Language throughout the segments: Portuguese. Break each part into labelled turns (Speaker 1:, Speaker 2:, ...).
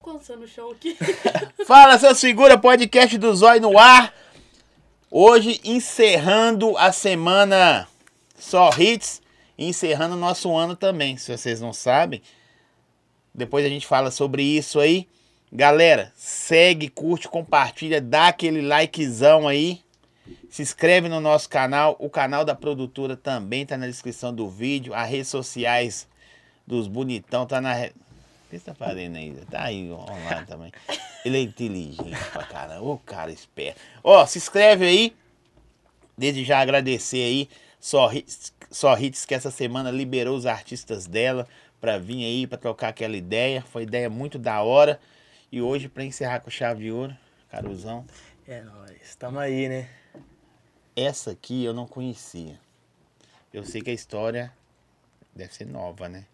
Speaker 1: coçando o chão aqui.
Speaker 2: Fala, seu segura, podcast do Zói no ar. Hoje encerrando a semana só hits e encerrando o nosso ano também, se vocês não sabem. Depois a gente fala sobre isso aí. Galera, segue, curte, compartilha, dá aquele likezão aí. Se inscreve no nosso canal. O canal da produtora também tá na descrição do vídeo. As redes sociais dos bonitão tá na. re- O que você tá fazendo ainda? Tá aí online também. Ele é inteligente pra caramba. Ô, cara esperto. Ó, se inscreve aí. Desde já agradecer aí. Só Hits, só Hits que essa semana liberou os artistas dela pra vir aí, pra trocar aquela ideia. Foi ideia muito da hora. E hoje, pra encerrar com chave de ouro, Caruzão,
Speaker 3: É nóis, tamo aí, né?
Speaker 2: essa aqui eu não conhecia. Eu sei que a história deve ser nova, né?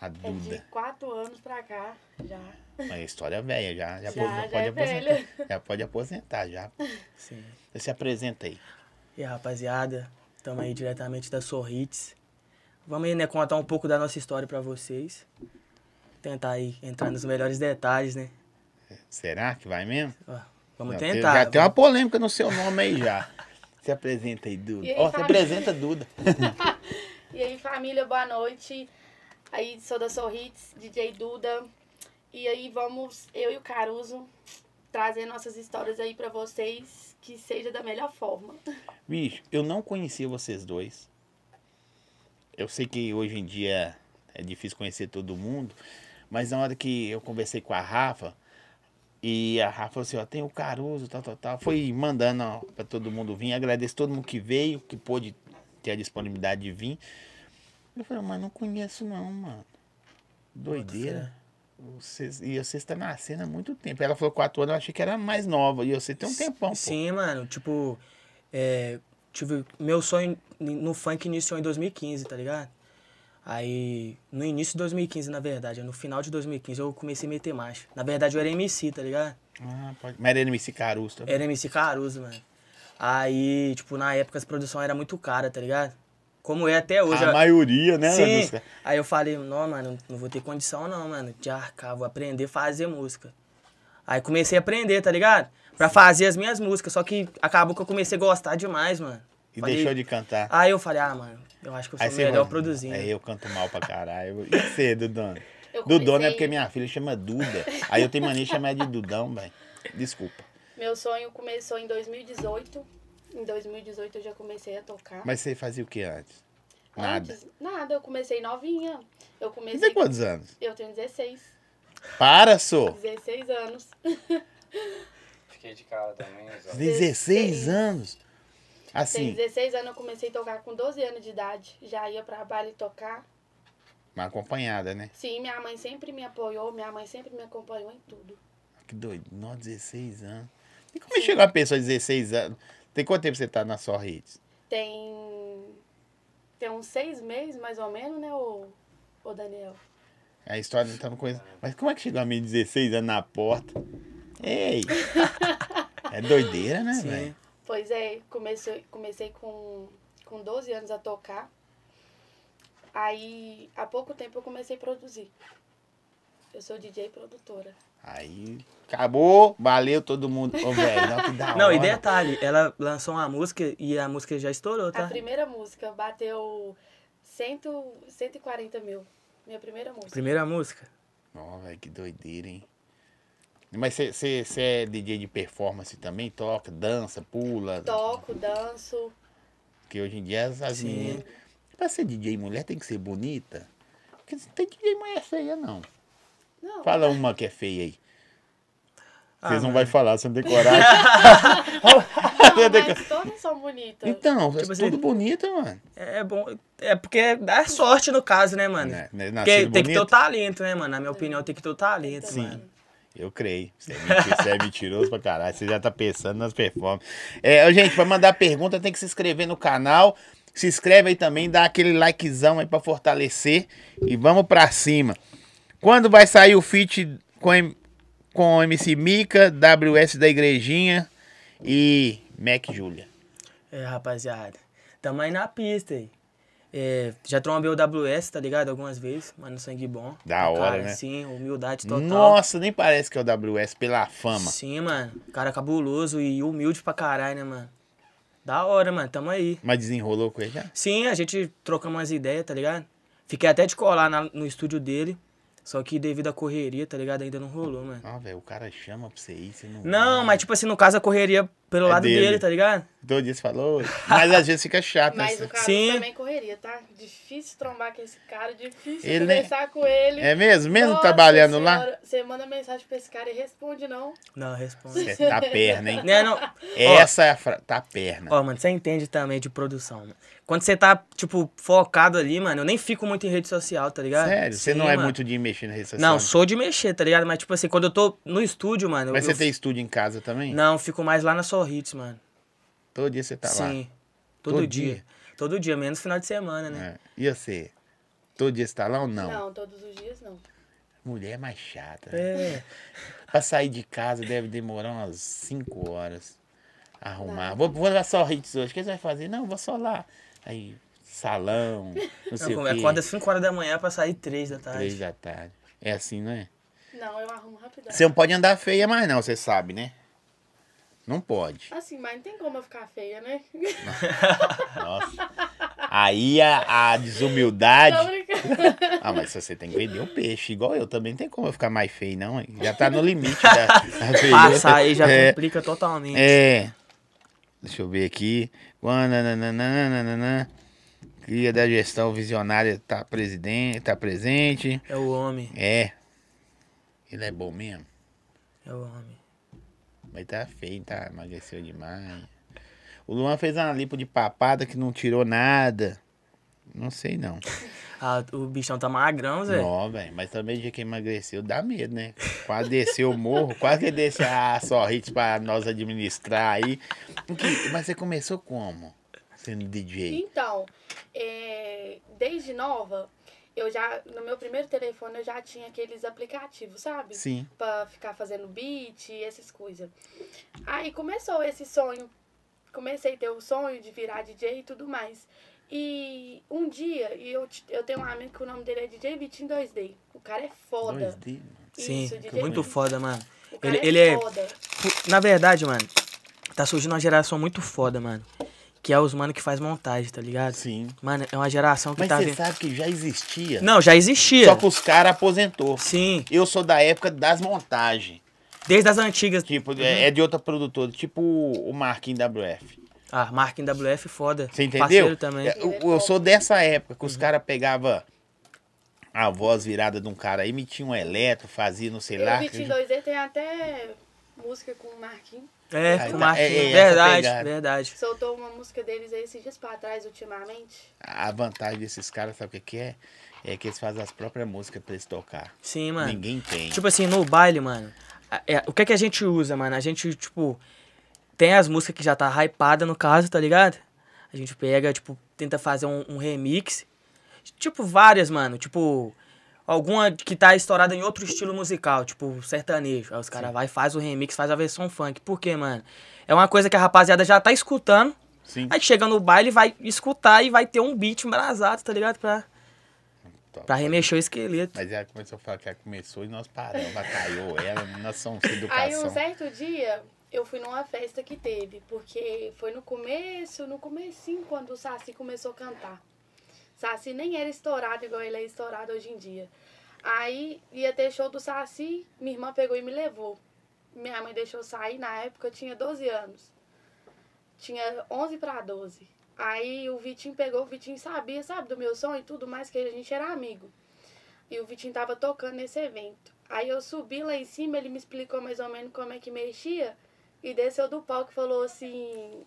Speaker 2: A
Speaker 1: É de
Speaker 2: Duda.
Speaker 1: quatro anos pra cá, já.
Speaker 2: Mas a história é velha já. Já,
Speaker 1: Já,
Speaker 2: pode,
Speaker 1: já é
Speaker 2: aposentar.
Speaker 1: velha.
Speaker 2: Já pode aposentar já.
Speaker 3: Sim.
Speaker 2: Você se apresenta aí.
Speaker 3: E aí, rapaziada, tamo aí diretamente da Sorrits. Vamos aí, né, contar um pouco da nossa história pra vocês. Tentar aí entrar nos melhores detalhes, né?
Speaker 2: Será que vai mesmo?
Speaker 3: Ó, vamos
Speaker 2: Não, tem-
Speaker 3: tentar.
Speaker 2: Já tem uma polêmica no seu nome aí já. Se apresenta aí, Duda.
Speaker 1: E aí,
Speaker 2: Ó, se
Speaker 1: fala-
Speaker 2: apresenta, Duda.
Speaker 1: E aí, família, boa noite. Aí, sou da Sorrits, DJ Duda. E aí, vamos, eu e o Caruso, trazer nossas histórias aí pra vocês, que seja da melhor forma.
Speaker 2: Bicho, eu não conhecia vocês dois. Eu sei que hoje em dia é difícil conhecer todo mundo, mas na hora que eu conversei com a Rafa, e a Rafa falou assim, ó, tem o Caruso, tal, tal, tal. Foi mandando ó, pra todo mundo vir. Agradeço todo mundo que veio, que pôde ter a disponibilidade de vir. Eu falei, mas não conheço não, mano. Doideira. Vocês, e você está nascendo há muito tempo. Ela falou quatro anos, eu achei que era mais nova. E você tem um tempão, pô.
Speaker 3: Sim, mano, tipo, é, tive, meu sonho no funk iniciou em 2015, tá ligado? Aí, no início de 2015, na verdade, no final de 2015, eu comecei a meter marcha. Na verdade, eu era MC, tá ligado?
Speaker 2: Ah, pode. Mas era MC Caruso tá? também.
Speaker 3: Era MC Caruso, mano. Aí, tipo, na época as produções eram muito caras, tá ligado? Como é até hoje.
Speaker 2: A
Speaker 3: ó.
Speaker 2: maioria, né?
Speaker 3: Sim.
Speaker 2: Sim.
Speaker 3: Aí eu falei, não, mano, não vou ter condição não, mano, de arcar, vou aprender a fazer música. Aí comecei a aprender, tá ligado? Pra fazer as minhas músicas, só que acabou que eu comecei a gostar demais, mano.
Speaker 2: E
Speaker 3: Falei-
Speaker 2: deixou de cantar.
Speaker 3: Aí eu falei, ah, mano, eu acho que eu sou
Speaker 2: você
Speaker 3: melhor
Speaker 2: manda-
Speaker 3: produzindo.
Speaker 2: Aí eu canto mal pra caralho. E você, Dudona?
Speaker 1: Eu
Speaker 2: Dudona é
Speaker 1: comecei-
Speaker 2: porque minha filha chama Duda. Aí eu tenho mania de chamar ela de Dudão, velho. Desculpa.
Speaker 1: Meu sonho começou em 2018. Em 2018 eu já comecei a tocar.
Speaker 2: Mas você fazia o que antes? Nada.
Speaker 1: Antes, nada, eu comecei novinha. Eu
Speaker 2: Você
Speaker 1: comecei.
Speaker 2: tem quantos anos?
Speaker 1: Eu tenho 16.
Speaker 2: Para, sou.
Speaker 1: 16 anos.
Speaker 4: Fiquei de cara também, Zó.
Speaker 2: 16 anos.
Speaker 1: Tem
Speaker 2: Assim,
Speaker 1: 16 anos eu comecei a tocar com 12 anos de idade. Já ia pra baile tocar.
Speaker 2: uma acompanhada, né?
Speaker 1: Sim, minha mãe sempre me apoiou, minha mãe sempre me acompanhou em tudo.
Speaker 2: Que doido. Nossa, 16 anos. E como é que chegou uma pessoa de 16 anos? Tem quanto tempo você tá na sua rede?
Speaker 1: Tem. Tem uns seis meses, mais ou menos, né, ô, ô Daniel?
Speaker 2: A história não tá uma coisa. Mas como é que chegou a menina de 16 anos na porta? Ei! é doideira, né,
Speaker 3: Sim.
Speaker 2: velho?
Speaker 1: Pois é, comecei, comecei com, com 12 anos a tocar. Aí, há pouco tempo, eu comecei a produzir. Eu sou DJ e produtora.
Speaker 2: Aí acabou, valeu todo mundo. Ô, velho, não, que da hora.
Speaker 3: Não, e detalhe, ela lançou uma música e a música já estourou,
Speaker 1: A
Speaker 3: tá?
Speaker 1: primeira música bateu cento, 140 mil. Minha primeira música.
Speaker 3: Primeira música?
Speaker 2: Ó, velho, que doideira, hein? Mas você é DJ de performance também? Toca, dança, pula?
Speaker 1: Toco, danço.
Speaker 2: Porque hoje em dia as, as
Speaker 3: Sim.
Speaker 2: meninas. Pra ser DJ mulher tem que ser bonita. Porque não tem DJ mulher feia, não.
Speaker 1: Não,
Speaker 2: Fala uma que é feia aí.
Speaker 3: Ah,
Speaker 2: Vocês não
Speaker 3: mano.
Speaker 2: vão falar, você não tem coragem.
Speaker 1: não mas todas são bonitas.
Speaker 2: Então,
Speaker 3: Tipo
Speaker 2: é
Speaker 3: assim-
Speaker 2: tudo bonita, mano.
Speaker 3: É, é bom. É porque dá sorte no caso, né, mano?
Speaker 2: Né? Né?
Speaker 3: Porque tem
Speaker 2: Nascido
Speaker 3: que ter o
Speaker 2: bonito?
Speaker 3: talento, né, mano? Na minha opinião, tem que ter o talento,
Speaker 1: Sim.
Speaker 3: mano.
Speaker 2: Eu creio. Você é, menti- você é mentiroso pra caralho. Você já tá pensando nas performances. É, ô, gente, pra mandar pergunta, tem que se inscrever no canal. Se inscreve aí também, dá aquele likezão aí pra fortalecer. E vamos pra cima. Quando vai sair o feat com, M- com MC Mica, WS da Igrejinha e Mac Julia?
Speaker 3: É, rapaziada. Tamo aí na pista aí. É, já trombei o WS, tá ligado? Algumas vezes, mas no sangue bom.
Speaker 2: Da hora,
Speaker 3: cara,
Speaker 2: né?
Speaker 3: Sim, humildade total.
Speaker 2: Nossa, nem parece que é o WS pela fama.
Speaker 3: Sim, mano. Cara cabuloso e humilde pra caralho, né, mano? Da hora, mano. Tamo aí.
Speaker 2: Mas desenrolou com ele né? já?
Speaker 3: Sim, a gente trocamos umas ideias, tá ligado? Fiquei até de colar na- no estúdio dele. Só que devido à correria, tá ligado? Ainda não rolou, mano.
Speaker 2: Ah, velho, o cara chama pra você ir, você não.
Speaker 3: Não, mas tipo assim, no caso a correria pelo
Speaker 2: É
Speaker 3: lado dele.
Speaker 2: dele.
Speaker 3: tá ligado?
Speaker 2: Todo dia você falou. Mas às vezes fica chato, né?
Speaker 1: Mas o Caruso
Speaker 3: Sim.
Speaker 1: também correria, tá? Difícil trombar com esse cara, difícil
Speaker 2: Ele nem-
Speaker 1: conversar com ele.
Speaker 2: É mesmo? Mesmo
Speaker 1: Nossa
Speaker 2: trabalhando lá?
Speaker 1: Senhora, Você manda mensagem pra esse cara e responde não.
Speaker 3: Não, responde.
Speaker 2: Você tá perna, hein?
Speaker 3: né, não.
Speaker 2: Essa é a fra... Tá perna.
Speaker 3: Ó, mano, você entende também de produção, mano. Quando você tá, tipo, focado ali, mano, eu nem fico muito em rede social, tá ligado?
Speaker 2: Sério? Você
Speaker 3: Sim,
Speaker 2: não é
Speaker 3: mano.
Speaker 2: muito de mexer na rede social?
Speaker 3: Não, sou de mexer, tá ligado? Mas, tipo assim, quando eu tô no estúdio, mano.
Speaker 2: Mas
Speaker 3: eu,
Speaker 2: você tem estúdio em casa também?
Speaker 3: Não, eu fico mais lá na Soul Hits, mano.
Speaker 2: Todo dia você tá
Speaker 3: Sim. Todo,
Speaker 2: Todo
Speaker 3: dia.
Speaker 2: dia?
Speaker 3: Todo dia, menos final de semana,
Speaker 2: lá.
Speaker 3: né?
Speaker 2: É. E você? Todo dia você tá lá ou não?
Speaker 1: Não. todos os dias não.
Speaker 2: Mulher é mais chata. né?
Speaker 3: É.
Speaker 2: Pra sair de casa deve demorar umas 5 horas. Arrumar. Vou, vou lá só hits hoje. O que você vai fazer? Não, vou só lá. Aí, salão, não sei o quê.
Speaker 3: Acorda às 5 horas da manhã pra sair 3 da tarde.
Speaker 2: 3 da tarde. É assim, não é?
Speaker 1: Não, eu arrumo rapidão.
Speaker 2: Você é um não pode andar feia mais não, você sabe, né? Não pode.
Speaker 1: Assim, mas não tem como eu ficar feia, né?
Speaker 2: Nossa. Aí a, a
Speaker 1: Tô
Speaker 2: desumildade.
Speaker 1: brincando.
Speaker 2: Ah, mas você tem que vender o peixe, igual eu também. Não tem como eu ficar mais feio, não. hein? Já tá no limite da, da feiura.
Speaker 3: Passar aí já
Speaker 2: é,
Speaker 3: complica totalmente.
Speaker 2: é. Deixa eu ver aqui. Guananananananana. Cria da gestão visionária tá, presidente, tá presente.
Speaker 3: É o homem.
Speaker 2: É. Ele é bom mesmo.
Speaker 3: É o homem.
Speaker 2: Mas tá feio, tá? Emagreceu demais. O Luan fez uma lipo de papada que não tirou nada. Não sei não.
Speaker 3: Ah, o bichão tá magrão, Zé.
Speaker 2: Não, velho. Mas também o dia que emagreceu dá medo, né? Quase desceu o morro, quase que desceu a sorrite pra nós administrar aí. O que- Mas você começou como? Sendo DJ.
Speaker 1: Então, é, desde nova, eu já, no meu primeiro telefone, eu já tinha aqueles aplicativos, sabe?
Speaker 2: Sim.
Speaker 1: Pra ficar fazendo beat, essas coisas. Aí começou esse sonho. Comecei a ter o sonho de virar DJ e tudo mais. E um dia, e eu, t- eu tenho um amigo que o nome dele é DJ Vitinho 2D. O cara é foda.
Speaker 2: 2D, mano.
Speaker 3: Sim,
Speaker 1: Isso, DJ Vitinho.
Speaker 3: muito foda, mano.
Speaker 1: O cara
Speaker 3: Ele- ele é-
Speaker 1: foda.
Speaker 3: Pu- Na verdade, mano, tá surgindo uma geração muito foda, mano. Que é os mano que faz montagem, tá ligado?
Speaker 2: Ah, Sim.
Speaker 3: Mano, é uma geração que
Speaker 2: Mas
Speaker 3: tá
Speaker 2: você
Speaker 3: vendo.
Speaker 2: sabe que já existia.
Speaker 3: Não, já existia.
Speaker 2: Só que os caras aposentou.
Speaker 3: Sim,
Speaker 2: Eu sou da época das montagens.
Speaker 3: desde as antigas.
Speaker 2: Tipo, é é de outra produtora, tipo o o Marquinhos WF.
Speaker 3: Ah, marca em WF foda.
Speaker 2: Você entendeu?
Speaker 3: Parceiro também. Uhum.
Speaker 2: É, Eu, eu sou dessa época que os caras pegavam a voz virada de um cara aí, metiam um eletro, fazia não sei
Speaker 1: E
Speaker 2: lá.
Speaker 1: o
Speaker 3: né?
Speaker 1: Vitinho 2D tem até música com o Marquinhos.
Speaker 3: É,
Speaker 2: Aí
Speaker 3: com
Speaker 2: tá-
Speaker 3: marca.
Speaker 2: é- é essa pegada.
Speaker 3: verdade, verdade.
Speaker 1: Soltou uma música deles aí esses dias pra trás, ultimamente.
Speaker 2: A vantagem desses caras, sabe o que, que é? É que eles fazem as próprias músicas pra eles tocar.
Speaker 3: Sim, mano.
Speaker 2: Ninguém tem.
Speaker 3: Tipo assim, no baile, mano, a- é, o que é que a gente usa, mano? A gente, tipo, tem as músicas que já tá hypada, no caso, tá ligado? A gente pega, tipo, tenta fazer um, um remix. Tipo, várias, mano. Tipo, alguma que tá estourada em outro estilo musical, tipo, sertanejo. Aí os caras vai faz o remix, faz a versão funk. Por quê, mano? É uma coisa que a rapaziada já tá escutando.
Speaker 2: Sim.
Speaker 3: Aí chega no baile, vai escutar e vai ter um beat embrasado, tá ligado? Pra,
Speaker 2: Top.
Speaker 3: pra remexer o esqueleto.
Speaker 2: Mas ela começou a falar que ela começou e nós paramos. Ela caiu, ela, nós somos
Speaker 1: Aí um
Speaker 2: educação.
Speaker 1: certo dia eu fui numa festa que teve, porque foi no começo, no comecinho, quando o Saci começou a cantar. Saci nem era estourado igual ele é estourado hoje em dia. Aí ia ter show do Saci, minha irmã pegou e me levou. Minha mãe deixou eu sair, na época eu tinha 12 anos. Tinha 11 para 12. Aí o Vitinho pegou, o Vitinho sabia, sabe, do meu sonho e tudo mais, que a gente era amigo. E o Vitinho tava tocando nesse evento. Aí eu subi lá em cima, ele me explicou mais ou menos como é que mexia. E desceu do palco e falou assim: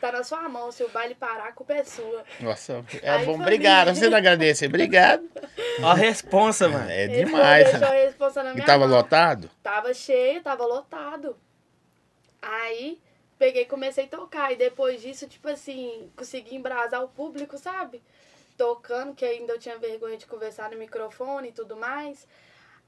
Speaker 1: tá na sua mão, se o baile parar, a culpa é sua.
Speaker 2: Nossa,
Speaker 1: Aí
Speaker 2: é bom.
Speaker 1: foi
Speaker 2: Obrigado.
Speaker 1: lindo.
Speaker 2: Você não agradece? Obrigado.
Speaker 3: Ó a responsa, mano.
Speaker 2: É
Speaker 1: Ele falou,
Speaker 2: demais.
Speaker 1: Deixou a responsa na
Speaker 2: E
Speaker 1: minha
Speaker 2: tava
Speaker 1: mão.
Speaker 2: lotado?
Speaker 1: Tava cheio, tava lotado. Aí peguei e comecei a tocar. E depois disso, tipo assim, consegui embrasar o público, sabe? Tocando, que ainda eu tinha vergonha de conversar no microfone e tudo mais.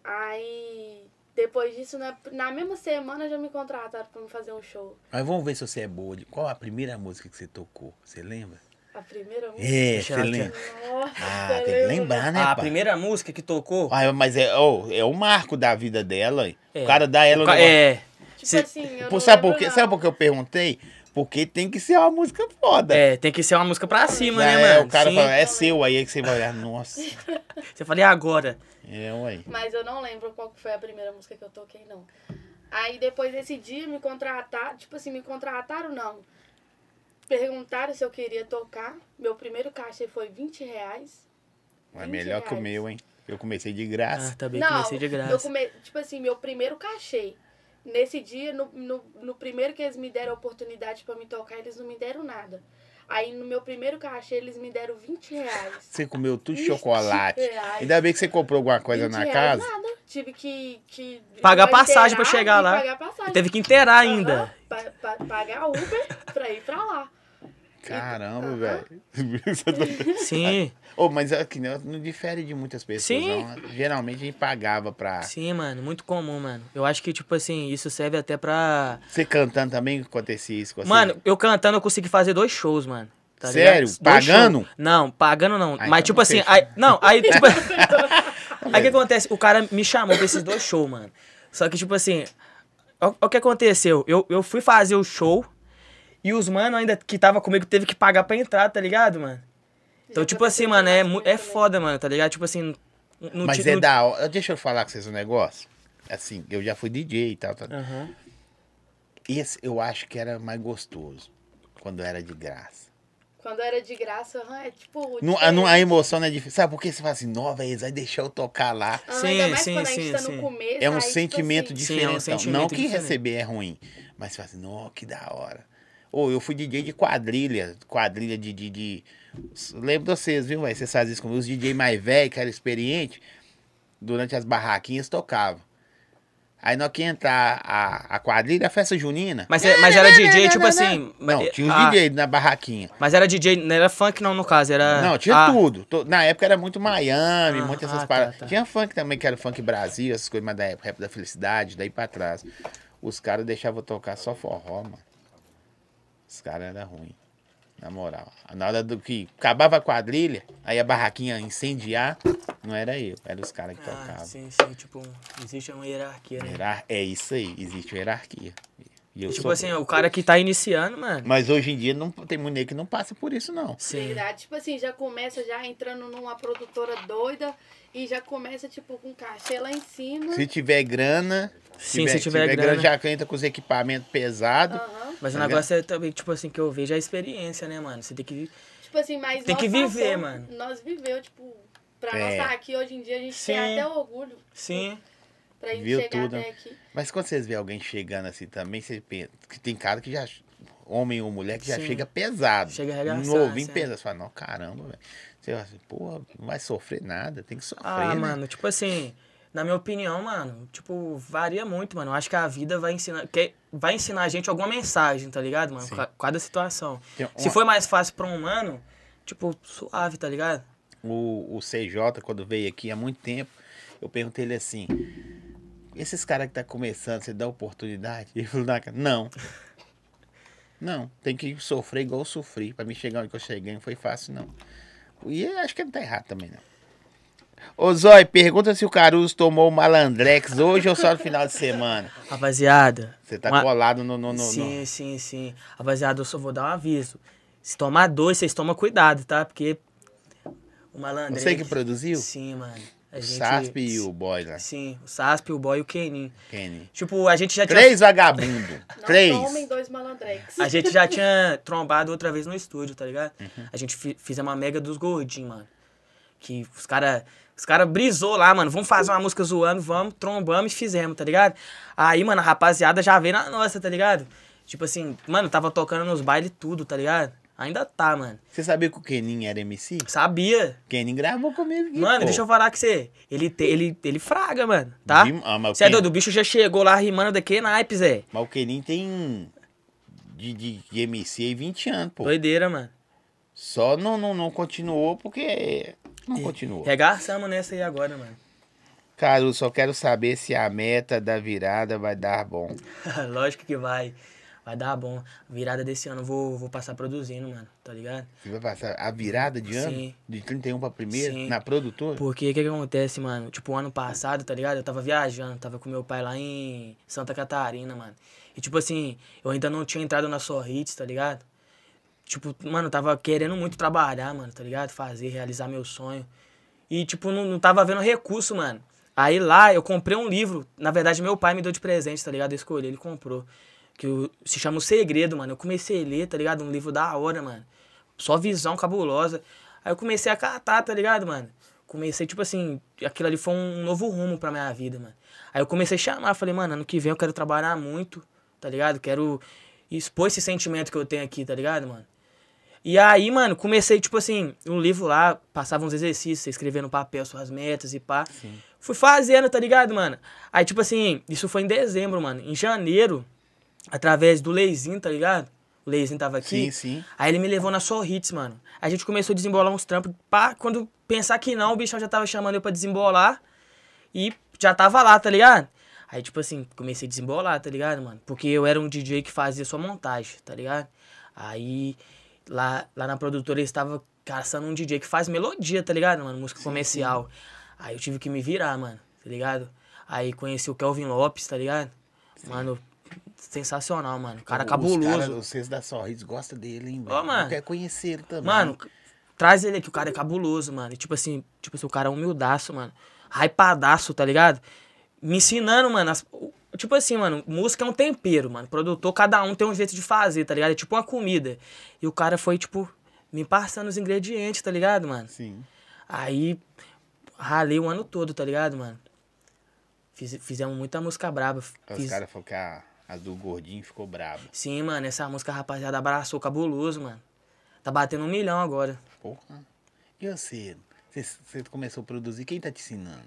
Speaker 1: Aí depois disso, na, na mesma semana já me contrataram pra me fazer um show.
Speaker 2: Mas vamos ver se você é boa. de- Qual a primeira música que você tocou? Você lembra?
Speaker 1: A primeira música.
Speaker 2: É,
Speaker 3: Deixa
Speaker 2: você
Speaker 3: eu
Speaker 2: lembra.
Speaker 1: Nossa,
Speaker 2: Ah, tem que
Speaker 1: lembra?
Speaker 2: lembrar, né,
Speaker 3: a
Speaker 2: pai?
Speaker 3: primeira música que tocou.
Speaker 2: Ah, mas é, ô, é o marco da vida dela. hein?
Speaker 3: É.
Speaker 2: O cara dá ela...
Speaker 3: o
Speaker 2: um
Speaker 3: ca-
Speaker 2: negócio-
Speaker 3: é,
Speaker 1: Tipo
Speaker 3: Se-
Speaker 1: assim, eu
Speaker 2: Pô,
Speaker 1: não
Speaker 2: sabe, por
Speaker 1: lembro,
Speaker 2: quê?
Speaker 1: não.
Speaker 2: sabe por que eu perguntei? Porque tem que ser uma música foda.
Speaker 3: é, tem que ser uma música pra cima, né,
Speaker 2: Aí
Speaker 3: mano?
Speaker 2: O cara
Speaker 3: Sim.
Speaker 2: fala, é seu aí, aí que você vai olhar. Nossa,
Speaker 3: Você fala, e agora?
Speaker 2: é, ué.
Speaker 1: Mas eu não lembro qual que foi a primeira música que eu toquei, não. Aí depois desse dia me contrataram, tipo assim, me contrataram não. Perguntaram se eu queria tocar. Meu primeiro cachê foi 20 reais.
Speaker 2: Mas
Speaker 1: 20
Speaker 2: é melhor que o
Speaker 1: reais.
Speaker 2: meu, hein? Eu comecei de
Speaker 3: Ah,
Speaker 2: graça.
Speaker 3: também
Speaker 1: não,
Speaker 3: comecei de
Speaker 1: Eu
Speaker 3: graça.
Speaker 1: come... Tipo assim, meu primeiro cachê. Nesse dia, no, no, no primeiro que eles me deram a oportunidade pra me tocar, eles não me deram nada. Aí no meu primeiro cachê, eles me deram 20 reais.
Speaker 2: Você comeu tudo
Speaker 1: 20
Speaker 2: chocolate.
Speaker 1: reais.
Speaker 2: Ainda bem que você comprou alguma coisa
Speaker 1: 20
Speaker 2: na
Speaker 1: reais,
Speaker 2: casa.
Speaker 1: Nada. Tive que. que
Speaker 3: Pagar
Speaker 1: inteirar
Speaker 3: passagem pra chegar
Speaker 1: e
Speaker 3: lá.
Speaker 1: Pagar passagem.
Speaker 3: Teve que inteirar
Speaker 1: Aham,
Speaker 3: ainda.
Speaker 1: pa- pa- pagar Uber pra ir pra lá.
Speaker 2: Caramba,
Speaker 1: Aham.
Speaker 2: velho.
Speaker 3: Sim,
Speaker 2: Ô, mas é aqui não, não difere de muitas pessoas,
Speaker 3: Sim.
Speaker 2: não. Geralmente a gente pagava pra.
Speaker 3: sim, mano. Muito comum, mano. Eu acho que, tipo assim, isso serve até pra.
Speaker 2: Você cantando também acontecia isso com você?
Speaker 3: Mano, eu cantando eu consegui fazer dois shows, mano. Tá
Speaker 2: assim, Sério?
Speaker 3: ligado? Dois
Speaker 2: Pagando?
Speaker 3: shows. Não, pagando não.
Speaker 2: Ah,
Speaker 3: Mas
Speaker 2: então
Speaker 3: tipo
Speaker 2: não
Speaker 3: assim,
Speaker 2: fechou.
Speaker 3: aí, não, aí tipo Aí o que acontece? O cara me chamou pra esses dois shows, mano. Só que tipo assim, ó- ó o que aconteceu? Eu, eu fui fazer o show e os mano ainda que tava comigo teve que pagar pra entrar, tá ligado, mano? Então
Speaker 1: Já
Speaker 3: tipo assim,
Speaker 1: aconteceu
Speaker 3: mano, é, mu-
Speaker 1: bastante
Speaker 3: é
Speaker 1: também.
Speaker 3: foda, mano, tá ligado? Tipo assim, n- não
Speaker 2: mas
Speaker 3: ti-
Speaker 2: é
Speaker 3: não-
Speaker 2: da hora. Deixa eu falar com vocês um negócio. Assim, eu já fui DJ e tal. tal.
Speaker 3: Aham.
Speaker 2: Esse eu acho que era mais gostoso. Quando era de graça.
Speaker 1: Quando era de graça, aham, é tipo.
Speaker 2: Não, a, não- a emoção não é difícil. Sabe por que você fala assim, nova, eles vai deixar eu tocar lá.
Speaker 1: Aham, ainda
Speaker 3: Sim,
Speaker 1: mais
Speaker 3: sim,
Speaker 1: quando a gente
Speaker 3: sim,
Speaker 1: tá
Speaker 3: sim.
Speaker 1: no começo.
Speaker 2: É
Speaker 1: aí,
Speaker 2: um
Speaker 1: tipo
Speaker 2: sentimento
Speaker 1: assim,
Speaker 2: diferente.
Speaker 3: Sim, é um sentimento
Speaker 2: não que
Speaker 3: diferente.
Speaker 2: receber é ruim, mas fala assim, não, que da hora. Ou eu fui DJ de quadrilha, quadrilha de. de, de... Lembro de vocês, viu, velho? Vocês fazem isso comigo. Os DJ mais velhos, que era experiente, durante as barraquinhas tocavam. Aí nós que entrar a, a quadrilha, a festa junina.
Speaker 3: Mas, é- mas era DJ, tipo assim.
Speaker 2: Não, tinha os
Speaker 3: ah,
Speaker 2: DJ na barraquinha.
Speaker 3: Mas era DJ, não era funk não, no caso, era.
Speaker 2: Não, tinha
Speaker 3: ah,
Speaker 2: tudo. To- Na época era muito Miami,
Speaker 3: Ah,
Speaker 2: muitas
Speaker 3: ah,
Speaker 2: essas
Speaker 3: tá,
Speaker 2: paradas.
Speaker 3: tá.
Speaker 2: Tinha funk também, que era funk Brasil, essas coisas, mas da época, rap da felicidade, daí pra trás. Os caras deixavam eu tocar só forró, mano. Os caras eram ruins. Na moral. Na hora do que acabava a quadrilha, aí a barraquinha incendiar, não era eu, era os caras que
Speaker 3: Ah,
Speaker 2: tocavam.
Speaker 3: sim, sim, tipo, existe uma hierarquia, né?
Speaker 2: Hierar- É isso aí, existe hierarquia. E eu
Speaker 3: Tipo
Speaker 2: sou-
Speaker 3: assim, o cara que tá iniciando, mano.
Speaker 2: Mas hoje em dia não tem muito nego que não passa por isso, não.
Speaker 3: Sim.
Speaker 1: verdade. Tipo assim, já começa já entrando numa produtora doida e já começa, tipo, com cachê lá em
Speaker 3: né?
Speaker 1: cima.
Speaker 2: Se tiver grana.
Speaker 3: Sim, se tiver grana.
Speaker 2: já entra com os equipamentos pesados.
Speaker 1: Aham.
Speaker 3: Mas o
Speaker 2: Tá
Speaker 3: negócio é também, tipo assim, que eu vejo é a experiência, né, mano? Você tem que.
Speaker 1: Tipo assim, mas
Speaker 3: Tem
Speaker 1: nós
Speaker 3: que viver,
Speaker 1: passamos-
Speaker 3: mano.
Speaker 1: Nós viveu, tipo, pra
Speaker 2: É.
Speaker 1: nós estar aqui hoje em dia, a gente
Speaker 3: Sim.
Speaker 1: tem até orgulho
Speaker 3: Sim.
Speaker 1: pra gente
Speaker 2: Viu
Speaker 1: chegar
Speaker 2: tudo.
Speaker 1: até aqui.
Speaker 2: Mas quando vocês veem alguém chegando assim também, você pensa. Que tem cara que já. Homem ou mulher que já
Speaker 3: Sim.
Speaker 2: chega pesado. Um
Speaker 3: Chega arregaçado,
Speaker 2: Novinho
Speaker 3: assim,
Speaker 2: pesado. Você fala, não, caramba, velho. Você fala assim, porra, não vai sofrer nada, tem que sofrer.
Speaker 3: Ah,
Speaker 2: né?
Speaker 3: mano, tipo assim, na minha opinião, mano, tipo, varia muito, mano. Eu acho que a vida vai ensinar. Que vai ensinar a gente alguma mensagem, tá ligado, mano?
Speaker 2: Sim.
Speaker 3: Ca- Cada situação.
Speaker 2: Tem uma-
Speaker 3: Se foi mais fácil pra um humano, tipo, suave, tá ligado?
Speaker 2: o, o CJ, quando veio aqui há muito tempo, eu perguntei ele assim: esses caras que tá começando, você dá oportunidade? Ele falou: "Dá, cara." não. Não, tem que sofrer igual eu sofri. Pra mim chegar onde que eu cheguei não foi fácil, não. E eu acho que ele não tá errado também, não. Ô Zói, pergunta se o Caruso tomou o malandrex hoje ou só no final de semana.
Speaker 3: Rapaziada.
Speaker 2: Você tá
Speaker 3: uma-
Speaker 2: colado no. no, no, no-
Speaker 3: sim, sim, sim. Rapaziada, eu só vou dar um aviso. Se tomar dois, vocês tomam cuidado, tá? Porque o malandro.
Speaker 2: Você que produziu?
Speaker 3: Sim, mano. A
Speaker 2: O
Speaker 3: gente-
Speaker 2: Sasp e o boy lá,
Speaker 3: Sim, o Sasp, o Boy e o Kenin.
Speaker 2: Kenny.
Speaker 3: Tipo, a gente já tinha.
Speaker 2: Três vagabundos.
Speaker 1: Não
Speaker 2: Três.
Speaker 1: tomem dois malandrex.
Speaker 3: A gente já tinha trombado outra vez no estúdio, tá ligado? A gente fi- fez uma mega dos gordinhos, mano. Que os cara, os cara brisou lá, mano. Vamos fazer uma música zoando, vamos, trombamos e fizemos, tá ligado? Aí, mano, a rapaziada já veio na nossa, tá ligado? Tipo assim, mano, tava tocando nos bailes tudo, tá ligado? Ainda tá, mano.
Speaker 2: Você sabia que o Kenin era MC?
Speaker 3: Sabia.
Speaker 2: Kenin gravou comigo. aqui,
Speaker 3: Mano,
Speaker 2: pô.
Speaker 3: deixa eu falar com você. Ele, te- ele, ele fraga, mano, tá?
Speaker 2: Dim- ah, mas
Speaker 3: Você é
Speaker 2: quem-
Speaker 3: doido, o bicho já chegou lá rimando daqui, naipes, é.
Speaker 2: Mas o Kenin tem de, de, de MC aí 20 anos, pô.
Speaker 3: Doideira, mano.
Speaker 2: Só não, não, não continuou porque. Não
Speaker 3: É.
Speaker 2: continuou.
Speaker 3: Regaçamos nessa aí agora, mano.
Speaker 2: Cara, eu só quero saber se a meta da virada vai dar bom.
Speaker 3: Lógico que vai. Vai dar bom. Virada desse ano eu vou, vou passar produzindo, mano, tá ligado?
Speaker 2: Você vai passar a virada de ano?
Speaker 3: Sim.
Speaker 2: De 31 pra primeira?
Speaker 3: Sim.
Speaker 2: Na produtora?
Speaker 3: Porque o que, que acontece, mano? Tipo, ano passado, tá ligado? Eu tava viajando, tava com meu pai lá em Santa Catarina, mano. E tipo assim, eu ainda não tinha entrado na sua hits, tá ligado? Tipo, mano, eu tava querendo muito trabalhar, mano, tá ligado? Fazer, realizar meu sonho. E, tipo, não, não tava vendo recurso, mano. Aí lá eu comprei um livro. Na verdade, meu pai me deu de presente, tá ligado? Eu escolhi, ele comprou. Que o- se chama O Segredo, mano. Eu comecei a ler, tá ligado? Um livro da hora, mano. Só visão cabulosa. Aí eu comecei a catar, tá ligado, mano? Comecei, tipo assim, aquilo ali foi um novo rumo pra minha vida, mano. Aí eu comecei a chamar, falei, mano, ano que vem eu quero trabalhar muito, tá ligado? Quero expor esse sentimento que eu tenho aqui, tá ligado, mano? E aí, mano, comecei, tipo assim, um livro lá, passava uns exercícios, você escrevia no papel suas metas e pá. Fui fazendo, tá ligado, mano? Aí, tipo assim, isso foi em dezembro, mano. Em janeiro, através do Leizinho, tá ligado? O Leizinho tava aqui.
Speaker 2: Sim, sim.
Speaker 3: Aí ele me levou na Soul Hits, mano. A gente começou a desembolar uns trampos. Pá, quando pensar que não, o bichão já tava chamando eu pra desembolar. E já tava lá, tá ligado? Aí, tipo assim, comecei a desembolar, tá ligado, mano? Porque eu era um DJ que fazia só montagem, tá ligado? Aí, lá, lá na produtora eu estava caçando um DJ que faz melodia, tá ligado, mano? Música comercial. Aí eu tive que me virar, mano, tá ligado? Aí conheci o Kelvin Lopes, tá ligado? Mano, sensacional, mano. Cara
Speaker 2: Os
Speaker 3: cabuloso.
Speaker 2: caras, vocês da Sorrisos gostam dele, hein, velho?
Speaker 3: mano.
Speaker 2: Eu quero conhecer ele também.
Speaker 3: Mano, c- traz ele aqui, o cara é cabuloso, mano. E, tipo assim, tipo assim, o cara é humildaço, mano. Hypadaço, tá ligado? Me ensinando, mano. as- o- tipo assim, mano, música é um tempero, mano. Produtor, cada um tem um jeito de fazer, tá ligado? É tipo uma comida. E o cara foi, tipo, me passando os ingredientes, tá ligado, mano?
Speaker 2: Sim.
Speaker 3: Aí ralei o ano todo, tá ligado, mano? Fiz- fizemos muita música braba.
Speaker 2: Os
Speaker 3: fiz-
Speaker 2: caras falaram que a, a do gordinho ficou braba.
Speaker 3: Sim, mano, essa música, a rapaziada, abraçou, cabuloso, mano. Tá batendo um milhão agora.
Speaker 2: Porra. Ah. E você? Você- Você começou a produzir, quem tá te ensinando?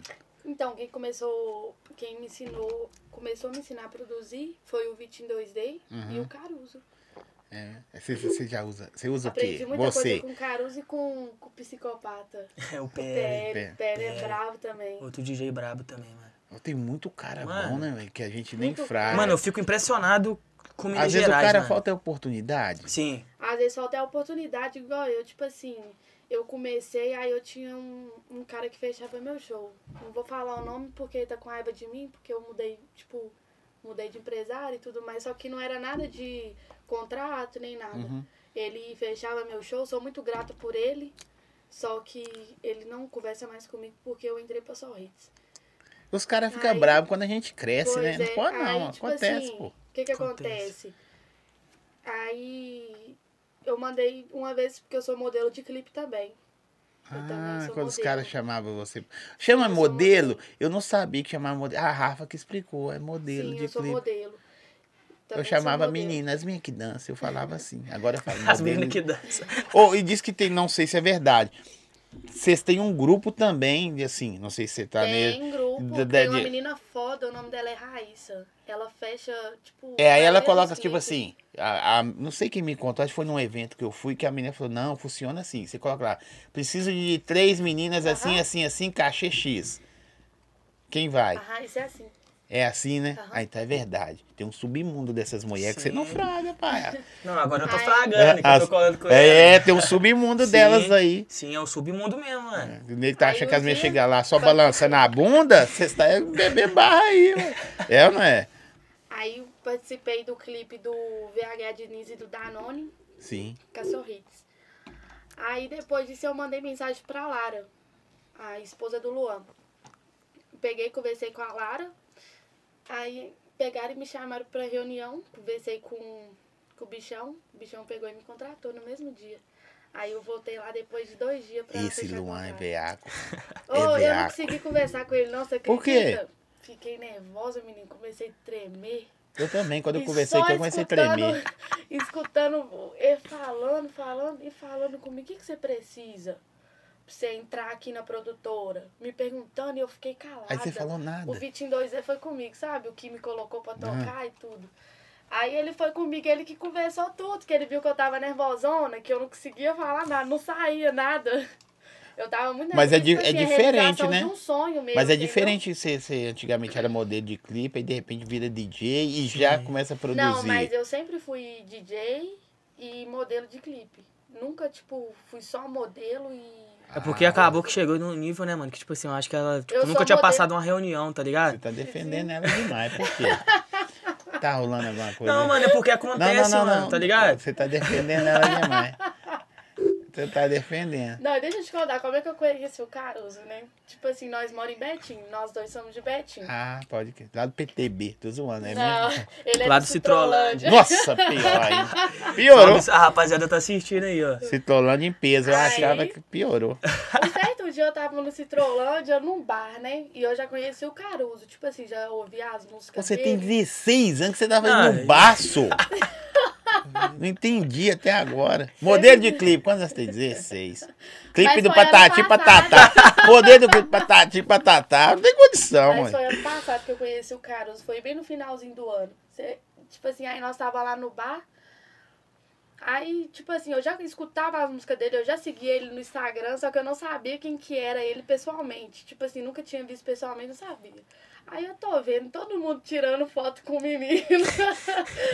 Speaker 1: Então, quem começou, quem me ensinou, começou a me ensinar a produzir foi o Vitinho 2D
Speaker 2: Uhum.
Speaker 1: e o Caruso.
Speaker 2: É. Você, você já usa. Você usa o
Speaker 1: Aprendi
Speaker 2: quê?
Speaker 1: muita
Speaker 2: você.
Speaker 1: coisa com o Caruso e com, com o psicopata.
Speaker 3: É o
Speaker 1: Pé,
Speaker 2: pé.
Speaker 1: pé, é bravo também.
Speaker 3: Outro DJ brabo também, mano.
Speaker 2: Tem muito cara
Speaker 3: Mano.
Speaker 2: bom, né, velho? Que a gente nem
Speaker 1: Muito
Speaker 2: fraga.
Speaker 3: Mano, eu fico impressionado com Minas
Speaker 2: Ah, é. Às vezes
Speaker 3: Gerais,
Speaker 2: o cara
Speaker 3: mano.
Speaker 2: falta é oportunidade.
Speaker 3: Sim,
Speaker 1: Às vezes falta a oportunidade, igual eu, tipo assim, eu comecei, aí eu tinha um, um cara que fechava meu show. Não vou falar o nome porque ele tá com raiva de mim, porque eu mudei, tipo, mudei de empresário e tudo mais, só que não era nada de contrato nem nada.
Speaker 2: Uhum.
Speaker 1: Ele fechava meu show, sou muito grata por ele, só que ele não conversa mais comigo porque eu entrei pra só hits.
Speaker 2: Os caras ficam
Speaker 1: Aí-
Speaker 2: bravos quando a gente cresce,
Speaker 1: Pois
Speaker 2: né? Não
Speaker 1: é,
Speaker 2: pode
Speaker 1: aí,
Speaker 2: não,
Speaker 1: tipo
Speaker 2: acontece,
Speaker 1: assim,
Speaker 2: pô.
Speaker 1: O que que
Speaker 3: Acontece.
Speaker 1: acontece? Aí eu mandei uma vez, porque eu sou modelo de clipe também. Eu também
Speaker 2: Ah,
Speaker 1: sou
Speaker 2: quando os
Speaker 1: modelo.
Speaker 2: caras chamavam você. Chama
Speaker 1: Eu sou
Speaker 2: modelo? Eu não sabia que chamava modelo. Ah, A Rafa que explicou, é modelo
Speaker 1: Sim,
Speaker 2: de
Speaker 1: eu sou
Speaker 2: clipe.
Speaker 1: modelo.
Speaker 2: Eu
Speaker 1: Também sou
Speaker 2: chamava
Speaker 1: modelo.
Speaker 2: meninas, minha que dança, eu falava assim. Agora eu falo
Speaker 3: as
Speaker 2: modelo.
Speaker 3: meninas que dançam.
Speaker 2: Oh, e diz que tem, não sei se é verdade. Vocês têm um grupo também, de assim, não sei se você tá nele.
Speaker 1: Tem um grupo,
Speaker 2: Da- da-
Speaker 1: tem uma
Speaker 2: de-
Speaker 1: menina foda, o nome dela é Raíssa. Ela fecha, tipo...
Speaker 2: É, aí ela
Speaker 1: vários
Speaker 2: coloca, tipo
Speaker 1: clipes.
Speaker 2: assim, a, a- não sei quem me contou, acho que foi num evento que eu fui, que a menina falou, não, funciona assim. Você coloca lá, preciso de três meninas assim,
Speaker 1: Aham.
Speaker 2: assim, assim, cachê X. Quem vai?
Speaker 1: A Raíssa é assim.
Speaker 2: É assim, né?
Speaker 1: Aham.
Speaker 2: Ah, então é verdade. Tem um submundo dessas mulheres que você
Speaker 3: Sim.
Speaker 2: não fraga, pai.
Speaker 3: Não, agora eu tô
Speaker 1: Ai.
Speaker 3: fragando, que eu tô
Speaker 2: As-
Speaker 3: colando com ela.
Speaker 2: É, tem um submundo
Speaker 3: Sim.
Speaker 2: delas aí.
Speaker 3: Sim, é o submundo mesmo, mano.
Speaker 2: O nego tá
Speaker 1: Aí
Speaker 2: achando
Speaker 1: um
Speaker 2: que as meninas
Speaker 1: dia-
Speaker 2: chegam lá só balançando a bunda, você está é bebê barra aí, ué. É ou não é?
Speaker 1: Aí eu participei do clipe do VH Diniz e do Danone.
Speaker 2: Sim.
Speaker 1: Cachorro Hits. Aí depois disso eu mandei mensagem pra Lara, a esposa do Luan. Peguei, conversei com a Lara. Aí pegaram e me chamaram pra reunião. Conversei com, com o bichão. O bichão pegou e me contratou no mesmo dia. Aí eu voltei lá depois de dois dias pra
Speaker 2: Esse
Speaker 1: fechar
Speaker 2: Luan é
Speaker 1: contrato.
Speaker 2: veaco.
Speaker 1: Ô, eu não
Speaker 2: veaco.
Speaker 1: consegui conversar com ele, não, você
Speaker 2: Por quê?
Speaker 1: acredita? Fiquei nervosa, menino. Comecei a tremer.
Speaker 2: Eu também, quando eu
Speaker 1: E
Speaker 2: conversei
Speaker 1: só
Speaker 2: que eu comecei a tremer.
Speaker 1: escutando- Escutando ele falando, falando e falando comigo. O que, que você precisa pra você entrar aqui na produtora? Me perguntando e eu fiquei calada.
Speaker 2: Aí você falou nada.
Speaker 1: O Vitinho 2D foi comigo, sabe? O que me colocou pra tocar e tudo. Aí ele foi comigo, ele que conversou tudo, que ele viu que eu tava nervosona, que eu não conseguia falar nada, não saía nada. Eu tava muito
Speaker 2: Mas é
Speaker 1: nervosa, tipo assim,
Speaker 2: di- é
Speaker 1: a
Speaker 2: diferente,
Speaker 1: realização
Speaker 2: né?
Speaker 1: De um sonho mesmo,
Speaker 2: Mas é
Speaker 1: entendeu?
Speaker 2: diferente você, você antigamente era modelo de clipe, aí de repente vira DJ e já começa a produzir.
Speaker 1: Não, mas eu sempre fui DJ e modelo de clipe. Nunca, tipo, fui só modelo e.
Speaker 3: É porque acabou que chegou num nível, né, mano? Que, tipo assim, eu acho que ela tipo,
Speaker 1: Eu sou
Speaker 3: nunca tinha
Speaker 1: modelo.
Speaker 3: passado uma reunião, tá
Speaker 2: Você
Speaker 3: ligado?
Speaker 2: tá defendendo ela demais, por quê? Tá rolando alguma coisa?
Speaker 3: Não, mano, é porque acontece, mano, tá ligado?
Speaker 2: Você tá defendendo ela demais. Você tá defendendo.
Speaker 1: Não, deixa eu te contar como é que eu conheci o Caruso, né? Tipo assim, nós moramos em Betim, nós dois somos de Betim.
Speaker 2: Ah, pode que. Lá do PTB, tô zoando, é
Speaker 1: Não,
Speaker 2: mesmo?
Speaker 1: ele é
Speaker 3: Lá
Speaker 1: de
Speaker 3: do Citrolândia.
Speaker 2: Nossa, pior ainda. Piorou.
Speaker 3: A rapaziada tá assistindo aí, ó.
Speaker 2: Citolândia em peso, eu
Speaker 1: Aí.
Speaker 2: achava que piorou.
Speaker 1: Um certo dia eu tava no Citrolândia, num bar, né? E eu já conheci o Caruso. Tipo assim, já ouvia as músicas
Speaker 2: Você tem
Speaker 1: dele.
Speaker 2: 16 anos que você tava indo
Speaker 3: Ai.
Speaker 2: no baço. Não entendi até agora. Modelo de clipe, quantos anos tem? 16. Clipe
Speaker 1: Mas
Speaker 2: do
Speaker 1: foi ano
Speaker 2: Patati
Speaker 1: passado.
Speaker 2: Patatá. Modelo do clipe Patati Patatá. Não tem condição,
Speaker 1: Mas
Speaker 2: mano.
Speaker 1: foi ano passado que eu conheci o Carlos, foi bem no finalzinho do ano. Cê- tipo assim, aí nós tava lá no bar. Aí, tipo assim, eu já escutava as músicas dele, eu já seguia ele no Instagram, só que eu não sabia quem que era ele pessoalmente. Tipo assim, nunca tinha visto pessoalmente, não sabia. Aí eu tô vendo todo mundo tirando foto com o menino.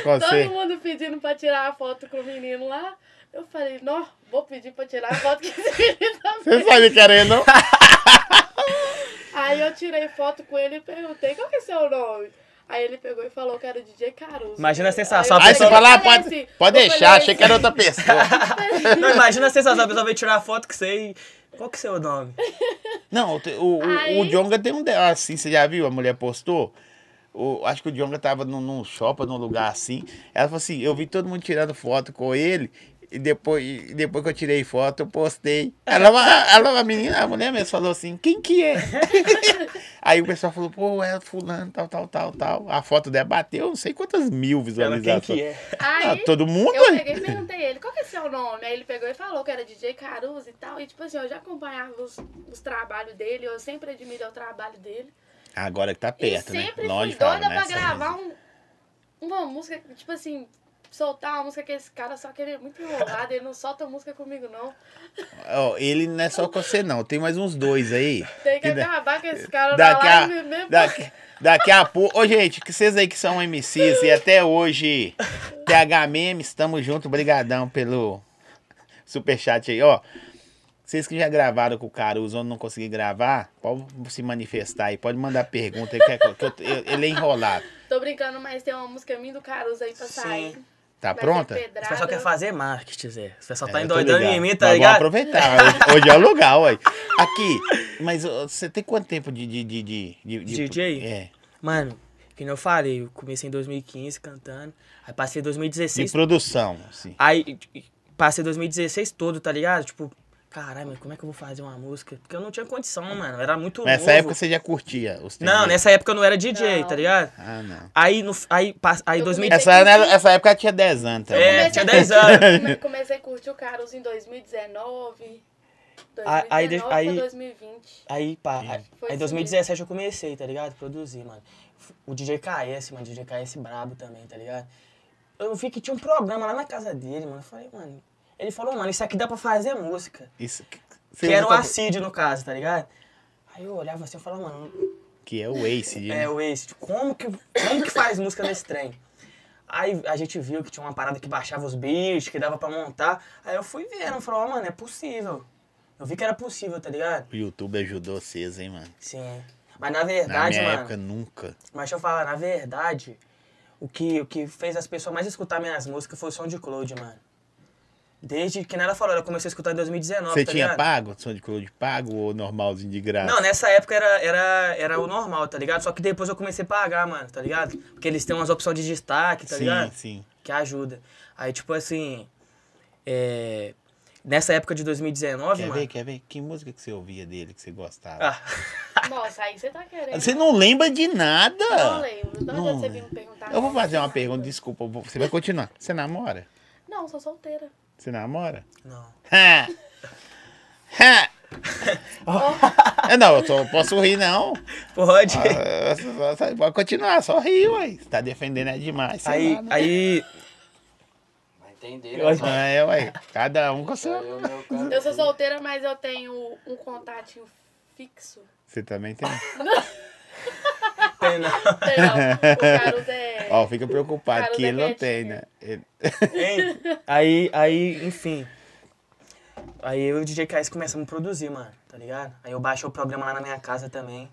Speaker 2: Você.
Speaker 1: Todo mundo pedindo pra tirar a foto com o menino lá. Eu falei, não, vou pedir pra tirar a foto que esse menino também.
Speaker 2: Você não sabia que era ele, não?
Speaker 1: Aí eu tirei foto com ele e perguntei qual que é seu nome. Aí ele pegou e falou que era o DJ Caruso.
Speaker 3: Imagina a
Speaker 1: Aí eu
Speaker 3: sensação, a
Speaker 1: falei,
Speaker 2: Aí você
Speaker 3: pessoa-
Speaker 2: fala, ah,
Speaker 1: eu falei
Speaker 2: pode,
Speaker 1: assim,
Speaker 2: pode
Speaker 1: eu
Speaker 2: deixar,
Speaker 1: falei assim,
Speaker 2: achei que era outra pessoa.
Speaker 3: Não, imagina a sensação, a pessoa vai tirar a foto que você e... Qual que é o seu nome?
Speaker 2: Não, o, o, o
Speaker 1: Aí-
Speaker 2: Djonga tem um dela assim, você já viu? A mulher postou. O- acho que o Djonga tava num, num shopping, num lugar assim. Ela falou assim: eu vi todo mundo tirando foto com ele. E depois, e depois que eu tirei foto, eu postei. Ela, ela, a menina, a mulher mesmo falou assim, quem que é? Aí o pessoal falou, pô, é fulano, tal, tal, tal, tal. A foto dela bateu não sei quantas mil
Speaker 3: Ela, quem
Speaker 2: visualizações.
Speaker 3: que é?
Speaker 1: Aí
Speaker 2: Ah, todo mundo?
Speaker 1: eu
Speaker 2: né?
Speaker 1: peguei e perguntei ele, qual que é seu nome? Aí ele pegou e falou que era DJ Caruso e tal. E tipo assim, eu já acompanhava os, os trabalhos dele, eu sempre admirei o trabalho dele.
Speaker 2: Agora que tá perto,
Speaker 1: e
Speaker 2: né?
Speaker 1: sempre
Speaker 2: Longe
Speaker 1: fui doida
Speaker 2: fala, né?
Speaker 1: pra
Speaker 2: Essa
Speaker 1: gravar
Speaker 2: música.
Speaker 1: um, uma música, tipo assim, soltar uma música que esse cara só que ele é muito enrolado, ele não solta música comigo não.
Speaker 2: Ó, ele não é só com você, não. Tem mais uns dois aí.
Speaker 1: Tem que
Speaker 2: E da-
Speaker 1: acabar com esse cara na
Speaker 2: Daqui a,
Speaker 1: live mesmo.
Speaker 2: daqui, daqui a pouco. Ô, gente, que vocês aí que são MCs e até hoje, TH Memes, estamos junto, brigadão pelo superchat aí, ó. Vocês que já gravaram com o Caruso ou não consegui gravar, pode se manifestar aí, pode mandar pergunta aí, que, é que eu- que eu- ele é enrolado.
Speaker 1: Tô brincando, mas tem uma música minha do Caruso aí pra
Speaker 3: Sim.
Speaker 1: sair.
Speaker 2: Tá
Speaker 1: Vai ser
Speaker 2: pronta?
Speaker 1: pedrada.
Speaker 3: Esse pessoal quer fazer marketing, Zé. Esse pessoal tá
Speaker 2: É, eu tô
Speaker 3: endoidando
Speaker 2: ligado.
Speaker 3: em mim, tá
Speaker 2: Mas
Speaker 3: ligado?
Speaker 2: Vamos aproveitar. Hoje- Hoje é o lugar, ué. Aqui, mas ó, você tem quanto tempo de. de, de, de, de- de-
Speaker 3: DJ?
Speaker 2: É.
Speaker 3: Mano, que nem eu falei, eu comecei em 2015 cantando, aí passei
Speaker 2: De
Speaker 3: 2016.
Speaker 2: produção, assim.
Speaker 3: Aí e- passei 2016 todo, tá ligado? Tipo, caralho, mas como é que eu vou fazer uma música? Porque eu não tinha condição, mano. eu Era muito
Speaker 2: Nessa
Speaker 3: novo.
Speaker 2: época você já curtia os temas?
Speaker 3: Não, nessa época eu não era DJ,
Speaker 1: Não.
Speaker 3: tá ligado?
Speaker 2: Ah, não.
Speaker 3: Aí, no, aí, pass- aí
Speaker 1: Eu
Speaker 3: 2000.
Speaker 2: Essa, era- essa época ela tinha 10 anos também.
Speaker 3: É,
Speaker 1: Comecei
Speaker 3: tinha
Speaker 1: a
Speaker 3: 10
Speaker 1: curtir-
Speaker 3: anos.
Speaker 1: come- Comecei a curtir o Caruso em 2019.
Speaker 3: Ah,
Speaker 1: 2019
Speaker 3: aí de-
Speaker 1: pra
Speaker 3: aí-
Speaker 1: 2020.
Speaker 3: Aí, pá, aí,
Speaker 1: Foi
Speaker 3: aí
Speaker 1: isso
Speaker 3: 2017 eu comecei, tá ligado? Produzir, mano. F- O DJ KS, mano, DJ KS brabo também, tá ligado? Eu vi que tinha um programa lá na casa dele, mano. Eu falei, mano. Ele falou, mano, isso aqui dá pra fazer música.
Speaker 2: Isso, que,
Speaker 3: que era um o
Speaker 2: tá-
Speaker 3: Acid, no caso, tá ligado? Aí eu olhava assim e falava, mano,
Speaker 2: Que é o Ace. de-
Speaker 3: é o Acid, como que, como que faz música nesse trem? Aí a gente viu que tinha uma parada que baixava os beats, que dava pra montar. Aí eu fui vendo, eu falei, ó, mano, é possível. Eu vi que era possível, tá ligado?
Speaker 2: O YouTube ajudou vocês, hein, mano?
Speaker 3: Sim. Mas na
Speaker 2: Na
Speaker 3: verdade,
Speaker 2: minha
Speaker 3: mano.
Speaker 2: época, nunca.
Speaker 3: Mas deixa eu falar, na verdade, o que, o que fez as pessoas mais escutar minhas músicas foi o SoundCloud, mano. Desde que nada falou, eu comecei a escutar em 2019,
Speaker 2: Você
Speaker 3: tá
Speaker 2: tinha
Speaker 3: ligado?
Speaker 2: pago? Som de cloud pago ou normalzinho de graça?
Speaker 3: Não, né? nessa época era, era, era o normal, tá ligado? Só que depois eu comecei a pagar, mano, tá ligado? Porque eles têm umas opções de destaque, tá
Speaker 2: sim,
Speaker 3: ligado?
Speaker 2: sim.
Speaker 3: Que ajuda. Aí, tipo assim. é, Nessa época de 2019,
Speaker 2: Quer
Speaker 3: mano.
Speaker 2: ver, quer ver? Que música que você ouvia dele que você gostava?
Speaker 3: Ah,
Speaker 1: Nossa, aí você tá querendo.
Speaker 2: Você não lembra de nada?
Speaker 1: Não lembro. Não,
Speaker 2: Não
Speaker 1: adianta você vir
Speaker 2: lembro.
Speaker 1: me perguntar.
Speaker 2: Eu vou fazer uma
Speaker 1: Não.
Speaker 2: pergunta, desculpa, eu vou- você vai continuar. Você namora?
Speaker 1: Não, sou solteira.
Speaker 2: Você namora?
Speaker 3: não.
Speaker 2: Ha! Ha! É, não, eu só posso rir, não.
Speaker 3: Pode.
Speaker 2: Ah, só- só- Pode continuar, só rir, ué. Você tá defendendo é demais. sei
Speaker 3: aí,
Speaker 2: lá, né?
Speaker 3: aí
Speaker 4: Vai entender. né,
Speaker 2: Olha,
Speaker 4: mano?
Speaker 2: É, ué, cada um com a
Speaker 4: Só
Speaker 2: sua.
Speaker 4: eu, meu canto.
Speaker 1: Eu sou solteira, mas eu tenho um contatinho fixo.
Speaker 2: Você também tem.
Speaker 3: Tem, não.
Speaker 1: Sei não, o Caruso é...
Speaker 2: Ó, fica preocupado
Speaker 1: Cara,
Speaker 2: que
Speaker 1: o
Speaker 2: ele não
Speaker 1: Beckett,
Speaker 2: tem,
Speaker 1: né?
Speaker 2: né? Ele-
Speaker 3: Hein? É, Aí, aí, enfim. Aí eu e o DJ Caís começamos a produzir, mano, tá ligado? Aí eu baixei o programa lá na minha casa também.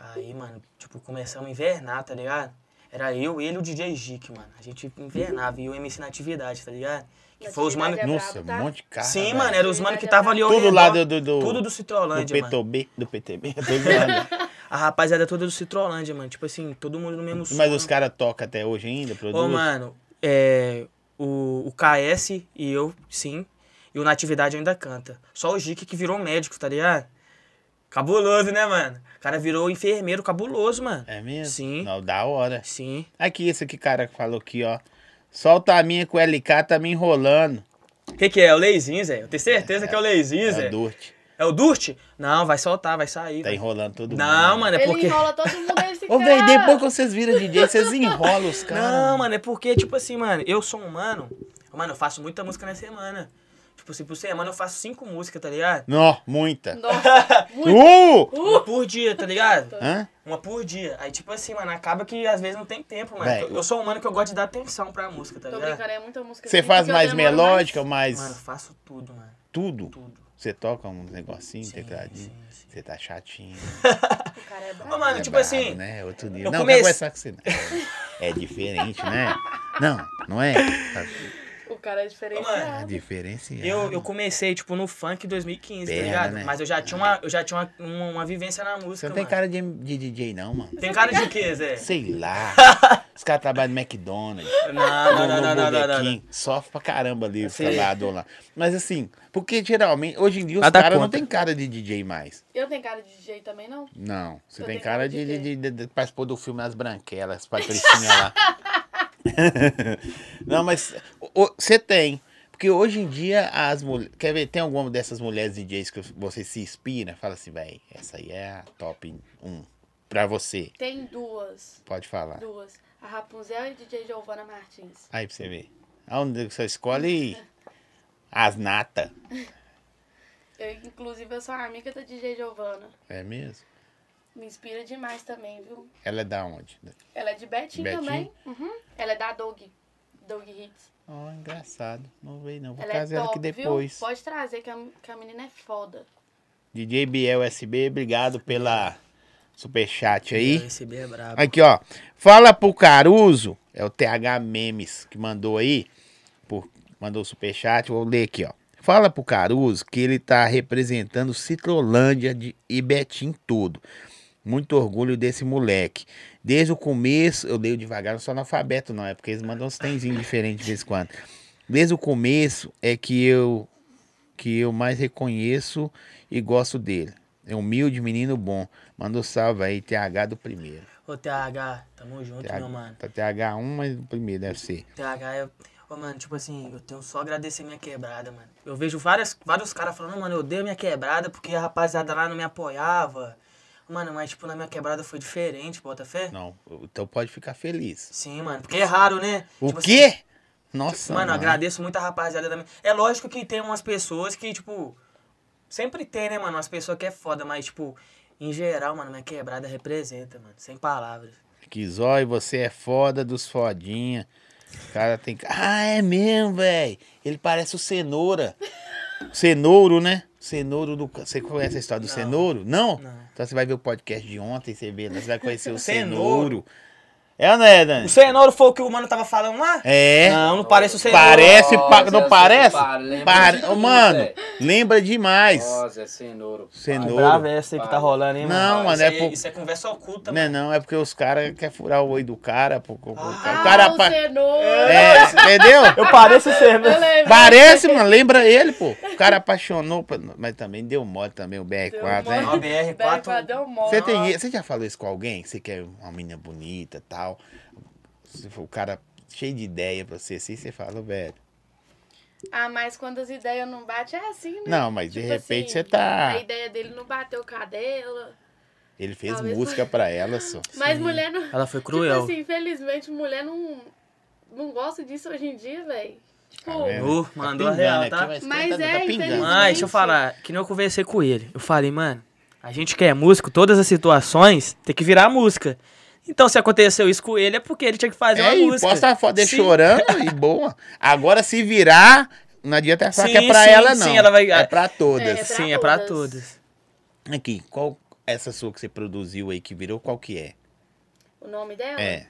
Speaker 3: Aí, mano, tipo, começamos a invernar, tá ligado? Era eu, ele e o DJ Jique, mano. A gente invernava e o MC na atividade, tá ligado? Que foi os mano.
Speaker 1: Natividade é
Speaker 2: Nossa,
Speaker 1: brabo,
Speaker 2: um
Speaker 1: tá?
Speaker 2: monte de cara.
Speaker 3: Sim,
Speaker 2: velho.
Speaker 3: mano, era os mano
Speaker 1: Atividade
Speaker 3: que
Speaker 1: é
Speaker 3: tava ali ao
Speaker 2: Tudo
Speaker 3: redor,
Speaker 2: lá do. Do, do,
Speaker 3: Tudo do
Speaker 2: do
Speaker 3: Citrolândia, mano.
Speaker 2: PTB. Do PTB. eu tô zoando.
Speaker 3: A rapaziada toda do Citrolândia, mano. Tipo assim, todo mundo no mesmo som.
Speaker 2: Mas os caras tocam até hoje ainda,
Speaker 3: Ô,
Speaker 2: produz.
Speaker 3: mano, é, o, o KS e eu, sim. E o Natividade ainda canta. Só o Jique que virou médico, tá ligado? Cabuloso, né, mano? O cara virou enfermeiro cabuloso, mano.
Speaker 2: É mesmo?
Speaker 3: Sim.
Speaker 2: Não, da hora.
Speaker 3: Sim.
Speaker 2: Aqui, esse aqui, cara, que falou aqui, ó. Solta a minha com o LK, tá me enrolando.
Speaker 3: O que, que é? É o Leizinho, Zé? Eu tenho certeza que é o Leizinho, Zé.
Speaker 2: É o Durt.
Speaker 3: É o Durt? Não, vai soltar, vai sair.
Speaker 2: Tá
Speaker 3: vai.
Speaker 2: enrolando todo mundo.
Speaker 3: Não, mano, é
Speaker 1: Ele
Speaker 3: porque.
Speaker 1: enrola todo mundo esse
Speaker 2: Ô,
Speaker 1: cara.
Speaker 2: velho, depois que vocês viram DJ, vocês enrolam os caras.
Speaker 3: Não, mano, é porque, tipo assim, mano, eu sou humano. Mano, eu faço muita música na semana. Tipo assim, por semana eu faço cinco músicas, tá ligado?
Speaker 2: Não, muita.
Speaker 1: Nossa, muito.
Speaker 2: Uh!
Speaker 3: Uma por dia, tá ligado?
Speaker 2: Hã?
Speaker 3: Uma por dia. Aí, tipo assim, mano, acaba que às vezes não tem tempo, mano.
Speaker 2: Véi,
Speaker 3: eu, eu sou humano que eu gosto de dar atenção pra música, tá
Speaker 1: Tô
Speaker 3: ligado?
Speaker 1: brincando, é muita música.
Speaker 2: Você
Speaker 1: assim,
Speaker 2: faz
Speaker 1: porque eu
Speaker 2: mais
Speaker 1: demoro
Speaker 2: melódica,
Speaker 3: Mano,
Speaker 2: mais
Speaker 3: faço tudo, mano.
Speaker 2: tudo?
Speaker 3: Tudo.
Speaker 2: Você toca uns negocinhos,
Speaker 3: Sim,
Speaker 2: tecladinho?
Speaker 3: sim, sim.
Speaker 2: Você tá chatinho.
Speaker 1: O cara é
Speaker 3: Ô,
Speaker 1: brabo.
Speaker 3: mano,
Speaker 2: É
Speaker 3: tipo
Speaker 2: brabo,
Speaker 3: assim.
Speaker 2: Né? Outro dia.
Speaker 3: eu
Speaker 2: Não,
Speaker 3: comecei-
Speaker 2: não é conversar com você. não. É diferente, né? Não, não é? Tá-
Speaker 1: O cara é
Speaker 2: Tá
Speaker 1: diferenciado.
Speaker 2: diferenciado.
Speaker 3: Eu, eu comecei, tipo, no funk 2015, tá
Speaker 2: Perna,
Speaker 3: ligado?
Speaker 2: né?
Speaker 3: Mas eu já tinha uma, eu já tinha uma, uma, uma vivência na música, É.
Speaker 2: Você não tem
Speaker 3: mano.
Speaker 2: cara de, de DJ, não, mano.
Speaker 3: Tem cara de quê, Zé?
Speaker 2: Sei lá. Os caras trabalham no McDonald's.
Speaker 3: Não, não, não, não, não, não, não, não.
Speaker 2: Sofre pra caramba ali,
Speaker 3: Sim.
Speaker 2: falado lá. Mas assim, porque geralmente, hoje em dia, os
Speaker 3: Nada
Speaker 2: caras não
Speaker 3: contra.
Speaker 2: tem cara de DJ mais.
Speaker 1: Eu tenho cara de DJ também, não?
Speaker 2: Não. Você
Speaker 1: Eu
Speaker 2: tem
Speaker 1: tenho
Speaker 2: cara de, de,
Speaker 1: DJ.
Speaker 2: de, de- participou do filme As Branquelas, Patricinha lá. não, mas você tem. Porque hoje em dia, as mulheres. Quer ver? Tem alguma dessas mulheres DJs que você se inspira? Fala assim, véi, essa aí é a top 1 pra você.
Speaker 1: Tem duas.
Speaker 2: Pode falar.
Speaker 1: Duas. A Rapunzel e DJ Giovana Martins.
Speaker 2: Aí pra você ver. Aonde você escolhe as natas.
Speaker 1: Eu, inclusive, eu sou amiga da DJ Giovana.
Speaker 2: É mesmo?
Speaker 1: Me inspira demais também, viu?
Speaker 2: Ela é da onde?
Speaker 1: Ela é de Betim,
Speaker 2: Betim?
Speaker 1: também. Uhum. Ela é da Dog. Dog Hits.
Speaker 2: Oh, engraçado. Não veio não. Vou
Speaker 1: Ela é
Speaker 2: trazer ela
Speaker 1: top,
Speaker 2: aqui depois.
Speaker 1: viu? Pode trazer, que a, que a menina é foda.
Speaker 2: DJ Biel SB, obrigado pela superchat aí.
Speaker 3: Esse B é brabo.
Speaker 2: Aqui, ó. Fala pro Caruso. É o TH Memes que mandou aí. Por, mandou o superchat. Vou ler aqui, ó. Fala pro Caruso que ele tá representando Citrolândia de, e Betim todo. Muito orgulho desse moleque. Desde o começo, eu leio devagar, não sou analfabeto, não. É porque eles mandam uns tenzinhos diferentes de vez em quando. Desde o começo é que eu que eu mais reconheço e gosto dele. É um humilde menino bom. Manda um salve aí, TH do primeiro.
Speaker 3: Ô, TH, tamo junto,
Speaker 2: TH,
Speaker 3: meu mano.
Speaker 2: Tá TH1, mas o primeiro deve ser.
Speaker 3: TH é. Ô, mano, tipo assim, eu tenho só a agradecer minha quebrada, mano. Eu vejo várias, vários caras falando, mano, eu dei minha quebrada porque a rapaziada lá não me apoiava. Mano, mas tipo, na minha quebrada foi diferente, bota fé?
Speaker 2: Não, então pode ficar feliz.
Speaker 3: Sim, mano, porque é raro, né?
Speaker 2: O
Speaker 3: Tipo assim,
Speaker 2: quê? Nossa,
Speaker 3: mano,
Speaker 2: mano.
Speaker 3: agradeço muito a rapaziada da minha. É lógico que tem umas pessoas que, tipo. Sempre tem, né, mano? Umas pessoas que é foda, mas, tipo, em geral, mano, minha quebrada representa, mano. Sem palavras.
Speaker 2: Que zóio, você é foda dos fodinha. O cara tem... Ah, é mesmo, velho. Ele parece o Cenoura. Cenouro, né? Cenouro do... Você conhece a história do
Speaker 3: Não.
Speaker 2: Cenouro? Não?
Speaker 3: Não.
Speaker 2: Então você vai ver o podcast de ontem, você vê, né? você vai conhecer o
Speaker 3: Cenouro.
Speaker 2: Cenouro. É ou não é, Dani?
Speaker 3: O cenouro foi o que o mano tava falando lá?
Speaker 2: É.
Speaker 3: Não, não parece o cenouro.
Speaker 2: Parece, pa-
Speaker 4: Nossa,
Speaker 2: não
Speaker 4: eu
Speaker 2: parece?
Speaker 4: sei, pare- lembra
Speaker 2: Pare-
Speaker 4: de tudo,
Speaker 2: Mano,
Speaker 4: velho.
Speaker 2: lembra demais.
Speaker 4: Nossa, é cenouro.
Speaker 2: Cenouro.
Speaker 3: Brava essa aí que tá
Speaker 4: Vai.
Speaker 3: rolando, hein, mano?
Speaker 2: Não,
Speaker 3: Ah,
Speaker 2: mano,
Speaker 3: isso
Speaker 2: é
Speaker 3: aí-
Speaker 2: por-
Speaker 3: Isso é conversa
Speaker 1: Tá
Speaker 3: oculta,
Speaker 2: Não, é não, é porque os caras querem furar o oi do cara. pô, pô, pô.
Speaker 1: Ah,
Speaker 2: o É um cara.
Speaker 1: o
Speaker 2: pa-
Speaker 1: cenoura!
Speaker 2: É, entendeu?
Speaker 3: mano. Eu pareço ser, né?
Speaker 1: Eu lembrei.
Speaker 2: Parece, mano, lembra ele, pô. O cara apaixonou, pra- mas também deu mole também, o
Speaker 1: Deu
Speaker 2: BR4,
Speaker 1: mole.
Speaker 2: né?
Speaker 3: Não, BR4.
Speaker 1: Velho, quadrão mole.
Speaker 2: Você tem, você já falou isso com alguém? Você quer uma menina bonita e tal? Se for o cara cheio de ideia pra você assim, você fala, velho.
Speaker 1: Ah, mas quando as ideias não batem, é assim, né?
Speaker 2: Não, mas de
Speaker 1: Tipo
Speaker 2: repente
Speaker 1: assim,
Speaker 2: você tá.
Speaker 1: A ideia dele não bateu com a dela.
Speaker 2: Ele fez
Speaker 1: Talvez-
Speaker 2: música pra ela, só. Tá
Speaker 1: Mas mulher não.
Speaker 3: Ela foi cruel.
Speaker 1: Tipo assim, infelizmente, mulher assim, não. não gosto disso hoje em dia, velho. Tipo,
Speaker 2: Tá vendo?
Speaker 3: Uh,
Speaker 2: Tá
Speaker 3: mandou a
Speaker 2: pingando
Speaker 3: real,
Speaker 2: aqui,
Speaker 3: tá?
Speaker 2: mas
Speaker 1: Mas
Speaker 2: tá- tá
Speaker 1: é,
Speaker 2: pingando.
Speaker 1: infelizmente.
Speaker 2: Mas-
Speaker 3: Mas deixa eu falar, que nem eu conversei com ele. Eu falei, mano, a gente que é músico, todas as situações tem que virar música. Então, se aconteceu isso com ele, é porque ele tinha que fazer
Speaker 2: É,
Speaker 3: uma
Speaker 2: e
Speaker 3: música.
Speaker 2: posta a foto dele
Speaker 3: Sim.
Speaker 2: chorando e boa. Agora, se virar, não adianta falar que é
Speaker 3: Sim,
Speaker 2: pra
Speaker 3: sim,
Speaker 2: ela, não.
Speaker 3: sim, ela vai- É.
Speaker 2: É pra todas.
Speaker 1: É pra
Speaker 3: Sim, é pra
Speaker 1: todas.
Speaker 3: todas.
Speaker 2: Aqui, qual essa sua que você produziu aí que virou, qual que é?
Speaker 1: O nome dela?
Speaker 2: É.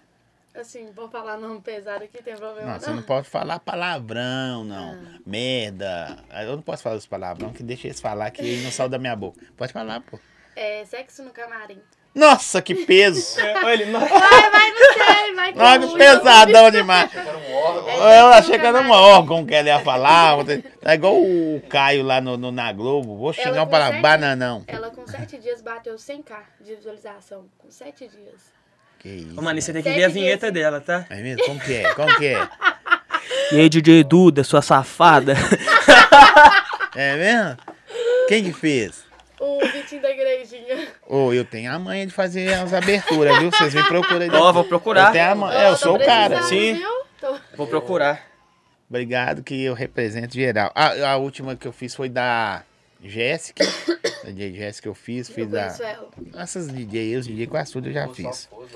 Speaker 1: Assim, vou falar nome pesado aqui, tem problema
Speaker 2: Não,
Speaker 1: não. Ah.
Speaker 2: você não pode falar palavrão, não. Merda. Ah, Eu não posso falar os palavrão, que deixa eles falar que aí não sai da minha boca. Pode falar, pô.
Speaker 1: É sexo no camarim.
Speaker 2: Nossa, que peso!
Speaker 1: Vai, vai, não sei, vai que
Speaker 2: Nossa,
Speaker 1: eu-
Speaker 2: que pesadão demais.
Speaker 1: É,
Speaker 4: Era um órgão.
Speaker 2: Eu achei que era um órgão que ela ia falar. outra- Tá igual o Caio lá no, no- na Globo. Vou xingar
Speaker 1: Ela
Speaker 2: o palavra
Speaker 1: consegue?
Speaker 2: bananão.
Speaker 1: Ela com sete dias bateu 100k de visualização. Com sete dias.
Speaker 2: Que isso.
Speaker 3: Ô, mano, você tem que
Speaker 1: Sete
Speaker 3: ver a
Speaker 1: dias,
Speaker 3: vinheta
Speaker 1: hein?
Speaker 3: dela, tá?
Speaker 2: É mesmo? Como que é? Como que é?
Speaker 3: E aí, DJ Duda, sua safada.
Speaker 2: É mesmo? Quem que fez?
Speaker 1: O Vitinho da igrejinha.
Speaker 2: Ô, eu tenho a manha de fazer as aberturas, viu? Vocês me procuram aí.
Speaker 3: Ó, vou
Speaker 2: Eu,
Speaker 3: procurar.
Speaker 2: tenho a manha. É, eu
Speaker 1: Ó, tô
Speaker 2: sou o cara.
Speaker 1: precisando,
Speaker 3: Sim.
Speaker 1: viu? Tô-
Speaker 3: Vou procurar.
Speaker 2: Obrigado que eu represento geral. A, a última que eu fiz foi da Jéssica. da DJ Jéssica eu fiz,
Speaker 1: Eu
Speaker 2: fiz da.
Speaker 1: conheço ela.
Speaker 2: Essas DJ, eu, os DJ quase tudo eu já fiz.
Speaker 4: Vou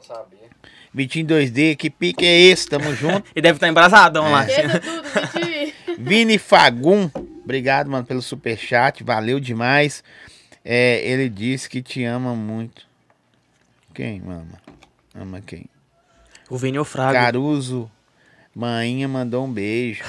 Speaker 4: saber.
Speaker 2: Vitinho 2D, que pique é esse? Tamo junto.
Speaker 3: Ele deve estar embrasadão lá.
Speaker 1: Esqueça tudo, Vitinho.
Speaker 2: Vini Fagum, obrigado, mano, pelo superchat. Valeu demais. É, ele disse que te ama muito. Quem ama? Ama quem?
Speaker 3: O Vini é o Frago.
Speaker 2: Caruso, Mainha mandou um beijo.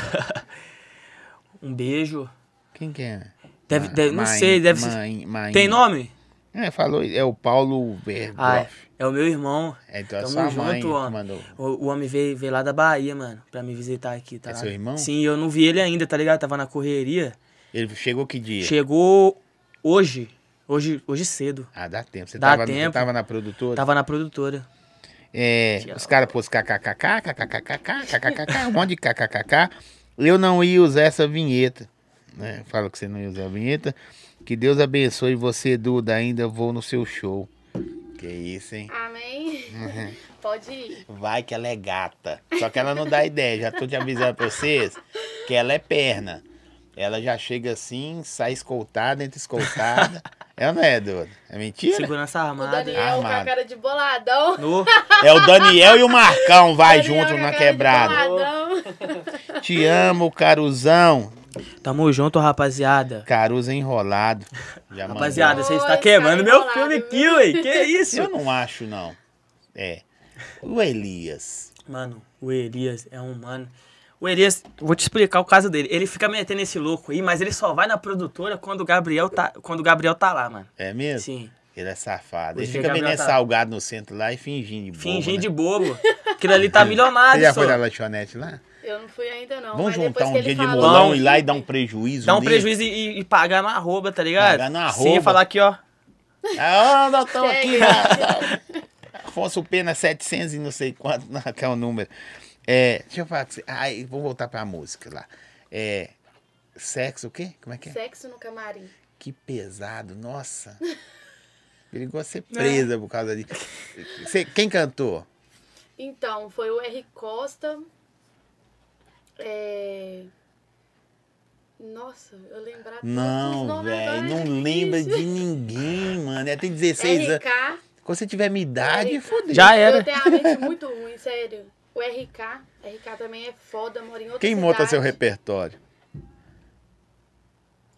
Speaker 3: Um beijo.
Speaker 2: Quem que é?
Speaker 3: Deve,
Speaker 2: Ma-
Speaker 3: deve- não
Speaker 2: Main-
Speaker 3: sei, deve ser.
Speaker 2: Main- Mainha.
Speaker 3: Tem nome?
Speaker 2: É, falou, é o Paulo
Speaker 3: Ah, é.
Speaker 2: Berghoff.
Speaker 3: É o meu irmão.
Speaker 2: É, então é
Speaker 3: Tamo
Speaker 2: só a mãe
Speaker 3: junto,
Speaker 2: que
Speaker 3: homem.
Speaker 2: mandou.
Speaker 3: O, o homem veio, veio lá da Bahia, mano, pra me visitar aqui, tá?
Speaker 2: É
Speaker 3: lá?
Speaker 2: seu irmão?
Speaker 3: Sim, eu não vi ele ainda, tá ligado? Tava na correria.
Speaker 2: Ele chegou que dia?
Speaker 3: Chegou hoje. Hoje, hoje cedo.
Speaker 2: Ah, dá tempo. Você,
Speaker 3: Dá
Speaker 2: tava, você
Speaker 3: tempo.
Speaker 2: tava na produtora?
Speaker 3: Tava na produtora.
Speaker 2: É,
Speaker 3: Tchau.
Speaker 2: os caras pôs kkkk, kkkk, kkkk, um monte de kkkk. Eu não ia usar essa vinheta. Né? Fala que você não ia usar a vinheta. Que Deus abençoe você, Duda. Ainda vou no seu show. Que isso, hein?
Speaker 1: Amém.
Speaker 2: Uhum.
Speaker 1: Pode ir.
Speaker 2: Vai que ela é gata. Só que ela não dá ideia. Já tô te avisando pra vocês que ela é perna. Ela já chega assim, sai escoltada, entra escoltada. É ou não é, Duda? É mentira?
Speaker 3: Segurança
Speaker 1: O
Speaker 3: armada.
Speaker 1: Daniel com a
Speaker 2: Armado.
Speaker 1: cara de boladão.
Speaker 3: No.
Speaker 2: É o Daniel e o Marcão, vai
Speaker 1: Daniel
Speaker 2: junto
Speaker 1: com a cara
Speaker 2: na
Speaker 1: de
Speaker 2: quebrada.
Speaker 1: boladão.
Speaker 2: Te amo, Caruzão.
Speaker 3: Tamo junto, rapaziada.
Speaker 2: Caruza enrolado. Já
Speaker 3: Rapaziada,
Speaker 1: mandou.
Speaker 3: vocês
Speaker 1: Oi,
Speaker 3: tá
Speaker 1: tá
Speaker 3: queimando meu
Speaker 1: enrolado,
Speaker 3: filme
Speaker 1: viu?
Speaker 3: aqui, ué. Que isso?
Speaker 2: mandou. Eu não acho, não. É. O Elias.
Speaker 3: Mano, o Elias é um mano. O Elias, vou te explicar o caso dele. Ele fica metendo esse louco aí, mas ele só vai na produtora quando o Gabriel tá, quando o Gabriel tá lá, mano.
Speaker 2: É mesmo?
Speaker 3: Sim.
Speaker 2: Ele é safado.
Speaker 3: O
Speaker 2: Ele
Speaker 3: DJ
Speaker 2: fica vendendo
Speaker 3: Gabriel tá-
Speaker 2: salgado no centro lá e fingindo de bobo,
Speaker 3: Fingindo
Speaker 2: né?
Speaker 3: de bobo. Aquilo ali tá
Speaker 2: Você já
Speaker 3: milionário, só.
Speaker 2: foi na lanchonete lá?
Speaker 1: Eu não fui ainda, não.
Speaker 2: Vamos
Speaker 1: mas
Speaker 2: juntar
Speaker 1: depois
Speaker 2: um
Speaker 1: que ele
Speaker 2: dia de
Speaker 1: falou-
Speaker 2: molão e ir lá e dar um prejuízo.
Speaker 3: Dá um
Speaker 2: nele?
Speaker 3: prejuízo e, e pagar na arroba, tá ligado?
Speaker 2: Pagar na
Speaker 3: Sim,
Speaker 2: arroba.
Speaker 3: falar aqui, ó.
Speaker 2: Ah, nós estamos aqui.
Speaker 1: Chega.
Speaker 2: ah, Afonso Pena 700 e não sei quanto, não, que é o número. É, deixa eu falar com você. Ai, vou voltar pra música lá. É, sexo o quê? Como é que é?
Speaker 1: Sexo no camarim.
Speaker 2: Que pesado, nossa. Perigoso
Speaker 1: Né?
Speaker 2: ser presa por causa disso. Você- quem cantou?
Speaker 1: Então, foi o R. Costa. É... Nossa, eu lembrar todos os
Speaker 2: Não,
Speaker 1: nomes agora
Speaker 2: velho,
Speaker 1: é
Speaker 2: não
Speaker 1: difícil.
Speaker 2: lembra é. de ninguém, mano. É, tem 16 anos.
Speaker 1: RK.
Speaker 2: Quando você tiver minha idade,
Speaker 1: RK.
Speaker 2: fodeu.
Speaker 3: Já era.
Speaker 1: Eu tenho a mente muito ruim, sério. O RK, RK também é foda, mora em outra
Speaker 2: Quem
Speaker 1: cidade.
Speaker 2: monta seu repertório?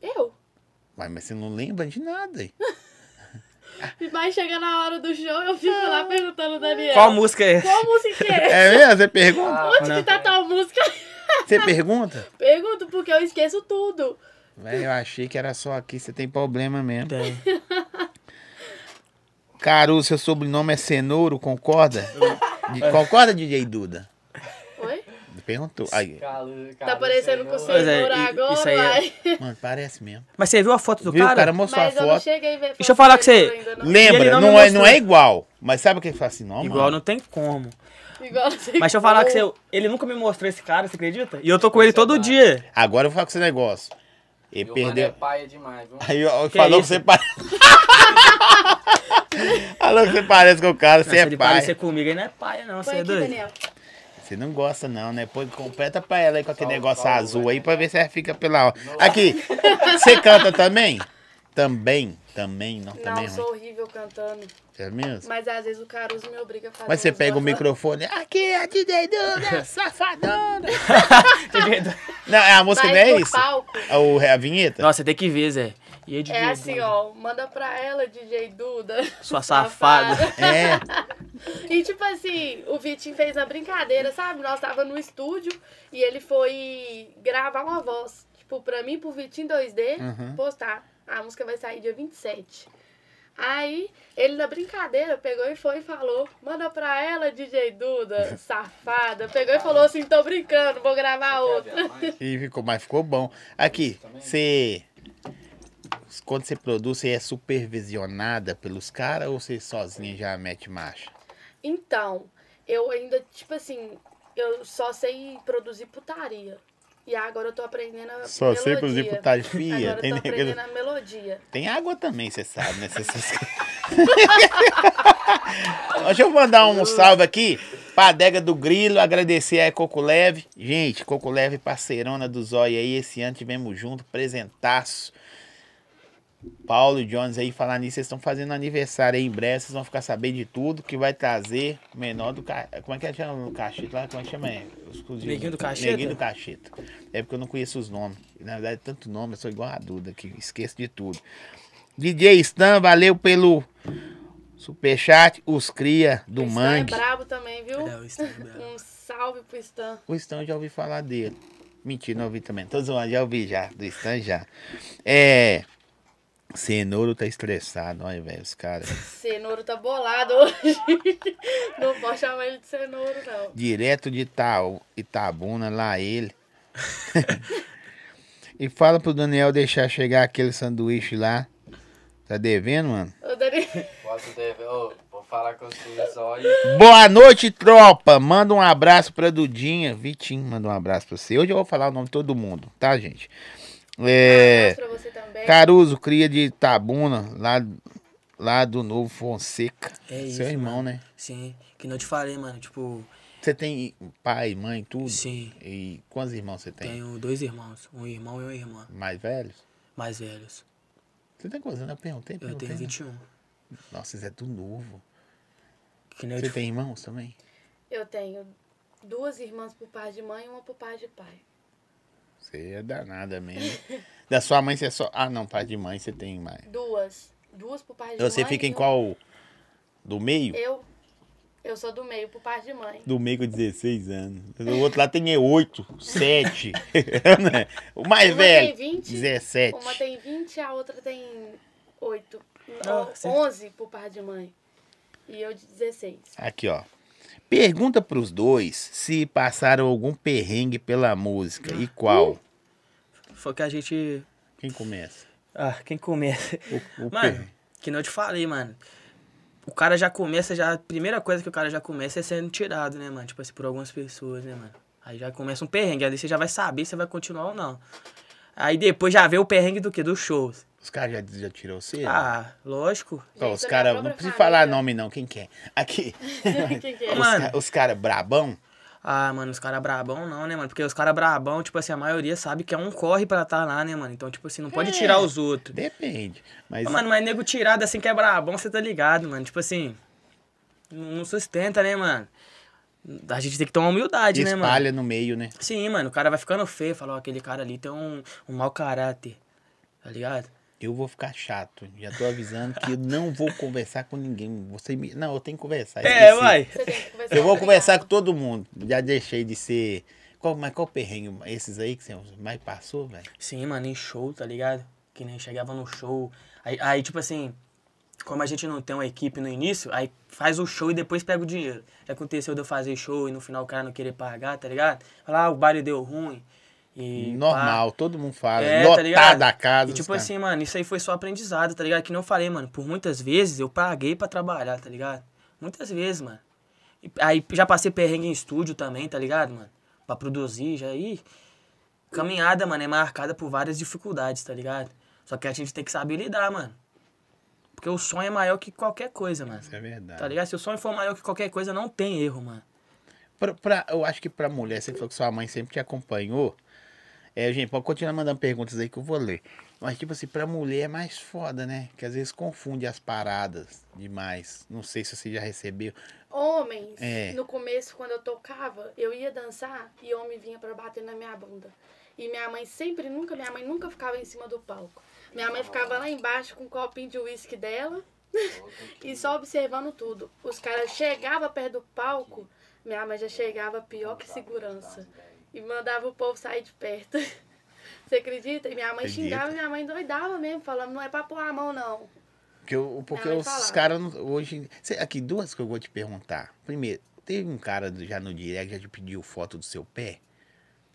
Speaker 1: Eu.
Speaker 2: Uai, mas você não lembra de nada. hein?
Speaker 1: Mas chega na hora do show, eu fico lá perguntando ao Daniel.
Speaker 3: Qual música é?
Speaker 1: Qual música que é?
Speaker 2: É mesmo? Você pergunta?
Speaker 4: Ah,
Speaker 1: Onde
Speaker 3: não.
Speaker 1: que tá tal música?
Speaker 2: Você pergunta?
Speaker 1: Pergunto, porque eu esqueço tudo.
Speaker 2: Véi, eu achei que era só aqui, você tem problema mesmo.
Speaker 3: Tem.
Speaker 2: Caru, seu sobrenome é Cenouro, concorda? De- concorda, DJ Duda?
Speaker 1: Oi?
Speaker 2: Perguntou. Aí,
Speaker 4: Calu-
Speaker 1: Tá
Speaker 4: Calu-
Speaker 1: parecendo com o
Speaker 3: Pois é,
Speaker 1: senhor
Speaker 3: e-
Speaker 1: agora,
Speaker 3: isso aí é-
Speaker 1: vai.
Speaker 2: mano, parece mesmo.
Speaker 3: Mas você viu a foto do
Speaker 2: Viu?
Speaker 3: cara?
Speaker 2: O cara é mostrou
Speaker 1: Mas
Speaker 2: a
Speaker 1: eu não
Speaker 2: foto.
Speaker 1: cheguei a ver.
Speaker 3: Deixa eu falar com você.
Speaker 1: ainda, não.
Speaker 2: Lembra,
Speaker 3: Ele
Speaker 2: não,
Speaker 3: não me
Speaker 2: é, não
Speaker 3: mostrou.
Speaker 2: é igual. Mas sabe o que ele fala assim? Não,
Speaker 3: Igual
Speaker 2: mano.
Speaker 3: não tem como.
Speaker 1: Igual você
Speaker 3: Mas deixa eu falar que
Speaker 1: falou.
Speaker 3: você. Ele nunca me mostrou esse cara, você acredita? E eu tô com
Speaker 2: é
Speaker 3: ele todo dia.
Speaker 2: Agora eu vou falar com esse negócio.
Speaker 4: E
Speaker 2: Ele
Speaker 4: o Mano é
Speaker 2: perdeu.
Speaker 4: paia demais, viu?
Speaker 2: Aí ó,
Speaker 3: Que
Speaker 2: falou que
Speaker 3: isso?
Speaker 2: você parece. falou que você parece com o cara,
Speaker 3: Não,
Speaker 2: você
Speaker 3: se
Speaker 2: é
Speaker 3: ele
Speaker 2: pai. é
Speaker 3: parecer comigo, ele não é paia, não,
Speaker 1: Põe
Speaker 3: você é
Speaker 1: aqui,
Speaker 3: doido.
Speaker 1: Daniel.
Speaker 2: Você Você não gosta não, né? Pô, completa pra ela aí com aquele
Speaker 4: Só-
Speaker 2: negócio
Speaker 4: só o
Speaker 2: azul aí
Speaker 4: vai.
Speaker 2: pra ver se ela fica pela hora. Aqui, você canta também? Também, também, não,
Speaker 1: Não,
Speaker 2: também é ruim.
Speaker 1: sou horrível cantando.
Speaker 2: É mesmo?
Speaker 1: Mas às vezes o Caruso me obriga a fazer.
Speaker 2: Mas você
Speaker 1: uns
Speaker 2: pega o
Speaker 1: negócios lá.
Speaker 2: microfone, aqui é a DJ Duda, safadona. Não, é a música
Speaker 1: Vai
Speaker 2: não é
Speaker 1: pro
Speaker 2: isso?
Speaker 1: palco.
Speaker 2: É o- é a vinheta?
Speaker 3: Nossa, tem que ver, Zé. E aí,
Speaker 1: É
Speaker 3: DJ,
Speaker 1: assim, ó. Manda pra ela, DJ Duda.
Speaker 3: Sua safada.
Speaker 2: É.
Speaker 1: E tipo assim, o Vitinho fez na brincadeira, sabe? Nós tava no estúdio e ele foi gravar uma voz. Tipo, pra mim, pro Vitinho 2D,
Speaker 2: Uhum.
Speaker 1: postar. A música vai sair dia 27. Aí, ele na brincadeira pegou e foi e falou: Manda pra ela, DJ Duda, safada. Pegou e falou assim: Tô brincando, vou gravar outra.
Speaker 2: E ficou, mas ficou bom. Aqui, você. Quando você produz, você é supervisionada pelos caras ou você sozinha já mete marcha?
Speaker 1: Então, eu ainda, tipo assim, eu só sei produzir putaria. E agora eu tô aprendendo a
Speaker 2: Só
Speaker 1: melodia.
Speaker 2: sei produzir putaria. Fia,
Speaker 1: Agora
Speaker 2: tem,
Speaker 1: eu tô
Speaker 2: negócio-
Speaker 1: aprendendo a melodia.
Speaker 2: tem água também, você sabe, né? Cê- cê- Deixa eu mandar um salve aqui pra adega do Grilo, agradecer a Coco Leve. Gente, Coco Leve, parceirona do Zóia aí, esse ano tivemos junto, presentaço. Paulo e Jones aí, falar nisso, vocês estão fazendo aniversário aí em breve, vocês vão ficar sabendo de tudo que vai trazer o menor do ca... Como é que chama o cachito lá? Como é que chama? É, os- os-
Speaker 3: Neguinho do Cacheta?
Speaker 2: Neguinho do Cacheta. É porque eu não conheço os nomes. Na verdade, é tanto nome, eu sou igual a Duda, que esqueço de tudo. DJ Stan, valeu pelo superchat. Os cria do
Speaker 1: o Stan é
Speaker 2: Mangue.
Speaker 1: brabo também, viu?
Speaker 3: É, o Instagram.
Speaker 1: Um salve pro Stan.
Speaker 2: O Stan eu já ouvi falar dele. Mentira, não ouvi também. Tô zoando, já ouvi já. Do Stan já. É. Cenouro tá estressado, olha, velho, os caras.
Speaker 1: Cenouro tá bolado hoje. Não pode chamar ele de cenouro, não.
Speaker 2: Direto de Itaú, Itabuna, lá ele. e fala pro Daniel deixar chegar aquele sanduíche lá. Tá devendo, mano?
Speaker 1: Ô, Dani, um
Speaker 4: Posso ter... Ô, vou falar com vocês, olha.
Speaker 2: Boa noite, tropa. Manda um abraço pra Dudinha. Vitinho, manda um abraço pra você. Hoje eu vou falar o nome de todo mundo, tá, gente? É.
Speaker 1: abraço pra você também.
Speaker 2: Caruso, cria de Tabuna, lá, lá do Novo Fonseca.
Speaker 3: É
Speaker 2: Seu
Speaker 3: isso,
Speaker 2: irmão, né?
Speaker 3: Sim, que não te falei, mano. Tipo,
Speaker 2: Você tem pai, mãe, tudo?
Speaker 3: sim,
Speaker 2: E quantos irmãos você tem?
Speaker 3: tenho dois irmãos. Um irmão e uma irmã.
Speaker 2: Mais velhos?
Speaker 3: Mais velhos.
Speaker 2: Você tem quantos anos? Eu perguntei,
Speaker 3: Eu
Speaker 2: perguntei,
Speaker 3: tenho
Speaker 2: né?
Speaker 3: 21.
Speaker 2: Nossa, você é do Novo.
Speaker 3: Que nem eu
Speaker 2: Você
Speaker 3: te
Speaker 2: tem irmãos também?
Speaker 1: Eu tenho duas irmãs por par de mãe e uma por par de pai.
Speaker 2: Você é danada mesmo. da sua mãe, você é só... Ah, não, pai de mãe, você tem mais.
Speaker 1: Duas. Duas por par de mãe.
Speaker 2: Você fica em
Speaker 1: e um-
Speaker 2: qual... Do meio?
Speaker 1: Eu, eu sou do meio por par de mãe.
Speaker 2: Do meio com 16 anos. O outro lá tem 8, 7. o mais
Speaker 1: Uma
Speaker 2: É, velho,
Speaker 1: tem 20,
Speaker 2: 17.
Speaker 1: Uma tem 20, a outra tem 8.
Speaker 3: Ah, sim.
Speaker 1: 11 por par de mãe. E eu de 16.
Speaker 2: Aqui, ó. Pergunta pros dois se passaram algum perrengue pela música e qual.
Speaker 1: Hum.
Speaker 3: Foi que a gente.
Speaker 2: Quem começa?
Speaker 3: Ah, quem começa?
Speaker 2: O, o
Speaker 3: Mano,
Speaker 2: perrengue.
Speaker 3: que não te falei, mano. O cara já começa, já. A primeira coisa que o cara já começa é sendo tirado, né, mano? Tipo assim, por algumas pessoas, né, mano? Aí já começa um perrengue, ali você já vai saber se vai continuar ou não. Aí depois já vê o perrengue do quê? Dos shows.
Speaker 2: Os caras já, já tirou você?
Speaker 3: Ah, lógico.
Speaker 2: Ó, os
Speaker 1: Gente, da
Speaker 2: caras.
Speaker 1: minha
Speaker 2: Não
Speaker 1: própria
Speaker 2: precisa
Speaker 1: família.
Speaker 2: falar nome, não. Quem quer? Aqui.
Speaker 1: Quem que é?
Speaker 2: Os,
Speaker 3: Mano.
Speaker 2: ca- os caras brabão.
Speaker 3: Ah, mano, os caras brabão não, né, mano? Porque os caras brabão, tipo assim, a maioria sabe que é um corre pra tá lá, né, mano? Então, tipo assim, não pode
Speaker 2: É.
Speaker 3: tirar os outros.
Speaker 2: Depende. Mas.
Speaker 3: Ô, Mano, mas nego tirado assim que é brabão, você tá ligado, mano. Tipo assim, não não sustenta, né, mano? A gente tem que tomar humildade, né, mano?
Speaker 2: espalha no meio, né?
Speaker 3: Sim, mano, o cara vai ficando feio, fala, ó, aquele cara ali tem um, um mau caráter, tá ligado?
Speaker 2: Eu vou ficar chato. Já tô avisando que eu não vou conversar com ninguém. Você me... Não, eu tenho que conversar.
Speaker 3: É,
Speaker 2: esqueci.
Speaker 3: vai.
Speaker 1: Você tem que conversar
Speaker 2: Eu vou
Speaker 1: obrigado.
Speaker 2: conversar com todo mundo. Já deixei de ser. Qual, mas qual perrengue? Esses aí que você mais passou, velho?
Speaker 3: Sim, mano, em show, tá ligado? Que nem chegava no show. Aí, aí, tipo assim, como a gente não tem uma equipe no início, aí faz o show e depois pega o dinheiro. Já aconteceu de eu fazer show e no final o cara não querer pagar, tá ligado? Falar, ah, o baile deu ruim. E pá.
Speaker 2: Normal, todo mundo fala.
Speaker 3: É, tá
Speaker 2: lotada
Speaker 3: ligado?
Speaker 2: a casa. os
Speaker 3: E tipo
Speaker 2: caras-
Speaker 3: assim, mano, isso aí foi só aprendizado, tá ligado? Que não falei, mano, por muitas vezes eu paguei pra trabalhar, tá ligado? Muitas vezes, mano. E aí já passei perrengue em estúdio também, tá ligado, mano? Pra produzir, já aí. Caminhada, mano, é marcada por várias dificuldades, tá ligado? Só que a gente tem que saber lidar, mano. Porque o sonho é maior que qualquer coisa, mano.
Speaker 2: Isso é verdade.
Speaker 3: Tá ligado? Se o sonho for maior que qualquer coisa, não tem erro, mano.
Speaker 2: pra, pra- eu acho que pra mulher, você falou que sua mãe sempre te acompanhou. É, gente, pode continuar mandando perguntas aí que eu vou ler. Mas, tipo assim, pra mulher é mais foda, né? Que às vezes confunde as paradas demais. Não sei se você já recebeu.
Speaker 1: Homens,
Speaker 2: É.
Speaker 1: no começo, quando eu tocava, eu ia dançar e homem vinha pra bater na minha bunda. E minha mãe sempre, nunca, minha mãe nunca ficava em cima do palco. Minha mãe ficava lá embaixo com um copinho de uísque dela e só observando tudo. Os caras chegavam perto do palco, minha mãe já chegava pior que segurança. E mandava o povo sair de perto. Você acredita? E minha mãe
Speaker 2: Acredito.
Speaker 1: xingava, minha mãe doidava mesmo, falando, não é pra pôr a mão, não.
Speaker 2: Porque, eu- porque
Speaker 1: Não, eu
Speaker 2: os
Speaker 1: falava.
Speaker 2: caras não- hoje. Cê- Aqui, duas que eu vou te perguntar. Primeiro, teve um cara do- já no direct que já te pediu foto do seu pé?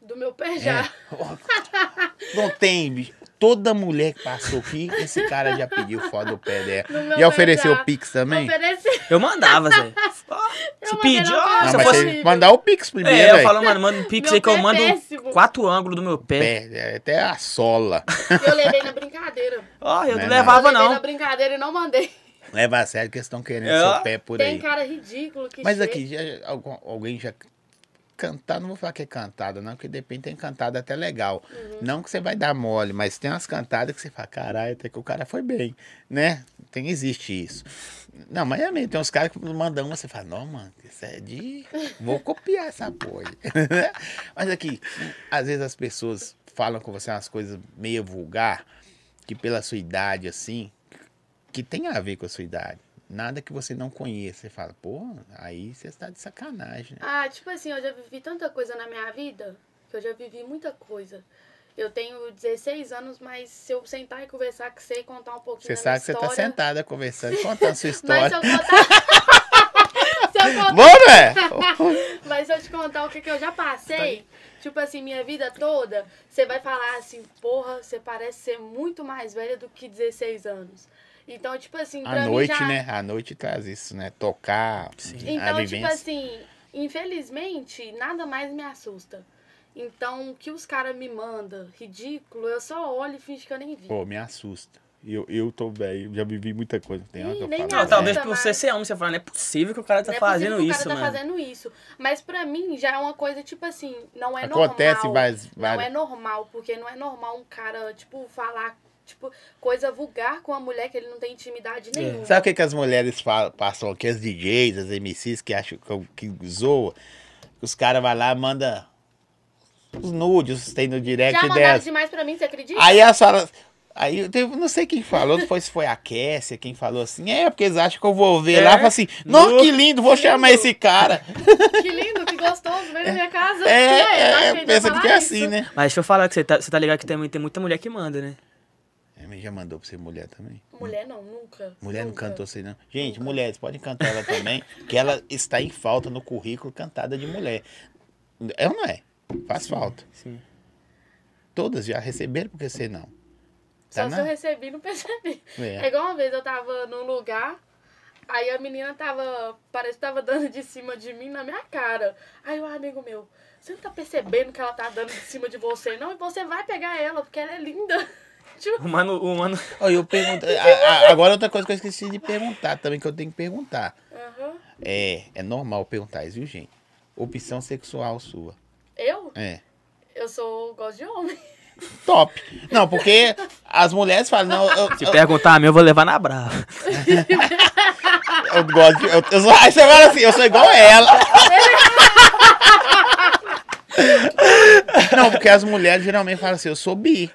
Speaker 1: Do meu pé já.
Speaker 2: É. Ó, Não tem, bicho. Toda mulher que passou aqui, esse cara já pediu foto do pé
Speaker 1: Do
Speaker 2: dela.
Speaker 1: meu
Speaker 2: Já ofereceu
Speaker 1: pé já.
Speaker 2: pix também?
Speaker 1: Oferece-
Speaker 3: Eu mandava, Zé. Ó, Se
Speaker 1: mandei
Speaker 3: pedir,
Speaker 1: na
Speaker 3: ó,
Speaker 1: cara.
Speaker 2: Não,
Speaker 3: se eu
Speaker 2: mas
Speaker 1: fosse-
Speaker 2: você mandar o pix primeiro,
Speaker 3: É, eu
Speaker 2: velho.
Speaker 3: falo, mano, manda um pix
Speaker 1: Meu
Speaker 3: aí que eu
Speaker 1: pé é
Speaker 3: mando
Speaker 1: péssimo.
Speaker 3: quatro ângulos do meu pé.
Speaker 2: Pé, é, até a sola.
Speaker 1: Eu levei na brincadeira.
Speaker 3: Ó, eu
Speaker 2: Não é
Speaker 3: não
Speaker 1: Eu
Speaker 3: levava,
Speaker 1: levei na
Speaker 3: não.
Speaker 1: brincadeira e não mandei.
Speaker 2: Leva a sério que eles estão querendo
Speaker 3: É.
Speaker 2: seu pé por
Speaker 1: Tem
Speaker 2: aí.
Speaker 1: cara ridículo que
Speaker 2: Mas
Speaker 1: chega.
Speaker 2: aqui, já- algum- alguém já cantar, não vou falar que é cantada, não, porque depende, tem cantada até legal.
Speaker 1: Uhum.
Speaker 2: Não que você vai dar mole, mas tem umas cantadas que você fala, caralho, até que o cara foi bem, né? Tem, existe isso. Não, mas é mesmo, tem uns caras que mandam uma, você fala, não, mano, isso é de. Vou copiar essa porra. aí." né? mas aqui, às vezes as pessoas falam com você umas coisas meio vulgar, que pela sua idade, assim, que tem a ver com a sua idade. Nada que você não conheça. Você fala, pô, aí você está de sacanagem, né?
Speaker 1: Ah, tipo assim, eu já vivi tanta coisa na minha vida, que eu já vivi muita coisa. Eu tenho 16 anos, mas se eu sentar e conversar com você e contar um pouquinho
Speaker 2: Você
Speaker 1: da
Speaker 2: sabe que
Speaker 1: minha
Speaker 2: você tá
Speaker 1: história...
Speaker 2: sentada conversando, contando sua
Speaker 1: Mas se
Speaker 2: história. é!
Speaker 1: eu contar... se eu contar...
Speaker 2: Bora, velho!
Speaker 1: Mas se eu te contar o que, que eu já
Speaker 2: Tá
Speaker 1: passei, tipo assim, minha vida toda, você vai falar assim, porra, você parece ser muito mais velha do que 16 anos. Então, tipo assim, pra
Speaker 2: A
Speaker 1: mim
Speaker 2: noite,
Speaker 1: já...
Speaker 2: né? A noite traz isso, né? Tocar, a
Speaker 1: Então, tipo
Speaker 2: vivência.
Speaker 1: assim, infelizmente, nada mais me assusta. Então, o que os caras me mandam, ridículo, eu só olho e finge que eu nem vi.
Speaker 2: Pô, me assusta. Eu, eu tô velho, já vivi muita coisa. Tem hora que
Speaker 1: Ih,
Speaker 2: eu
Speaker 1: nem
Speaker 2: falo.
Speaker 1: me
Speaker 3: Não,
Speaker 2: "Velho,
Speaker 1: assusta.
Speaker 3: Ah, talvez por você ser homem, você fala, não é possível que o cara tá
Speaker 1: é Não é
Speaker 3: fazendo
Speaker 1: possível que
Speaker 3: isso,
Speaker 1: o cara
Speaker 3: mano.
Speaker 1: tá fazendo isso. Mas pra mim já é uma coisa, tipo assim, não é
Speaker 2: Acontece
Speaker 1: normal.
Speaker 2: várias.
Speaker 1: Não
Speaker 2: várias-
Speaker 1: é normal, porque não é normal um cara, tipo, falar, tipo, coisa vulgar com a mulher que ele não tem intimidade
Speaker 3: É.
Speaker 1: nenhuma.
Speaker 2: Sabe o que, que as mulheres falam, passam aqui, as DJs, as MCs que acham que, que zoa? Os caras vão lá manda os nudes, tem no
Speaker 1: Já
Speaker 2: direct
Speaker 1: mandaram
Speaker 2: delas.
Speaker 1: demais pra mim, você acredita?
Speaker 2: Aí a senhora. Aí eu teve- não sei quem falou, não foi se foi a Kessia, quem falou assim, é, porque eles acham que eu vou ver
Speaker 3: É?
Speaker 2: lá e fala assim, não,
Speaker 3: No-
Speaker 2: que lindo, vou
Speaker 1: Que
Speaker 2: chamar
Speaker 1: lindo."
Speaker 2: esse cara.
Speaker 1: Que lindo, que gostoso, vem na minha casa.
Speaker 2: É,
Speaker 1: eu acho
Speaker 2: é,
Speaker 1: que ele vai
Speaker 2: pensa que é
Speaker 1: falar
Speaker 2: assim,
Speaker 1: isso.
Speaker 2: né?
Speaker 3: Mas deixa eu falar que você tá, você tá ligado que também tem muita mulher que manda, né?
Speaker 2: É, mas já mandou pra ser mulher também.
Speaker 1: Mulher não, nunca.
Speaker 2: Mulher não
Speaker 1: nunca.
Speaker 2: cantou sei não. Gente, mulheres, podem cantar ela também, que ela está em falta no currículo cantada de mulher. É ou não é? Faz falta.
Speaker 3: Sim.
Speaker 2: Todas já receberam, porque sei não.
Speaker 1: Só
Speaker 2: Tá,
Speaker 1: se
Speaker 2: né?
Speaker 1: eu recebi, não percebi. É
Speaker 2: É.
Speaker 1: igual uma vez eu tava num lugar, aí a menina tava, parece que tava dando de cima de mim na minha cara. Aí o amigo meu, você não tá percebendo que ela tá dando de cima de você, não? E você vai pegar ela, porque ela é linda. Tipo,
Speaker 3: O mano, o mano.
Speaker 2: Ó, eu pergunto, a- a- agora outra coisa que eu esqueci de perguntar também, que eu tenho que perguntar.
Speaker 1: aham.
Speaker 2: É, é normal perguntar isso, viu, gente? Opção sexual sua.
Speaker 1: Eu?
Speaker 2: É.
Speaker 1: Eu sou, gosto de homem.
Speaker 2: Top. Não, porque as mulheres falam, não, eu,
Speaker 3: Se
Speaker 2: eu-
Speaker 3: perguntar a mim, eu vou levar na brava.
Speaker 2: eu gosto de. Eu, eu sou, aí você fala assim, eu sou igual ela. Não, porque as mulheres geralmente falam assim, eu sou bi.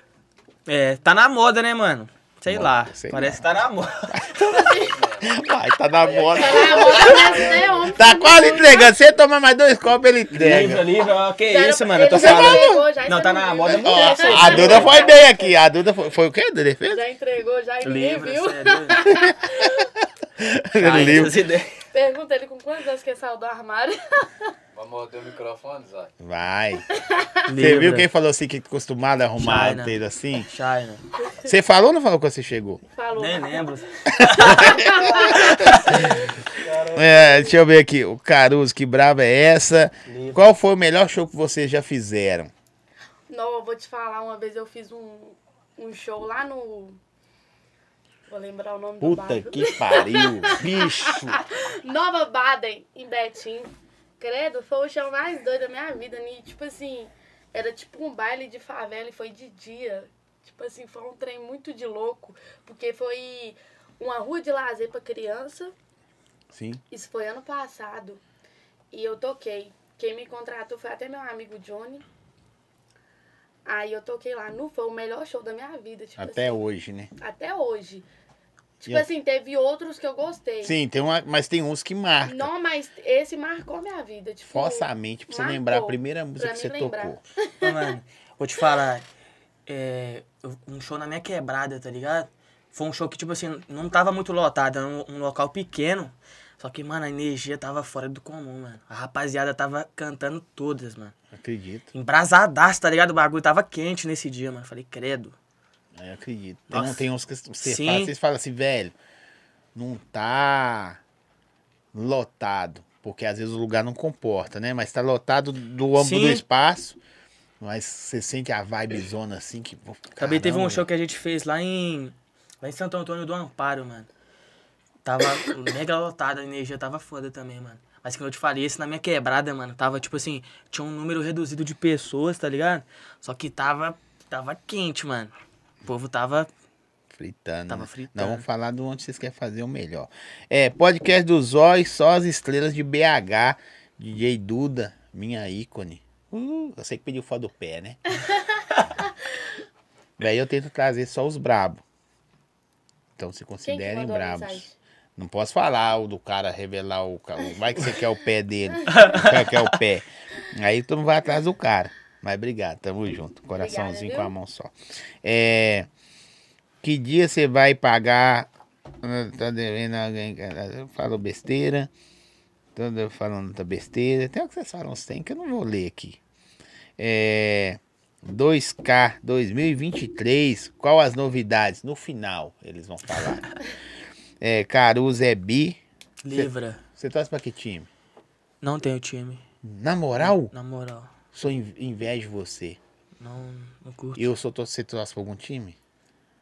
Speaker 3: É, tá na moda, né, mano? Sei
Speaker 2: Moda,
Speaker 3: lá.
Speaker 2: sei
Speaker 3: parece que tá na moda.
Speaker 2: Ai, tá na moda.
Speaker 1: Ela é moça, mas não é homem.
Speaker 2: Tá quase entregando. Você toma mais dois copos, ele entrega.
Speaker 3: livro, ó, que
Speaker 1: Já era-
Speaker 3: isso, mano? Eu tô
Speaker 1: ele já
Speaker 3: falando.
Speaker 1: entregou, já
Speaker 3: Não, tá na
Speaker 1: entregou.
Speaker 3: moda
Speaker 2: Ó, a Duda foi bem aqui. A Duda foi, foi o quê? Duda fez?
Speaker 1: Já entregou, já e ninguém
Speaker 3: Livro,
Speaker 1: viu.
Speaker 3: cê é doido. Ai,
Speaker 2: Livro.
Speaker 3: essas ideias.
Speaker 1: Pergunta ele com quantos anos que saiu do armário.
Speaker 4: Vamos morder o microfone, Zói.
Speaker 2: Vai. Você viu
Speaker 3: Livro.
Speaker 2: quem falou assim que costumado arrumar
Speaker 3: China.
Speaker 2: arteiro assim?
Speaker 3: China.
Speaker 2: Você falou ou não falou quando você chegou?
Speaker 1: Falou.
Speaker 3: né? Nem lembro.
Speaker 2: É, deixa eu ver aqui. O Caruso, que brava é essa?
Speaker 3: Livro.
Speaker 2: Qual foi o melhor show que vocês já fizeram?
Speaker 1: Não, eu vou te falar, uma vez eu fiz um, um show lá no. Vou lembrar o nome do
Speaker 2: Puta
Speaker 1: bairro.
Speaker 2: que pariu, bicho.
Speaker 1: Nova Baden, em Betim. Credo, foi o show mais doido da minha vida. Né? E, Tipo assim, era tipo um baile de favela e foi de dia. Tipo assim, foi um trem muito de louco. Porque foi uma rua de lazer pra criança.
Speaker 2: Sim.
Speaker 1: Isso foi ano passado. E eu toquei. Quem me contratou foi até meu amigo Johnny. Aí eu toquei lá. Não foi o melhor show da minha vida. Tipo
Speaker 2: Até
Speaker 1: assim,
Speaker 2: hoje, né?
Speaker 1: até hoje. Tipo
Speaker 2: a-
Speaker 1: assim, teve outros que eu gostei.
Speaker 2: Sim, tem uma, mas tem uns que marcam.
Speaker 1: Não, mas esse marcou minha vida. Tipo,
Speaker 2: Força a mente pra você
Speaker 1: marcou.
Speaker 2: lembrar a primeira música
Speaker 1: Pra
Speaker 2: que você
Speaker 1: mim lembrar.
Speaker 2: tocou.
Speaker 3: Ô, mano, vou te falar. é, eu- um show na minha quebrada, tá ligado? Foi um show que, tipo assim, não tava muito lotado, era um, um local pequeno. Só que, mano, a energia tava fora do comum, mano. A rapaziada tava cantando todas, mano.
Speaker 2: Acredito,
Speaker 3: Embrasadaço, tá ligado? O bagulho tava quente nesse dia, mano. Falei, credo.
Speaker 2: eu acredito. Tem,
Speaker 3: É, Nossa.
Speaker 2: um- tem uns que você
Speaker 3: Sim.
Speaker 2: fala, vocês falam assim, velho, não tá lotado. Porque às vezes o lugar não comporta, né? Mas tá lotado do âmbito do
Speaker 3: Sim.
Speaker 2: espaço. Mas você sente a vibe zona assim que. pô,
Speaker 3: Também teve um
Speaker 2: caramba.
Speaker 3: show que a gente fez lá em. Lá em Santo Antônio do Amparo, mano. Tava mega lotado, a energia tava foda também, mano. Mas como eu te falei, esse na minha quebrada, mano, tava tipo assim, tinha um número reduzido de pessoas, tá ligado? Só que tava. Tava quente, mano. O povo tava.
Speaker 2: Fritando.
Speaker 3: Tava
Speaker 2: né?
Speaker 3: fritando.
Speaker 2: Nós vamos falar do onde vocês querem fazer o melhor. É, podcast do Zói, só as estrelas de BH, DJ Duda, minha ícone. Uh, eu sei que pediu foda do pé, né? Daí eu tento trazer só os brabos. Então se
Speaker 1: Quem que
Speaker 2: considerem
Speaker 1: mandou a mensagem?
Speaker 2: brabos. Não posso falar o do cara revelar o. ca- o- Vai que você quer o pé dele. Vai que é o pé. Aí tu não vai atrás do cara. Mas obrigado, tamo junto. Coraçãozinho
Speaker 1: Obrigada,
Speaker 2: com a
Speaker 1: viu?
Speaker 2: mão só. É. Que dia você vai pagar? Ah, Tá devendo alguém. cara, Falou besteira. Tô falando outra besteira. Até o que vocês falam, tem que eu não vou ler aqui. É. 2K 2023, qual as novidades? No final eles vão falar. É, Caruso é bi.
Speaker 3: Livra.
Speaker 2: Você torce pra que time?
Speaker 3: Não tenho time.
Speaker 2: Na moral,
Speaker 3: Na moral.
Speaker 2: sou in- invejo de você.
Speaker 3: Não, não curto.
Speaker 2: Eu sou torce, você torce pra algum time?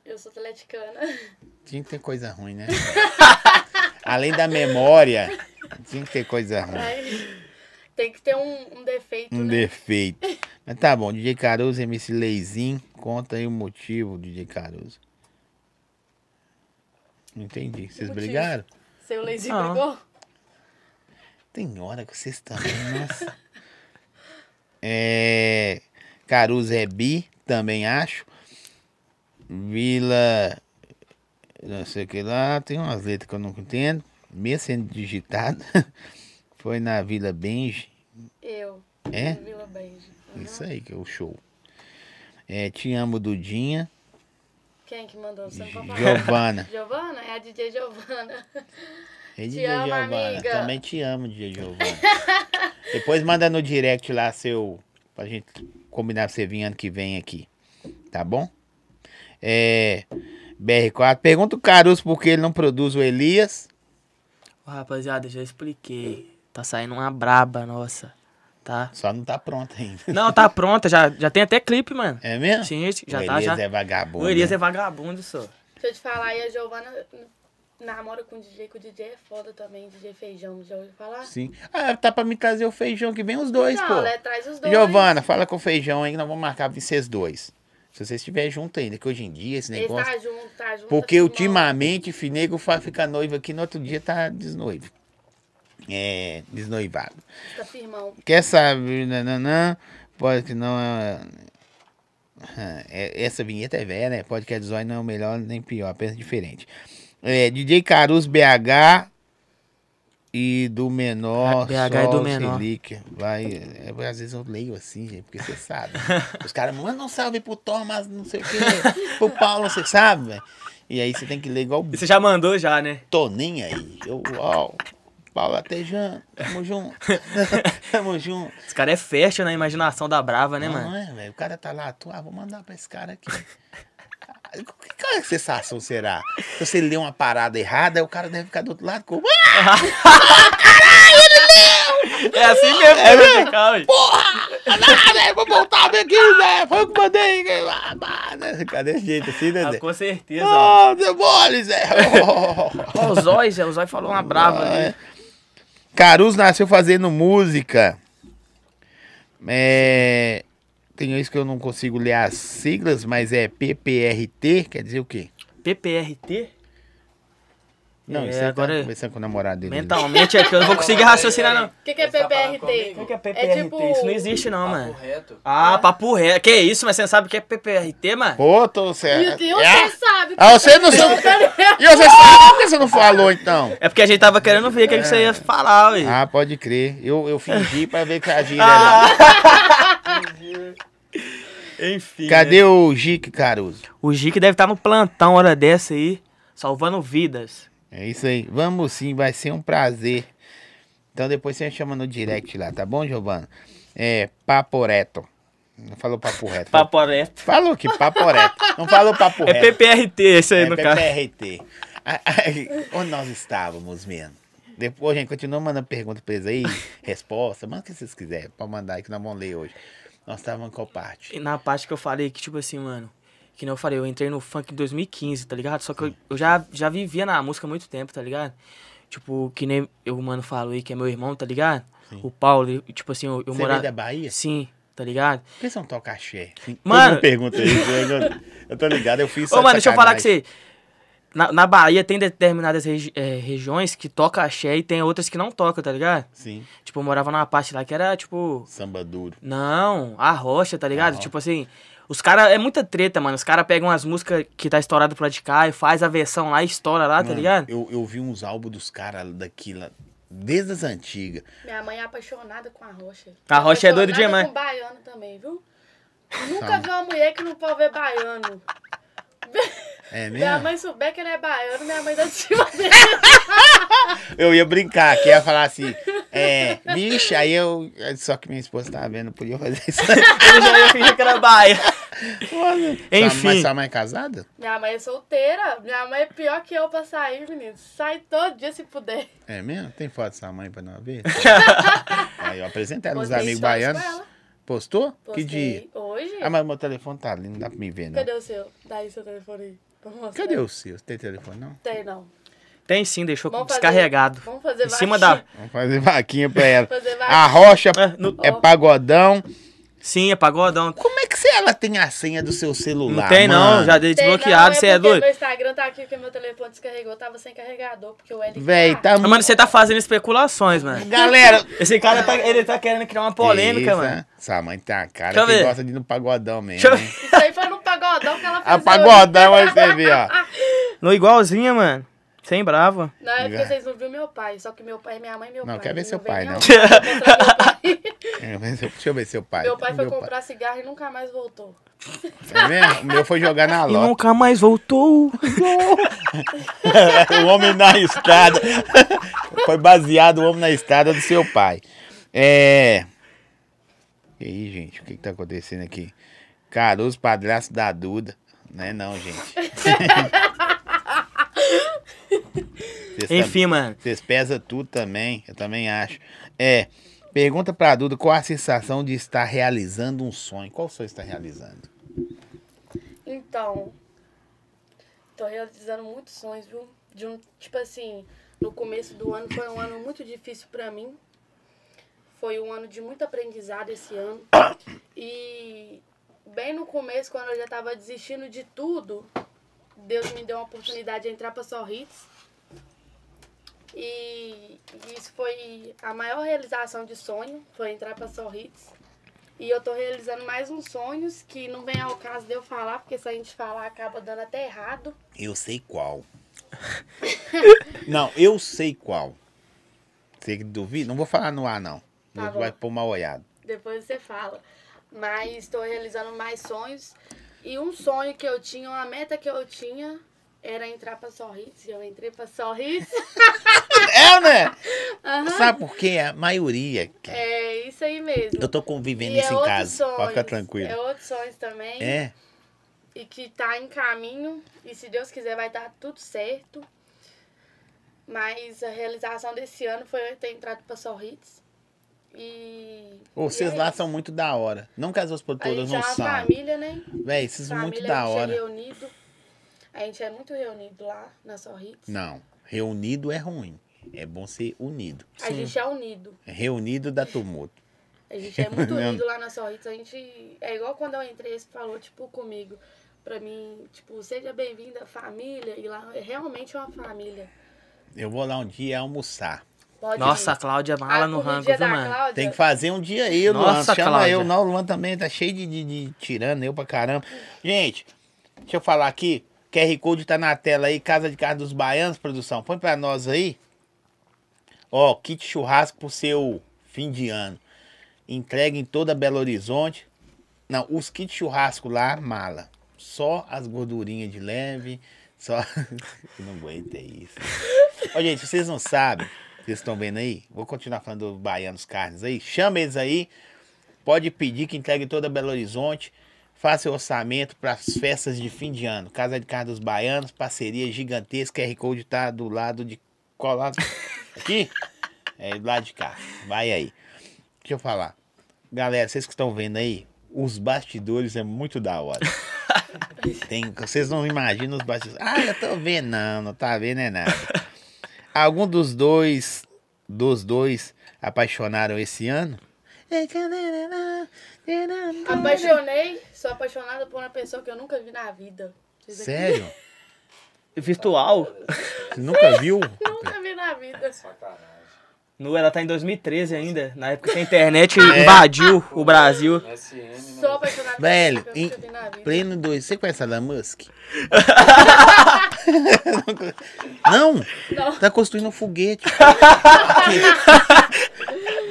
Speaker 1: Eu sou atleticana.
Speaker 2: Tinha que ter coisa ruim, né? Além da memória, tinha que ter coisa ruim.
Speaker 1: Ai, Tem que ter um, um defeito,
Speaker 2: Ah. Um
Speaker 1: né?
Speaker 2: defeito. Mas tá bom, DJ Caruso, MC Leizinho, conta aí o motivo, DJ Caruso. Não entendi. Vocês
Speaker 1: motivo?
Speaker 2: brigaram?
Speaker 1: Seu Lazy
Speaker 3: Não.
Speaker 1: brigou?
Speaker 2: Tem hora que vocês também, nossa. É, Caruso é bi, também acho. Vila. Não sei o que lá. Tem umas letras que eu nunca entendo. Mesmo sendo digitado. Foi na Vila Benji.
Speaker 1: Eu.
Speaker 2: É?
Speaker 1: Vila Benji. Uhum.
Speaker 2: Isso aí que é o show. É, Te amo, Dudinha.
Speaker 1: Quem é que mandou? Você não pode falar.
Speaker 2: Giovana.
Speaker 1: Giovana? É a DJ Giovana.
Speaker 2: Ei,
Speaker 1: Te
Speaker 2: DJ
Speaker 1: amo,
Speaker 2: Giovana.
Speaker 1: amiga.
Speaker 2: Também te amo, DJ Giovana. Depois manda no direct lá seu. Pra gente combinar pra você vir ano que vem aqui. Tá bom? É. BR4. Pergunta o Caruso por que ele não produz o Elias.
Speaker 3: Ô, rapaziada, já expliquei. Tá saindo uma braba, nossa. Tá?
Speaker 2: Só não tá pronto ainda.
Speaker 3: Não, tá pronta, já, já tem até clipe, mano.
Speaker 2: É mesmo?
Speaker 3: Sim, já
Speaker 2: o
Speaker 3: tá, já.
Speaker 2: Elias é vagabundo.
Speaker 3: O Elias
Speaker 2: né?
Speaker 3: é vagabundo, só.
Speaker 1: Deixa eu te falar, e a Giovana namora com o DJ, que o DJ é foda também, DJ Feijão. Já ouviu
Speaker 3: é-
Speaker 1: falar?
Speaker 2: Sim. Ah, tá pra me trazer o feijão que vem os dois,
Speaker 1: não,
Speaker 2: pô.
Speaker 1: ela é- traz os dois.
Speaker 2: Giovana, fala com o feijão aí que nós vamos marcar pra vocês dois. Se vocês estiverem juntos ainda, que hoje em dia esse
Speaker 1: Ele
Speaker 2: negócio.
Speaker 1: tá junto, tá junto.
Speaker 2: Porque
Speaker 1: assim, mal.
Speaker 2: ultimamente, Finego fa- fica noivo aqui, no outro dia tá desnoivo. É, desnoivado.
Speaker 1: Tá firmão.
Speaker 2: Quer saber, nananã, pode que não é... Ah, é- Essa vinheta é velha, né? Podcast Zóio não é o melhor nem pior, apenas diferente. É, DJ Caruso BH e do menor.
Speaker 3: Ah, BH e
Speaker 2: só
Speaker 3: do
Speaker 2: o
Speaker 3: menor.
Speaker 2: Selic. Vai, é, é, às vezes eu leio assim, gente, porque você sabe. Os caras mandam um salve pro Thomas, não sei o quê, pro Paulo, você sabe, velho? E aí você tem que ler igual
Speaker 3: E você já mandou já, né?
Speaker 2: tô nem aí. Eu, ó, Paulo Atejan, tamo junto. tamo junto.
Speaker 3: Esse cara é fértil na imaginação da brava, né,
Speaker 2: não,
Speaker 3: mano?
Speaker 2: é, velho. O cara tá lá, tu, ah, vou mandar pra esse cara aqui. Que cara é que sensação será? Se você lê uma parada errada, aí o cara deve ficar do outro lado como. Ah,
Speaker 3: É assim mesmo, é mesmo. Calma aí.
Speaker 2: não, velho, vou voltar aqui, Zé. Foi o que mandei. Ah, ah, né? Cadê esse jeito assim, né,
Speaker 3: Ah,
Speaker 2: Zé?
Speaker 3: com certeza. Ó,
Speaker 2: Ah, demole, Zé. Oh.
Speaker 3: Ah, Ó, o Zói, Zé, o Zói falou uma brava, né?
Speaker 2: É. Caruso nasceu fazendo música. É... Tem isso que eu não consigo ler as siglas, mas é PPRT, quer dizer o quê?
Speaker 3: PPRT?
Speaker 2: Não,
Speaker 3: É,
Speaker 2: isso aí agora
Speaker 3: agora-
Speaker 2: tá conversando com o namorado dele.
Speaker 3: Mentalmente aqui, eu não vou conseguir raciocinar, não.
Speaker 1: O que, que é
Speaker 4: Você tá falando
Speaker 1: PPRT?
Speaker 4: comigo?
Speaker 3: O que é PPRT?
Speaker 1: tipo-
Speaker 3: Isso não existe, não, mano.
Speaker 4: Papo reto.
Speaker 3: Ah, papo reto. Que isso, mas você não sabe o que é PPRT, mano?
Speaker 2: Pô, tô certo.
Speaker 1: Meu Deus,
Speaker 2: É?
Speaker 1: você sabe.
Speaker 2: Ah, você não sabe. E você sabe por que você não falou, então?
Speaker 3: É porque a gente tava querendo ver o que, que você ia falar, ué.
Speaker 2: Ah, pode crer. Eu, eu fingi pra ver que a gíria era.
Speaker 3: Ah. Enfim. né?
Speaker 2: Cadê o Jique Caruso?
Speaker 3: O Gique deve estar no plantão hora dessa aí, salvando vidas.
Speaker 2: É isso aí. Vamos sim, vai ser um prazer. Então depois você me chama no direct lá, tá bom, Giovana? É, papo reto. Não falou papo reto. falou-
Speaker 3: Papo reto.
Speaker 2: Falou que papo reto. Não falou papo
Speaker 3: É
Speaker 2: reto.
Speaker 3: PPRT esse aí,
Speaker 2: É
Speaker 3: no caso.
Speaker 2: PPRT. Ah, ah, Onde nós estávamos mesmo? Depois, gente, continua mandando pergunta pra eles aí, resposta, manda o que vocês quiserem, pode mandar aí que nós vamos ler hoje. Nós estávamos em qual parte?
Speaker 3: E na parte que eu falei que, tipo assim, mano, que nem eu falei, eu entrei no funk em 2015, tá ligado? Só que eu, eu já, já vivia na música há muito tempo, tá ligado? Tipo, que nem eu, mano, falo aí que é meu irmão, tá ligado? O Paulo, e, tipo assim, eu, eu
Speaker 2: Você veio
Speaker 3: morava.
Speaker 2: da Bahia?
Speaker 3: Sim, tá ligado?
Speaker 2: Por que você não toca axé?
Speaker 3: Mano-
Speaker 2: Todo mundo pergunta isso. eu- Eu tô ligado, eu fiz
Speaker 3: Ô, mano, deixa eu falar com você. Na, na Bahia tem determinadas regi- eh, regiões que toca axé e tem outras que não toca, tá ligado?
Speaker 2: Sim,
Speaker 3: Tipo, eu morava numa parte lá que era, tipo,
Speaker 2: samba duro.
Speaker 3: Não, a rocha, tá ligado? Tipo assim, os caras. É muita treta, mano. Os caras pegam as músicas que tá estourado pro lado de cá e faz a versão lá e estoura lá, tá
Speaker 2: Mano,
Speaker 3: ligado?
Speaker 2: Eu, eu vi uns álbuns dos caras daqui lá, desde as antigas.
Speaker 1: Minha mãe é apaixonada com a Rocha.
Speaker 3: A Rocha é doida
Speaker 1: Apaixonada com
Speaker 3: demais.
Speaker 1: baiano também, viu? Nunca vi uma mulher que não pode ver baiano.
Speaker 2: É
Speaker 1: Minha
Speaker 2: mesmo?
Speaker 1: mãe souber que ele é baiano, minha mãe dá de cima dele.
Speaker 2: Eu ia brincar, que ia falar assim, é, bicho, aí eu. Só que minha esposa tava vendo, podia fazer isso.
Speaker 3: Eu já ia fingir que era Bahia.
Speaker 2: Sua mãe,
Speaker 3: Enfim.
Speaker 2: sua mãe é casada?
Speaker 1: Minha mãe é solteira. Minha mãe é pior que eu pra sair, menino. Sai todo dia se puder.
Speaker 2: É mesmo? Tem foto da sua mãe pra nós ver? aí eu apresentei ela nos
Speaker 1: Postei
Speaker 2: amigos
Speaker 1: stories
Speaker 2: baianos.
Speaker 1: com ela.
Speaker 2: Postou?
Speaker 1: Postei
Speaker 2: Que dia?
Speaker 1: Hoje?
Speaker 2: Ah, mas meu telefone tá ali, não dá pra me ver, não.
Speaker 1: Cadê o seu? Dá aí seu telefone aí. Vou mostrar.
Speaker 2: Cadê o seu? Você tem telefone, não?
Speaker 1: Tem não.
Speaker 3: Tem sim, deixou
Speaker 1: Vamos fazer-
Speaker 3: descarregado.
Speaker 1: Vamos fazer
Speaker 3: Em cima
Speaker 1: baixinho.
Speaker 3: da.
Speaker 2: Vamos fazer vaquinha pra ela.
Speaker 1: Fazer vaquinha.
Speaker 2: A rocha
Speaker 3: É, no-
Speaker 2: é pagodão.
Speaker 3: Sim, é pagodão.
Speaker 2: Como é que se ela tem a senha do seu celular?
Speaker 3: Não tem não,
Speaker 2: mano?
Speaker 3: já dei
Speaker 1: Tem
Speaker 3: desbloqueado,
Speaker 1: não,
Speaker 3: você é
Speaker 1: porque
Speaker 3: doido.
Speaker 1: Meu Instagram tá aqui porque meu telefone descarregou, tava sem carregador, porque o LK...
Speaker 2: Véi, tá
Speaker 3: Mas,
Speaker 2: muito.
Speaker 3: Mano, você tá fazendo especulações, mano.
Speaker 2: Galera.
Speaker 3: Esse cara tá, ele tá querendo criar uma polêmica,
Speaker 2: Isso,
Speaker 3: mano.
Speaker 2: né? Sua mãe tem uma cara
Speaker 3: Deixa eu
Speaker 2: que
Speaker 3: ver.
Speaker 2: gosta de ir no pagodão mesmo. hein?
Speaker 3: Deixa eu ver.
Speaker 1: Isso aí foi no pagodão que ela fez
Speaker 2: A pagodão vai você ver, ó.
Speaker 3: No igualzinha, mano. Sem brava.
Speaker 1: Não, é porque vocês não viram meu pai, só que meu pai, minha mãe e meu
Speaker 2: Não,
Speaker 1: pai.
Speaker 2: quero ver seu
Speaker 1: vem
Speaker 2: pai,
Speaker 1: nem
Speaker 2: não.
Speaker 1: eu. Vou
Speaker 2: Tá
Speaker 1: mostrar meu pai.
Speaker 2: É, mas eu- Deixa eu ver seu pai.
Speaker 1: Meu pai foi comprar
Speaker 2: pai.
Speaker 1: cigarro e nunca mais voltou.
Speaker 2: É mesmo? O meu foi jogar na
Speaker 3: E
Speaker 2: loja.
Speaker 3: nunca mais voltou.
Speaker 2: o homem na estrada. Foi baseado o homem na estrada do seu pai. É. E aí, gente, o que, que tá acontecendo aqui? Caruso, padrasto da Duda. Não é não, gente. Vocês tam-
Speaker 3: Enfim, mano.
Speaker 2: Vocês pesam tudo também, eu também acho. É. Pergunta pra Duda qual a sensação de estar realizando um sonho. Qual sonho está realizando?
Speaker 1: Então, tô realizando muitos sonhos, viu? De um, tipo assim, no começo do ano foi um ano muito difícil pra mim. Foi um ano de muito aprendizado esse ano. E bem no começo, quando eu já tava desistindo de tudo, Deus me deu uma oportunidade de entrar pra Só Hits. E isso foi a maior realização de sonho, foi entrar pra Só Hits. E eu tô realizando mais uns sonhos que não vem ao caso de eu falar, porque se a gente falar acaba dando até errado.
Speaker 2: Eu sei qual. não, eu sei qual. Você que duvida? Não vou falar no ar, não.
Speaker 1: Tá
Speaker 2: Não
Speaker 1: bom.
Speaker 2: vai pôr mal olhado.
Speaker 1: Depois você fala. Mas estou realizando mais sonhos. E um sonho que eu tinha, uma meta que eu tinha, era entrar pra Sorris. E eu entrei pra Sorris.
Speaker 2: É, né?
Speaker 1: Aham.
Speaker 2: Sabe por quê? A maioria. cara.
Speaker 1: É isso aí mesmo.
Speaker 2: Eu tô convivendo
Speaker 1: E
Speaker 2: isso
Speaker 1: é
Speaker 2: em
Speaker 1: outros
Speaker 2: casa. Pode ficar
Speaker 1: sonhos.
Speaker 2: tranquilo.
Speaker 1: É outros sonhos também.
Speaker 2: É.
Speaker 1: E que tá em caminho. E se Deus quiser vai dar tudo certo. Mas a realização desse ano foi eu ter entrado pra Sorris. E.
Speaker 2: Ô, Vocês
Speaker 1: e é
Speaker 2: lá
Speaker 1: isso.
Speaker 2: são muito da hora. Não que as
Speaker 1: A
Speaker 2: outras
Speaker 1: gente
Speaker 2: produtoras
Speaker 1: é
Speaker 2: não
Speaker 1: uma
Speaker 2: são.
Speaker 1: família, né?
Speaker 2: Véi, vocês são muito
Speaker 1: família
Speaker 2: da
Speaker 1: a gente
Speaker 2: hora.
Speaker 1: é reunido. A gente é muito reunido lá na Sorrits.
Speaker 2: Não. Reunido é ruim. É bom ser unido.
Speaker 1: A gente é unido.
Speaker 2: Reunido dá tumulto.
Speaker 1: A gente é muito unido lá na Sorritos. A gente. É igual quando eu entrei, você falou, tipo, comigo. Pra mim, tipo, seja bem-vinda, família. E lá é realmente uma família.
Speaker 2: Eu vou lá um dia almoçar.
Speaker 1: Pode
Speaker 3: Nossa, a
Speaker 1: ir.
Speaker 3: Cláudia é mala
Speaker 1: A
Speaker 3: no rango,
Speaker 1: comidinha
Speaker 3: viu,
Speaker 1: da
Speaker 3: mano?
Speaker 1: Cláudia,
Speaker 2: Tem que fazer um dia aí, Luan.
Speaker 3: Nossa,
Speaker 2: Chama
Speaker 3: Cláudia.
Speaker 2: eu, não. O Luan também tá cheio de, de- de tirando eu pra caramba. Gente, deixa eu falar aqui. QR Code tá na tela aí, Casa de Carne dos Baianos, produção. Põe pra nós aí. Ó, kit churrasco pro seu fim de ano. Entrega em toda Belo Horizonte. Não, os kits churrasco lá, mala. Só as gordurinhas de leve. Só. Eu não aguento é isso. Ó, gente, vocês não sabem, vocês estão vendo aí? Vou continuar falando do Baianos Carnes aí. Chama eles aí. Pode pedir que entregue toda Belo Horizonte. Faça o orçamento para as festas de fim de ano. Casa de Carne dos Baianos, parceria gigantesca. QR Code tá do lado de. Qual lado? Aqui? É do lado de cá. Vai aí. Deixa eu falar. Galera, vocês que estão vendo aí, os bastidores é muito da hora. Tem, vocês não imaginam os bastidores. Ah, eu tô vendo, não, não tá vendo é nada. Algum dos dois, dos dois, apaixonaram esse ano? É
Speaker 1: Apaixonei, sou apaixonada por uma pessoa que eu nunca vi na vida. Diz aqui.
Speaker 2: Sério?
Speaker 3: Virtual?
Speaker 2: Você nunca viu?
Speaker 1: Nunca vi na vida.
Speaker 4: Sacanagem.
Speaker 3: Nu, ela tá em 2013 ainda. Na época que a internet invadiu o Brasil.
Speaker 4: MSN,
Speaker 1: Sou
Speaker 4: né?
Speaker 1: apaixonada por
Speaker 2: Velho,
Speaker 1: uma pessoa que eu
Speaker 2: em
Speaker 1: nunca vi na vida.
Speaker 2: pleno dois. Você conhece Elon Musk? não,
Speaker 1: Não.
Speaker 2: tá construindo um foguete. Aqui.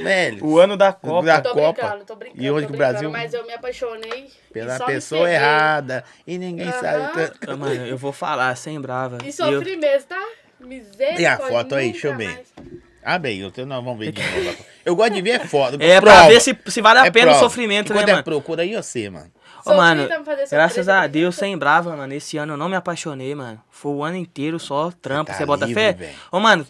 Speaker 2: Velho,
Speaker 3: O ano da Copa.
Speaker 2: Da-
Speaker 1: Tô
Speaker 2: Copa.
Speaker 1: brincando, tô brincando.
Speaker 2: E onde
Speaker 1: tô
Speaker 2: que o Brasil-
Speaker 1: brincando, Mas eu me apaixonei. e
Speaker 2: pela
Speaker 1: só me
Speaker 2: pessoa
Speaker 1: ferrei.
Speaker 2: errada. E ninguém
Speaker 1: Aham.
Speaker 2: sabe. tanto.
Speaker 3: Ah, mano, eu vou falar, sem brava.
Speaker 1: E
Speaker 3: eu...
Speaker 1: sofri mesmo, tá? Misericórdia.
Speaker 2: Tem a foto aí, deixa eu
Speaker 1: nunca
Speaker 2: ver.
Speaker 1: mais.
Speaker 2: Ah, bem, eu tenho, nós vamos ver de novo. agora. Eu gosto de ver é foda.
Speaker 3: É pra
Speaker 2: prova.
Speaker 3: ver se, se vale a
Speaker 2: É
Speaker 3: pena o
Speaker 2: prova.
Speaker 3: sofrimento,
Speaker 2: Enquanto
Speaker 3: né,
Speaker 2: é
Speaker 3: mano?
Speaker 2: procura aí você, mano.
Speaker 3: Ô,
Speaker 1: Sofri,
Speaker 3: mano,
Speaker 1: tá me fazendo
Speaker 3: Graças
Speaker 1: surpresa,
Speaker 3: a
Speaker 1: tá
Speaker 3: Deus,
Speaker 1: brincando.
Speaker 3: sem brava, mano. Esse ano eu não me apaixonei, mano. Foi o ano inteiro só trampo.
Speaker 2: Tá
Speaker 3: Você bota
Speaker 2: livre,
Speaker 3: fé?
Speaker 2: velho.
Speaker 3: Ô, mano,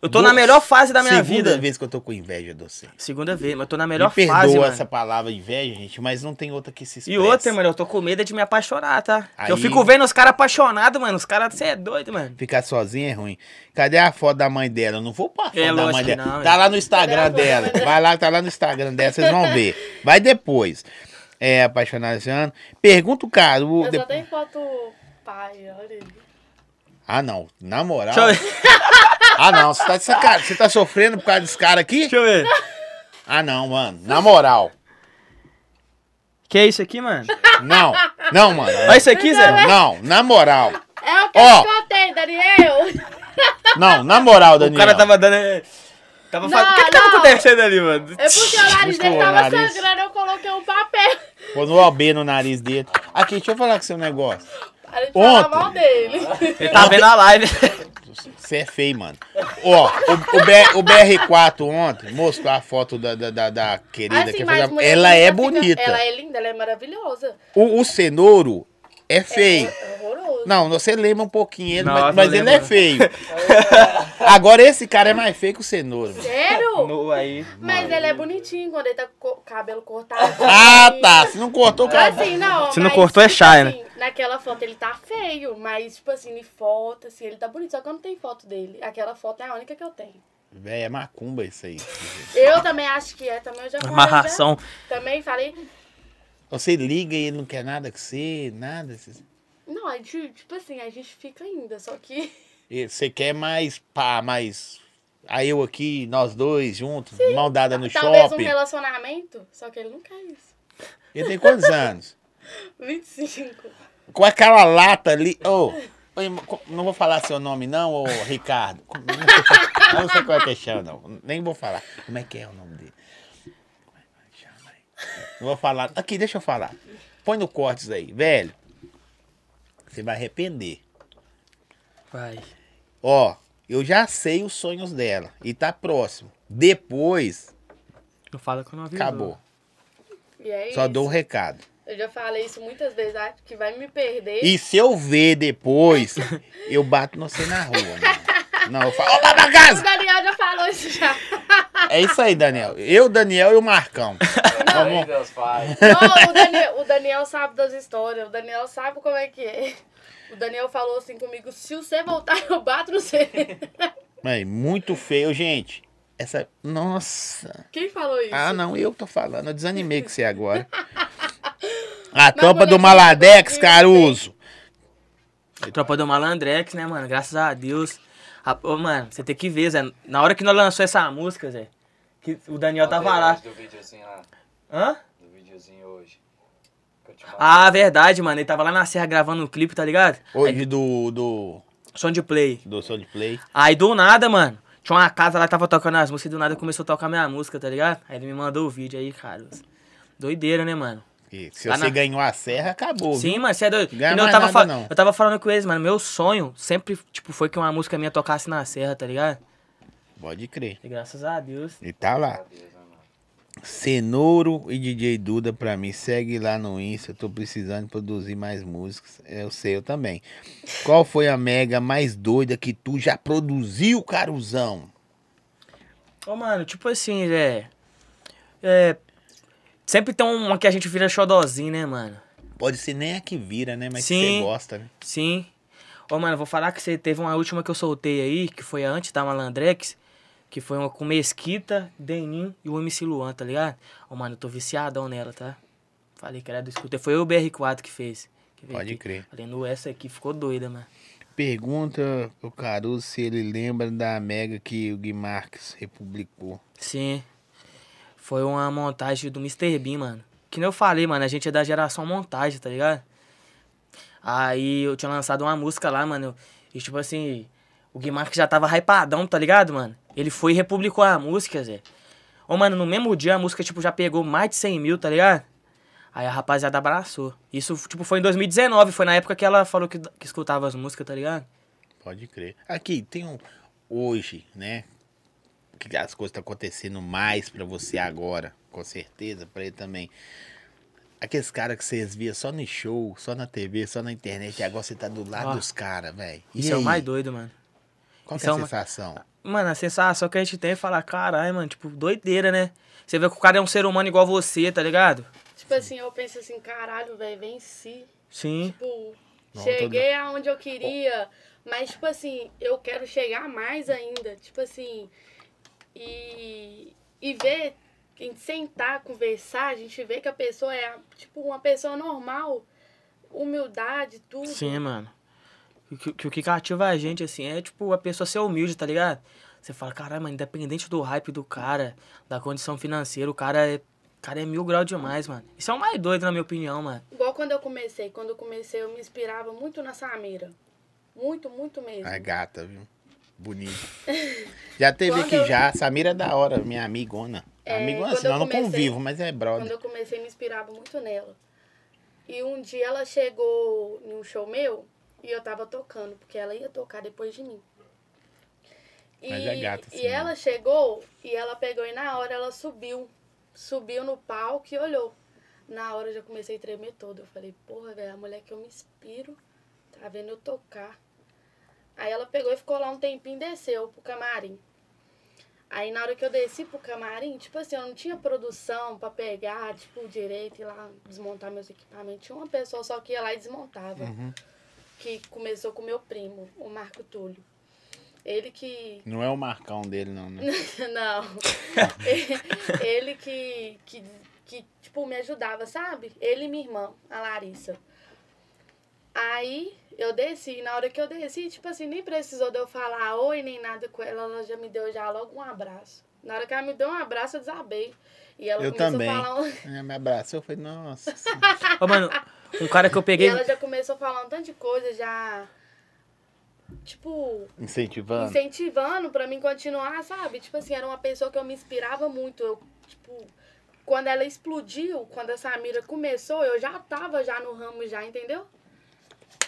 Speaker 3: eu tô na
Speaker 2: Duas-
Speaker 3: melhor fase da minha
Speaker 2: Segunda
Speaker 3: vida.
Speaker 2: vez que eu tô com inveja de você.
Speaker 3: Segunda vez, mas eu tô na melhor
Speaker 2: Me perdoa
Speaker 3: fase, mano.
Speaker 2: essa palavra inveja, gente, mas não tem outra que se expresse.
Speaker 3: E outra, mano, eu tô com medo de me apaixonar, tá? Que Eu
Speaker 2: Aí-
Speaker 3: fico vendo os caras apaixonados, mano. Os caras, você é doido, mano.
Speaker 2: Ficar sozinha é ruim. Cadê a foto da mãe dela? Eu não vou pôr a foto
Speaker 3: É,
Speaker 2: da mãe
Speaker 3: lógico que
Speaker 2: dela.
Speaker 3: não,
Speaker 2: tá
Speaker 3: é.
Speaker 2: lá no Instagram
Speaker 1: Cadê a foto da
Speaker 2: dela.
Speaker 1: mãe dela?
Speaker 2: Vai lá, tá lá no Instagram dela, vocês vão ver. Vai depois. É, apaixonado esse ano. Pergunta o cara. o-
Speaker 1: Eu
Speaker 2: de-
Speaker 1: só tenho foto pai, olha aí.
Speaker 2: Ah, não. Na moral.
Speaker 3: Deixa eu ver.
Speaker 2: Ah, não. Você tá de sacanagem. Você tá sofrendo por causa desse cara aqui?
Speaker 3: Deixa eu ver.
Speaker 2: Ah, não, mano. Na moral.
Speaker 3: Que é isso aqui, mano?
Speaker 2: Não. Não, mano.
Speaker 3: Olha isso aqui, Zé.
Speaker 2: Não, na moral.
Speaker 1: É o que
Speaker 2: Ó.
Speaker 1: eu te contei, Daniel!
Speaker 2: Não, na moral,
Speaker 3: O
Speaker 2: Daniel.
Speaker 3: cara tava dando. eh, Tava
Speaker 1: Não,
Speaker 3: fazendo. O que, que tava
Speaker 1: não.
Speaker 3: acontecendo ali, mano?
Speaker 1: É porque o nariz dele
Speaker 2: Misturou o
Speaker 1: tava
Speaker 2: nariz.
Speaker 1: sangrando, eu coloquei um papel.
Speaker 2: Pôs um OB no nariz dele. Aqui, deixa eu falar com seu negócio.
Speaker 1: Para de falar
Speaker 2: Ontem.
Speaker 1: mal dele.
Speaker 3: Ele tá vendo a live.
Speaker 2: Você é feio, mano. Ó, o, o B- o BR4 ontem mostrou a foto da, da, da- da querida
Speaker 1: Assim,
Speaker 2: que
Speaker 1: mas
Speaker 2: faz a...
Speaker 1: mulher
Speaker 2: Ela é
Speaker 1: fica-
Speaker 2: bonita.
Speaker 1: Ela é linda, ela é maravilhosa.
Speaker 2: O, o cenouro é feio.
Speaker 1: É horroroso.
Speaker 2: Não, você lembra um pouquinho ele,
Speaker 3: Nossa,
Speaker 2: mas, mas ele é
Speaker 3: lembro.
Speaker 2: feio. Agora esse cara é mais feio que o cenouro. mano.
Speaker 1: Sério?
Speaker 3: No, aí.
Speaker 1: Mas ele é bonitinho quando ele tá com o cabelo cortado.
Speaker 2: Ah,
Speaker 1: assim.
Speaker 2: tá. Você não cortou o cabelo.
Speaker 1: Assim, não.
Speaker 3: Se não
Speaker 1: mas,
Speaker 3: cortou, é
Speaker 1: tipo
Speaker 3: shy, né?
Speaker 1: assim, Naquela foto ele tá feio, mas, tipo assim, em foto, assim, ele tá bonito. Só que eu não tenho foto dele. Aquela foto é a única que eu tenho.
Speaker 2: Véi, é macumba isso aí.
Speaker 1: Eu também acho que é, também eu já falei. já.
Speaker 3: Amarração.
Speaker 1: Também falei.
Speaker 2: Você liga e ele não quer nada com você, nada. Você-
Speaker 1: Não, a gente, tipo assim, a gente fica ainda, só que.
Speaker 2: E Você quer mais pá, mais. Aí eu aqui, nós dois juntos, mão dada no
Speaker 1: talvez um
Speaker 2: shopping.
Speaker 1: relacionamento, só que ele não quer isso.
Speaker 2: Ele tem quantos anos?
Speaker 1: 25.
Speaker 2: Com aquela lata ali. Ô, oi, co- não vou falar seu nome, não, ô Ricardo. Como- Não sei, não sei qual é que chama, não. Nem vou falar. Como é que é o nome dele? Chama aí. Não vou falar. Aqui, deixa eu falar. Põe no cortes aí, velho. Você vai arrepender.
Speaker 3: Vai.
Speaker 2: Ó, eu já sei os sonhos dela e tá próximo. Depois,
Speaker 3: Não fala que eu não avisou.
Speaker 2: acabou.
Speaker 1: E é
Speaker 2: Só
Speaker 1: isso.
Speaker 2: dou o recado.
Speaker 1: Eu já falei isso muitas vezes, acho que vai me perder.
Speaker 2: E se eu ver depois, eu bato no você na rua, mano. Não, eu falo, ô babagaza!
Speaker 1: O Daniel já falou isso já.
Speaker 2: É isso aí, Daniel. Eu, Daniel e o Marcão.
Speaker 4: Aí Deus faz.
Speaker 1: Não, o, Daniel, o Daniel sabe das histórias, o Daniel sabe como é que é. O Daniel falou assim comigo, se você voltar, eu bato no você.
Speaker 2: Mas muito feio, gente. Essa. Nossa.
Speaker 1: Quem falou isso?
Speaker 2: Ah, não, eu tô falando. Eu desanimei com você agora. A
Speaker 1: Mas
Speaker 2: tropa
Speaker 1: quando
Speaker 2: do
Speaker 1: eu assim,
Speaker 2: Maladex,
Speaker 1: digo,
Speaker 2: Caruso.
Speaker 3: Tropa do Malandrex, né, mano? Graças a Deus. A- ô, mano, você tem que ver, Zé. Na hora que nós lançou essa música, Zé, que o Daniel tava lá.
Speaker 4: Do videozinho lá.
Speaker 3: Hã?
Speaker 4: Do videozinho hoje. Que eu te mandei.
Speaker 3: Ah, verdade, mano. Ele tava lá na serra gravando um clipe, tá ligado?
Speaker 2: Hoje do. do.
Speaker 3: Som de play.
Speaker 2: do Soundplay.
Speaker 3: Aí do nada, mano, tinha uma casa lá que tava tocando as músicas e do nada começou a tocar minha música, tá ligado? Aí ele me mandou o vídeo aí, cara. Doideira, né, mano?
Speaker 2: E Se
Speaker 3: Lá
Speaker 2: você
Speaker 3: na-
Speaker 2: ganhou a serra, acabou. viu?
Speaker 3: Sim, mano, você é doido.
Speaker 2: Ganha
Speaker 3: E eu,
Speaker 2: mais
Speaker 3: tava
Speaker 2: nada,
Speaker 3: fal-
Speaker 2: não.
Speaker 3: eu tava falando com eles, mano. Meu sonho sempre, tipo, foi que uma música minha tocasse na serra, tá ligado?
Speaker 2: Pode crer.
Speaker 3: E graças a Deus.
Speaker 2: E tá lá.
Speaker 4: Deus, né, mano?
Speaker 2: Cenouro e DJ Duda pra mim. Segue lá no Insta. Eu tô precisando produzir mais músicas. Eu sei, eu também. Qual foi a mega mais doida que tu já produziu, Caruzão?
Speaker 3: Ô, mano, tipo assim, é. É. Sempre tem uma que a gente vira xodózinho, né, mano?
Speaker 2: Pode ser nem a que vira, né? Mas que
Speaker 3: Sim.
Speaker 2: você gosta, né?
Speaker 3: Sim. Ô, mano, vou falar que você teve uma última que eu soltei aí, que foi a antes da Malandrex, que foi uma com Mesquita, Denim e o MC Luan, tá ligado? Ô, mano, eu tô viciadão nela, tá? Falei que era do escuta. Foi o BR4 que fez. Que veio
Speaker 2: Pode
Speaker 3: aqui.
Speaker 2: crer.
Speaker 3: Falei, no essa aqui ficou doida, mano.
Speaker 2: Pergunta pro Caruso se ele lembra da mega que o Gui Marques republicou.
Speaker 3: Sim. Foi uma montagem do Mr. Bean, mano. Que nem eu falei, mano, a gente é da geração montagem, tá ligado? Aí eu tinha lançado uma música lá, mano. E tipo assim, o Guimar que já tava hypadão, tá ligado, mano? Ele foi e republicou a música, Zé. Ô, mano, no mesmo dia a música, tipo, já pegou mais de 100 mil, tá ligado? Aí a rapaziada abraçou. Isso, tipo, foi em 2019, foi na época que ela falou que, que escutava as músicas, tá ligado?
Speaker 2: Pode crer. Aqui, tem um. Hoje, né? Que as coisas estão acontecendo mais pra você agora, com certeza, pra ele também. Aqueles caras que vocês via só no show, só na TV, só na internet, e agora você tá do lado
Speaker 3: Ó.
Speaker 2: dos caras, velho. E
Speaker 3: Ah. Isso é o
Speaker 2: aí?
Speaker 3: mais doido, mano.
Speaker 2: Qual que é
Speaker 3: isso é
Speaker 2: a
Speaker 3: uma-
Speaker 2: sensação?
Speaker 3: Mano, a sensação que a gente tem é falar, caralho, mano, tipo, doideira, né? Você vê que o cara é um ser humano igual você, tá ligado?
Speaker 1: Tipo assim, eu penso assim, caralho, velho, venci.
Speaker 3: Sim.
Speaker 1: Tipo,
Speaker 2: Não,
Speaker 1: cheguei aonde eu queria, mas, tipo assim, eu quero chegar mais ainda. Tipo assim, e, e ver, a gente sentar, conversar, a gente vê que a pessoa é, tipo, uma pessoa normal, humildade, tudo.
Speaker 3: Sim, mano. O que, que- o que cativa a gente, assim, é, tipo, a pessoa ser humilde, tá ligado? Você fala, caralho, mano, independente do hype do cara, da condição financeira, o cara é, o cara é mil grau demais, mano. Isso é o mais doido, na minha opinião, mano.
Speaker 1: Igual quando eu comecei. Quando eu comecei, eu me inspirava muito na Samira. Muito, muito mesmo.
Speaker 2: A gata, viu? Bonita. Já teve
Speaker 1: Quando
Speaker 2: aqui
Speaker 1: eu-
Speaker 2: já. Samira é da hora, minha amigona.
Speaker 1: É,
Speaker 2: amigona,
Speaker 1: quando
Speaker 2: senão eu
Speaker 1: eu
Speaker 2: não
Speaker 1: comecei-
Speaker 2: convivo, mas é brother.
Speaker 1: Quando eu comecei, me inspirava muito nela. E um dia ela chegou em um show meu e eu tava tocando, porque ela ia tocar depois de mim. E,
Speaker 2: Mas é gata,
Speaker 1: e
Speaker 2: assim, né?
Speaker 1: ela chegou e ela pegou e na hora ela subiu. Subiu no palco e olhou. Na hora eu já comecei a tremer todo. Eu falei, porra, velho, a mulher que eu me inspiro tá vendo eu tocar. Aí ela pegou e ficou lá um tempinho e desceu pro camarim. Aí na hora que eu desci pro camarim, tipo assim, eu não tinha produção pra pegar, tipo, direito e lá desmontar meus equipamentos. Tinha uma pessoa só que ia lá e desmontava. Que começou com meu primo, o Marco Túlio. Ele que.
Speaker 2: Não é o marcão dele, não, né?
Speaker 1: não. ele que, que, que, tipo, me ajudava, sabe? Ele e minha irmã, a Larissa. Aí eu desci, e na hora que eu desci, tipo assim, nem precisou de eu falar oi nem nada com ela, ela já me deu já logo um abraço. Na hora que ela me deu um abraço, eu desabei. E ela
Speaker 2: Eu
Speaker 1: começou
Speaker 2: também.
Speaker 1: a falar um...
Speaker 2: Ela me abraçou, eu falei, nossa.
Speaker 3: Ô, mano, um cara que eu
Speaker 1: E
Speaker 3: peguei.
Speaker 1: ela já começou a falar um tanto de coisa, já. Tipo,
Speaker 2: Incentivando.
Speaker 1: incentivando pra mim continuar, sabe? Tipo assim, era uma pessoa que eu me inspirava muito. Eu, tipo, quando ela explodiu, quando a Samira começou, eu já tava já no ramo já, entendeu?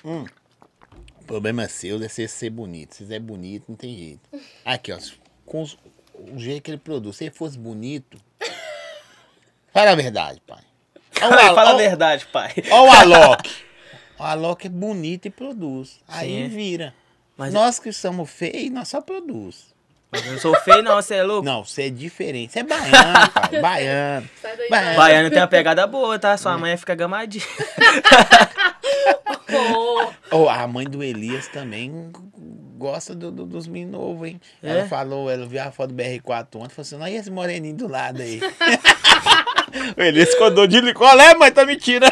Speaker 2: O problema seu é você ser bonito. Se você é bonito, não tem jeito. Aqui, ó. Com os- o jeito que ele produz. Se ele fosse bonito. Fala a verdade, pai. Ó o Al-
Speaker 3: fala a
Speaker 2: ó-
Speaker 3: verdade, pai.
Speaker 2: Ó o Alok. O Alok é bonito e produz. Aí
Speaker 3: Sim.
Speaker 2: vira.
Speaker 3: Mas-
Speaker 2: nós que somos feios, nós só produz.
Speaker 3: Mas eu não sou feio, não, você é louco?
Speaker 2: Não, você é diferente. Você é baiano, pai. Baiano.
Speaker 1: Sai daí,
Speaker 2: Baiano.
Speaker 3: Baiano tem uma pegada boa, tá?
Speaker 2: É.
Speaker 3: Sua mãe fica gamadinha.
Speaker 1: Pô,
Speaker 2: Ou a mãe do Elias também gosta do- do- dos meninos novos, hein?
Speaker 3: É?
Speaker 2: Ela falou, ela viu a foto do BR4 ontem, falou assim, olha esse moreninho do lado aí. Ele escondou de licolé, mas tá mentira.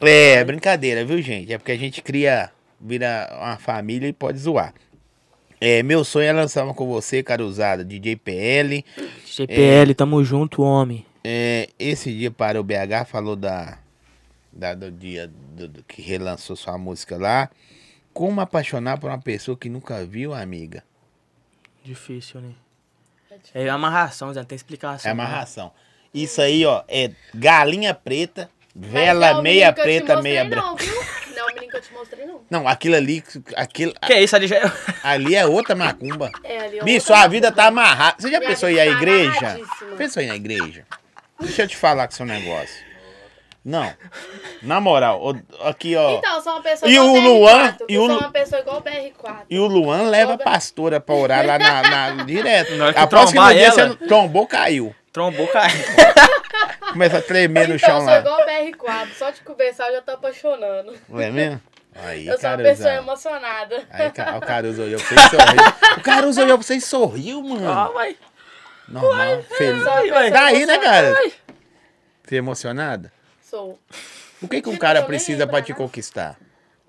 Speaker 2: é, brincadeira, viu, gente? É porque a gente cria, vira uma família e pode zoar. É, meu sonho é lançar uma com você, caruzada, DJ PL.
Speaker 3: GPL, tamo junto, homem.
Speaker 2: É, esse dia para o BH falou da, da- do dia do- do que relançou sua música lá. Como apaixonar por uma pessoa que nunca viu, amiga?
Speaker 3: Difícil, né?
Speaker 1: É difícil.
Speaker 3: É amarração, Zé, não tem explicação.
Speaker 2: É
Speaker 3: né?
Speaker 2: amarração. Isso aí, ó, é galinha preta, vela
Speaker 1: Mas é o
Speaker 2: meia
Speaker 1: menino que eu te
Speaker 2: preta,
Speaker 1: mostrei,
Speaker 2: meia branca.
Speaker 1: Não, viu? Não, é o menino que eu te mostrei, não.
Speaker 2: Não, aquilo ali, aquilo,
Speaker 3: Que é isso ali já.
Speaker 2: ali é outra macumba.
Speaker 1: É ali. ó.
Speaker 2: Bicho, sua vida tá amarrada. Você já
Speaker 1: Minha
Speaker 2: pensou em ir
Speaker 1: vida
Speaker 2: à
Speaker 1: tá
Speaker 2: igreja?
Speaker 1: amarradíssima.
Speaker 2: Pensou em ir à igreja? Deixa eu te falar com seu negócio. Não. Na moral, ô, aqui, ó.
Speaker 1: Então, eu sou uma pessoa
Speaker 2: E
Speaker 1: igual
Speaker 2: o
Speaker 1: BR4,
Speaker 2: Luan?
Speaker 1: eu
Speaker 2: E
Speaker 1: sou
Speaker 2: o Lu-
Speaker 1: uma pessoa igual o BR4.
Speaker 2: E o Luan leva a
Speaker 1: Toda-
Speaker 2: pastora pra orar lá na, na- direto.
Speaker 3: Na hora que
Speaker 2: Aposto que no
Speaker 3: trombar
Speaker 2: dia você
Speaker 3: ela.
Speaker 2: não- trombou, caiu.
Speaker 3: Trombou, cara.
Speaker 2: Começa a tremer no
Speaker 1: então,
Speaker 2: chão
Speaker 1: eu sou
Speaker 2: lá.
Speaker 1: igual o BR4. Só de conversar, eu já tô apaixonando.
Speaker 2: Não é mesmo? Aí,
Speaker 1: eu sou uma
Speaker 2: Caruso.
Speaker 1: pessoa emocionada.
Speaker 2: Aí Ca- o Caruso olhou pra você e sorriu. O Caruso olhou pra você e sorriu,
Speaker 3: Ah,
Speaker 2: mano.
Speaker 3: vai.
Speaker 2: Normal, feliz.
Speaker 1: Sou uma pessoa
Speaker 2: Daí, né,
Speaker 1: emocionada.
Speaker 2: cara? Você é emocionada?
Speaker 1: Sou.
Speaker 2: O que, que um
Speaker 1: Gente,
Speaker 2: cara
Speaker 1: eu nem
Speaker 2: precisa
Speaker 1: lembro,
Speaker 2: pra te
Speaker 1: né?
Speaker 2: conquistar?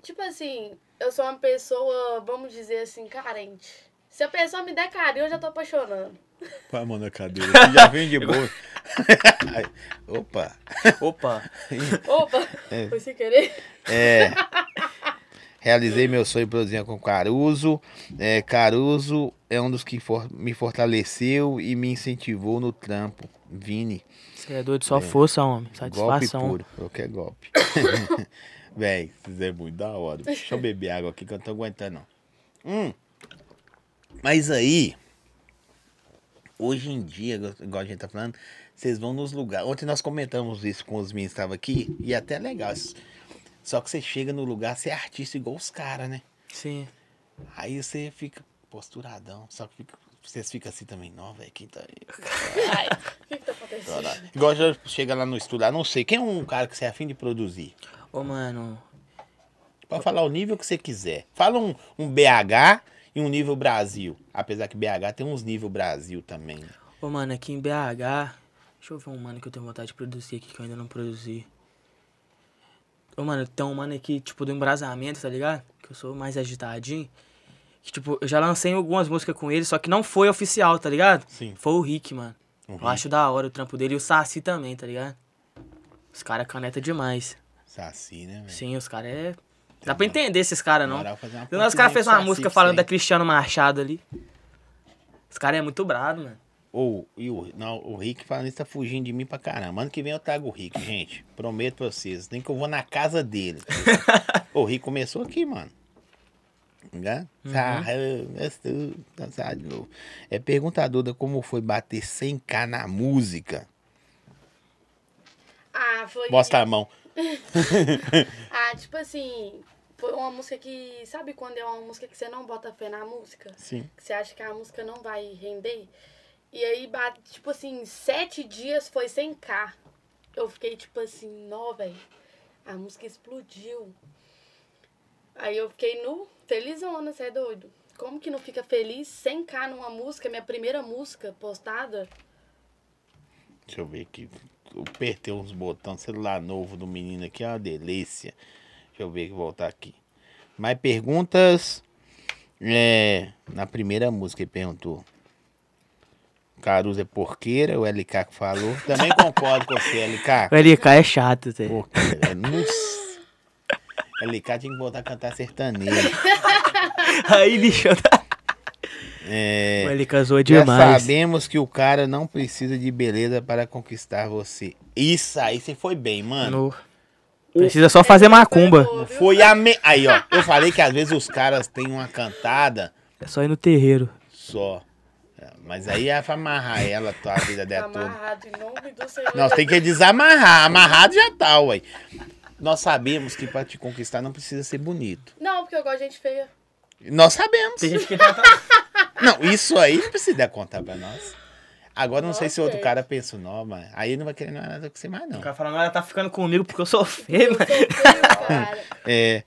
Speaker 1: Tipo assim, eu sou uma pessoa, vamos dizer assim, carente. Se a pessoa me der carinho, eu já tô apaixonando.
Speaker 2: Põe a mão na cadeira, que já vem de boa. Aí, Opa.
Speaker 3: Opa.
Speaker 1: Opa! Foi sem querer.
Speaker 2: É. Realizei meu sonho produzindo com Caruso. É, Caruso é um dos que for- me fortaleceu e me incentivou no trampo. Vini,
Speaker 3: Você é doido, só força, homem.
Speaker 2: golpe
Speaker 3: Satisfação.
Speaker 2: puro. Qualquer golpe. Véi, vocês é muito da hora. Deixa eu beber água aqui que eu não tô aguentando, não. Hum. Mas aí, hoje em dia, igual- igual a gente tá falando, vocês vão nos lugares. Ontem nós comentamos isso com os meninos que estavam aqui, e é até legal. isso. Só que você chega no lugar, você é artista igual os caras, né?
Speaker 3: Sim.
Speaker 2: Aí você fica posturadão, só que fica- vocês ficam assim também, não, velho, quem tá aí?
Speaker 1: Ai, o que que tá acontecendo?
Speaker 2: Igual já chega lá no estúdio, lá, não sei, quem é um cara que você é afim de produzir?
Speaker 3: Ô, mano.
Speaker 2: Pode falar o nível que você quiser. Fala um, um BH e um nível Brasil. Apesar que BH tem uns nível Brasil também.
Speaker 3: Ô, mano, aqui em BH. Deixa eu ver um mano que eu tenho vontade de produzir aqui que eu ainda não produzi. Ô, mano, tem um mano aqui, tipo, do embrasamento, tá ligado? Que eu sou mais agitadinho. Que, tipo, eu já lancei algumas músicas com ele, só que não foi oficial, tá ligado?
Speaker 2: Sim.
Speaker 3: Foi o Rick, mano. Eu acho da hora o trampo dele e o Saci também, tá ligado? Os caras caneta demais.
Speaker 2: Saci, né, velho?
Speaker 3: Sim, os caras é. Dá pra entender esses caras, não.
Speaker 2: Moral, fazer uma
Speaker 3: Os caras fez uma
Speaker 2: Saci
Speaker 3: música
Speaker 2: pra
Speaker 3: falando
Speaker 2: você,
Speaker 3: da
Speaker 2: hein?
Speaker 3: Cristiano Machado ali. Os caras é muito brado, mano.
Speaker 2: Ou, e o, não, o Rick falando isso tá fugindo de mim pra caramba. Ano que vem eu trago o Rick, gente. Prometo pra vocês. Nem que eu vou na casa dele. tá o Rick começou aqui, mano. Né? Tá, é, é tudo, tá, tá de novo. É pergunta a Duda como foi bater 100k na música.
Speaker 1: Ah, foi.
Speaker 2: Mostra a mão.
Speaker 1: Ah, tipo assim, foi uma música que. Sabe quando é uma música que você não bota fé na música?
Speaker 2: Sim.
Speaker 1: que você acha que a música não vai render. E aí, bate, tipo assim, sete dias foi sem k Eu fiquei tipo assim, nó, velho, a música explodiu. Aí eu fiquei no felizona, você é doido. Como que não fica feliz sem k numa música, minha primeira música postada?
Speaker 2: Deixa eu ver aqui. Eu apertei uns botões. Celular novo do menino aqui é uma delícia. Deixa eu ver que voltar aqui. Mais perguntas. É, na primeira música ele perguntou. Caruso é porqueira, o LK que falou. Também concordo com você,
Speaker 3: O
Speaker 2: LK.
Speaker 3: LK é chato, Zé.
Speaker 2: Porqueira. é Nossa. LK tinha que voltar a cantar sertanejo.
Speaker 3: Aí lixo.
Speaker 2: É,
Speaker 3: O LK zoa
Speaker 2: Já
Speaker 3: demais.
Speaker 2: sabemos que o cara não precisa de beleza para conquistar você. Isso aí, você foi bem, mano.
Speaker 3: No- Precisa só fazer macumba.
Speaker 1: Foi é boa, viu?
Speaker 2: Foi a me... Aí, ó. Eu falei que às vezes os caras têm uma cantada
Speaker 3: É só ir no terreiro.
Speaker 2: só. É, Mas aí é pra amarrar ela, a vida
Speaker 1: Tá
Speaker 2: dela toda.
Speaker 1: amarrado em nome do Senhor.
Speaker 2: Nós é tem que desamarrar. Amarrado já tá, ué. Nós sabemos que pra te conquistar não precisa ser bonito.
Speaker 1: Não, porque eu gosto de gente feia.
Speaker 2: Nós sabemos.
Speaker 3: Tem gente que tá,
Speaker 2: Não, isso aí não precisa dar conta pra nós. Agora não sei se outro
Speaker 1: Nossa,
Speaker 2: cara pensou, não, mas aí não vai querer nada com você mais, não.
Speaker 3: cara falando, ela tá ficando comigo porque eu sou feio,
Speaker 1: Eu sou
Speaker 3: mano.
Speaker 1: feio, cara.
Speaker 2: É,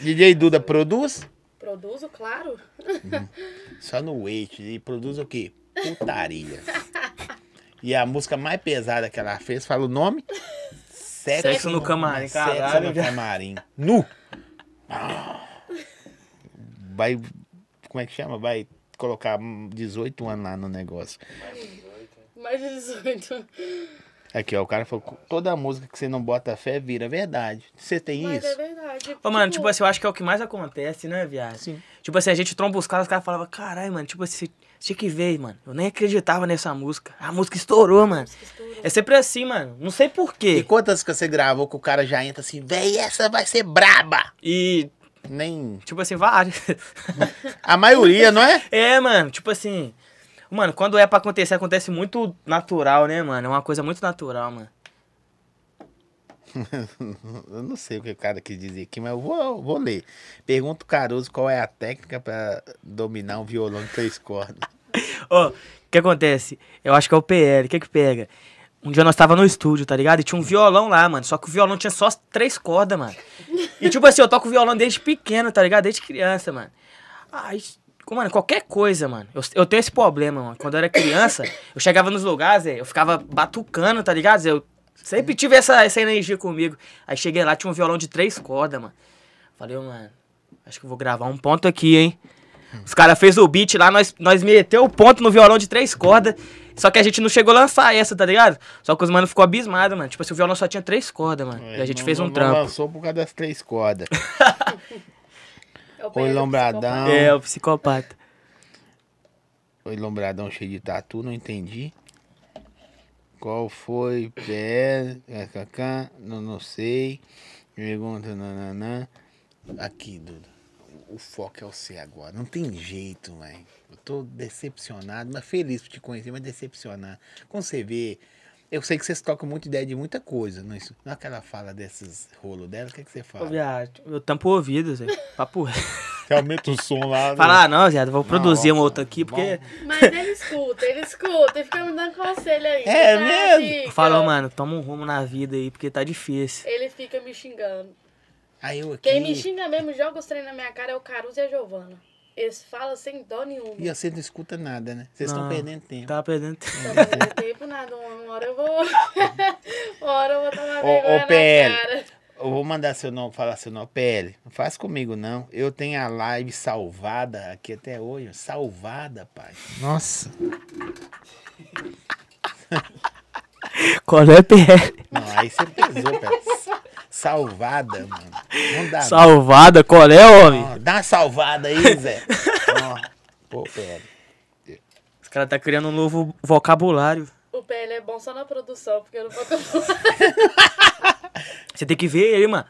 Speaker 2: DJ Duda produz?
Speaker 1: Produzo, claro.
Speaker 2: Só no Wait. E produz o quê? Putaria. E a música mais pesada que ela fez, fala o nome? Sexo,
Speaker 3: Sexo no camarim,
Speaker 2: Sexo
Speaker 3: caralho,
Speaker 2: no
Speaker 3: já.
Speaker 2: camarim. Nu. Ah. Vai... Como é que chama? Vai colocar 18 anos lá no negócio.
Speaker 4: Mais 18. hein?
Speaker 1: Mais de 18.
Speaker 2: Aqui, ó. O cara falou, toda música que você não bota fé vira verdade. Você tem
Speaker 1: Mas é
Speaker 2: isso?
Speaker 1: verdade.
Speaker 3: Ô, mano, tipo assim, eu acho que é o que mais acontece, né, viado?
Speaker 2: Sim.
Speaker 3: Tipo assim, a gente tromba os caras, os caras falavam, caralho, mano, tipo assim, você tinha que ver, mano. Eu nem acreditava nessa música. A música estourou, mano. É sempre assim, mano. Não sei
Speaker 2: E
Speaker 3: porquê.
Speaker 2: quantas que você gravou que o cara já entra assim, véi, essa vai ser braba?
Speaker 3: E,
Speaker 2: Nem.
Speaker 3: tipo assim, várias.
Speaker 2: A maioria, não é?
Speaker 3: é, mano, tipo assim. Mano, quando é pra acontecer, acontece muito natural, né, mano? É uma coisa muito natural, mano.
Speaker 2: eu não sei o que o cara quis dizer aqui, mas eu vou, vou ler. Pergunta o Caruso qual é a técnica pra dominar um violão de três cordas.
Speaker 3: Ó, o que acontece? Eu acho que é o PL. O que que pega? Um dia nós tava no estúdio, tá ligado? E tinha um violão lá, mano. Só que o violão tinha só as três cordas, mano. E tipo assim, eu toco violão desde pequeno, tá ligado? Desde criança, mano. Ai, mano, qualquer coisa, mano. Eu, eu tenho esse problema, mano. Quando eu era criança, eu chegava nos lugares, Zé, eu ficava batucando, tá ligado? Zé? Eu sempre tive essa, essa energia comigo. Aí cheguei lá, tinha um violão de três cordas, mano. Falei, mano, acho que eu vou gravar um ponto aqui, hein? Os caras fez o beat lá, nós, nós meteu o ponto no violão de três cordas. Só que a gente não chegou a lançar essa, tá ligado? Só que os mano ficou abismado, mano. Tipo assim, o violão só tinha três cordas, mano. e a gente
Speaker 2: É, Não-
Speaker 3: fez um
Speaker 2: não
Speaker 3: trampo.
Speaker 2: Lançou por causa das três cordas.
Speaker 1: É o
Speaker 2: Oi,
Speaker 1: Pedro,
Speaker 2: Lombradão.
Speaker 3: É, o psicopata.
Speaker 2: Oi, Lombradão cheio de tatu, não entendi. Qual foi? Pé, kkk, não, não sei. Pergunta, nananã. Aqui, Duda. O foco é o C agora. Não tem jeito, velho. Eu tô decepcionado, mas feliz por te conhecer, mas decepcionado. Quando você vê. Eu sei que vocês tocam muita ideia de muita coisa, não é isso? Não é aquela fala desses rolos dela, o que, que você
Speaker 3: Ô,
Speaker 2: fala?
Speaker 3: viado, eu tampo o ouvido, Zé. Papo reto.
Speaker 2: Você aumenta o som lá. né?
Speaker 3: Falar, ah, não, viado, vou produzir um
Speaker 2: nossa,
Speaker 3: outro aqui, porque.
Speaker 1: desculpa. Mas ele escuta, ele escuta. E fica me dando conselho aí. tá,
Speaker 2: É
Speaker 1: Dá
Speaker 2: mesmo?
Speaker 1: dica.
Speaker 3: Falou, mano, toma um rumo na vida aí, porque tá difícil.
Speaker 1: Ele fica me xingando.
Speaker 2: Aí eu aqui.
Speaker 1: Quem me xinga mesmo, joga os treinos na minha cara é o Caruso e a Giovana. Eles falam sem dó nenhuma.
Speaker 2: E você não escuta nada, né? Vocês estão
Speaker 3: Não,
Speaker 2: perdendo tempo.
Speaker 3: Tava perdendo tempo.
Speaker 1: Então, Não tem tempo nada, uma hora eu vou. uma hora eu vou tomar
Speaker 2: Ô, ô,
Speaker 1: vergonha na
Speaker 2: PL.
Speaker 1: cara.
Speaker 2: Eu vou mandar seu nome, falar seu nome. PL, não faz comigo, não. Eu tenho a live salvada aqui até hoje. Salvada, pai. Nossa.
Speaker 3: Qual é, PL?
Speaker 2: Não, aí você pesou, cara. Salvada, mano. Não dá.
Speaker 3: Salvada, qual é, homem?
Speaker 2: não. Dá uma salvada aí, Zé. Ó. Pô, PL.
Speaker 3: Os caras tá criando um novo vocabulário.
Speaker 1: O PL é bom só na produção, porque eu não vou comprar.
Speaker 3: Você tem que ver ele, mano.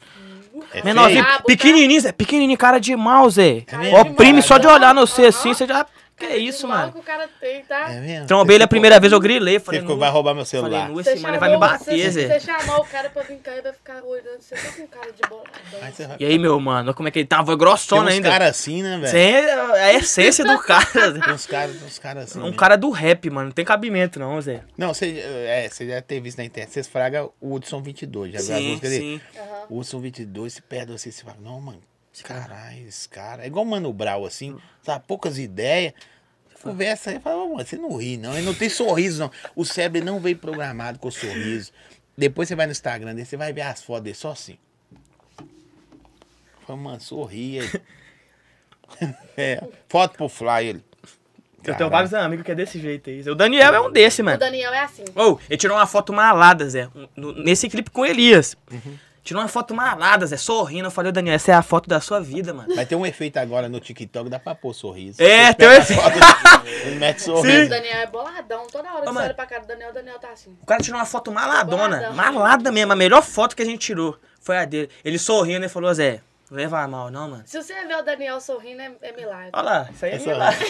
Speaker 2: É
Speaker 3: Menorzinho,
Speaker 2: feio?
Speaker 1: Brabo, tá?
Speaker 3: pequenininho, Zé. Pequenininho, cara de mal, Zé.
Speaker 2: Cara
Speaker 3: Ó,
Speaker 2: de
Speaker 3: prime
Speaker 2: mal.
Speaker 3: só de olhar no você
Speaker 1: Aham.
Speaker 3: assim, você já. Que
Speaker 1: Cara,
Speaker 3: isso,
Speaker 1: de mal
Speaker 3: mano?
Speaker 1: que o cara tem, tá?
Speaker 2: É mesmo?
Speaker 3: Trombei ele a primeira vez, eu grilei.
Speaker 2: Você
Speaker 3: Falei, "Hum."
Speaker 2: ficou,
Speaker 3: "Nu".
Speaker 2: vai roubar meu
Speaker 3: Falei,
Speaker 2: celular.
Speaker 3: nu,
Speaker 1: Você
Speaker 3: esse mano ele vai me
Speaker 1: chamou-
Speaker 3: bater,
Speaker 1: você, Você
Speaker 3: Zé.
Speaker 1: chamar o cara pra brincar, ele vai ficar olhando. Você tá com cara de boladão.
Speaker 2: Aí você vai...
Speaker 3: E aí, meu mano, olha como é que ele tá? Uma
Speaker 2: Tem
Speaker 3: voz grossona
Speaker 2: uns
Speaker 3: ainda.
Speaker 2: caras assim, né,
Speaker 3: Você
Speaker 2: velho?
Speaker 3: é a essência do cara. Zé.
Speaker 2: Tem uns caras uns caras assim.
Speaker 3: Um
Speaker 2: né?
Speaker 3: cara do rap, mano. Não tem cabimento, não, Zé.
Speaker 2: Não, você é, você já teve visto na internet. Vocês fragam o Hudson 22. Já viu as músicas dele?
Speaker 1: Aham.
Speaker 2: O Hudson 22 se perde assim, você fala, não, mano, esse caralho, esse cara. É igual o Mano Brau, assim, sabe, poucas ideias. Conversa aí, fala, "Ô, mano, você não ri, não. Ele não tem sorriso, não. O cérebro ele não veio programado com sorriso. Depois você vai no Instagram dele, você vai ver as fotos dele, só assim. Fala, mano, sorri aí. é, foto pro Fly, ele.
Speaker 3: Eu tenho vários amigos que é desse jeito aí. Zé. O Daniel é um desse,
Speaker 1: O
Speaker 3: mano.
Speaker 1: Daniel é assim.
Speaker 3: Ou, ele tirou uma foto malada, Zé. um- no- Nesse clipe com o Elias.
Speaker 2: Uhum.
Speaker 3: Tirou uma foto malada, Zé, sorrindo. Eu falei, ô Daniel, essa é a foto da sua vida, mano.
Speaker 2: Mas tem um efeito agora no TikTok, dá pra pôr sorriso.
Speaker 3: É,
Speaker 2: Você
Speaker 3: tem um
Speaker 2: pega a
Speaker 3: efeito.
Speaker 2: foto dele, ele mete
Speaker 1: O
Speaker 2: sorriso.
Speaker 1: Daniel é boladão. Toda hora que você
Speaker 3: mano.
Speaker 1: olha pra cara do Daniel, o Daniel tá assim.
Speaker 3: O cara tirou uma foto maladona.
Speaker 1: Boladão.
Speaker 3: Malada mesmo. A melhor foto que a gente tirou foi a dele. Ele sorrindo e falou, Zé, não leva a mal, não, mano.
Speaker 1: Se você vê o Daniel sorrindo, é, é milagre.
Speaker 3: Olha lá, isso aí é
Speaker 2: Essa- Ah,
Speaker 3: milagre.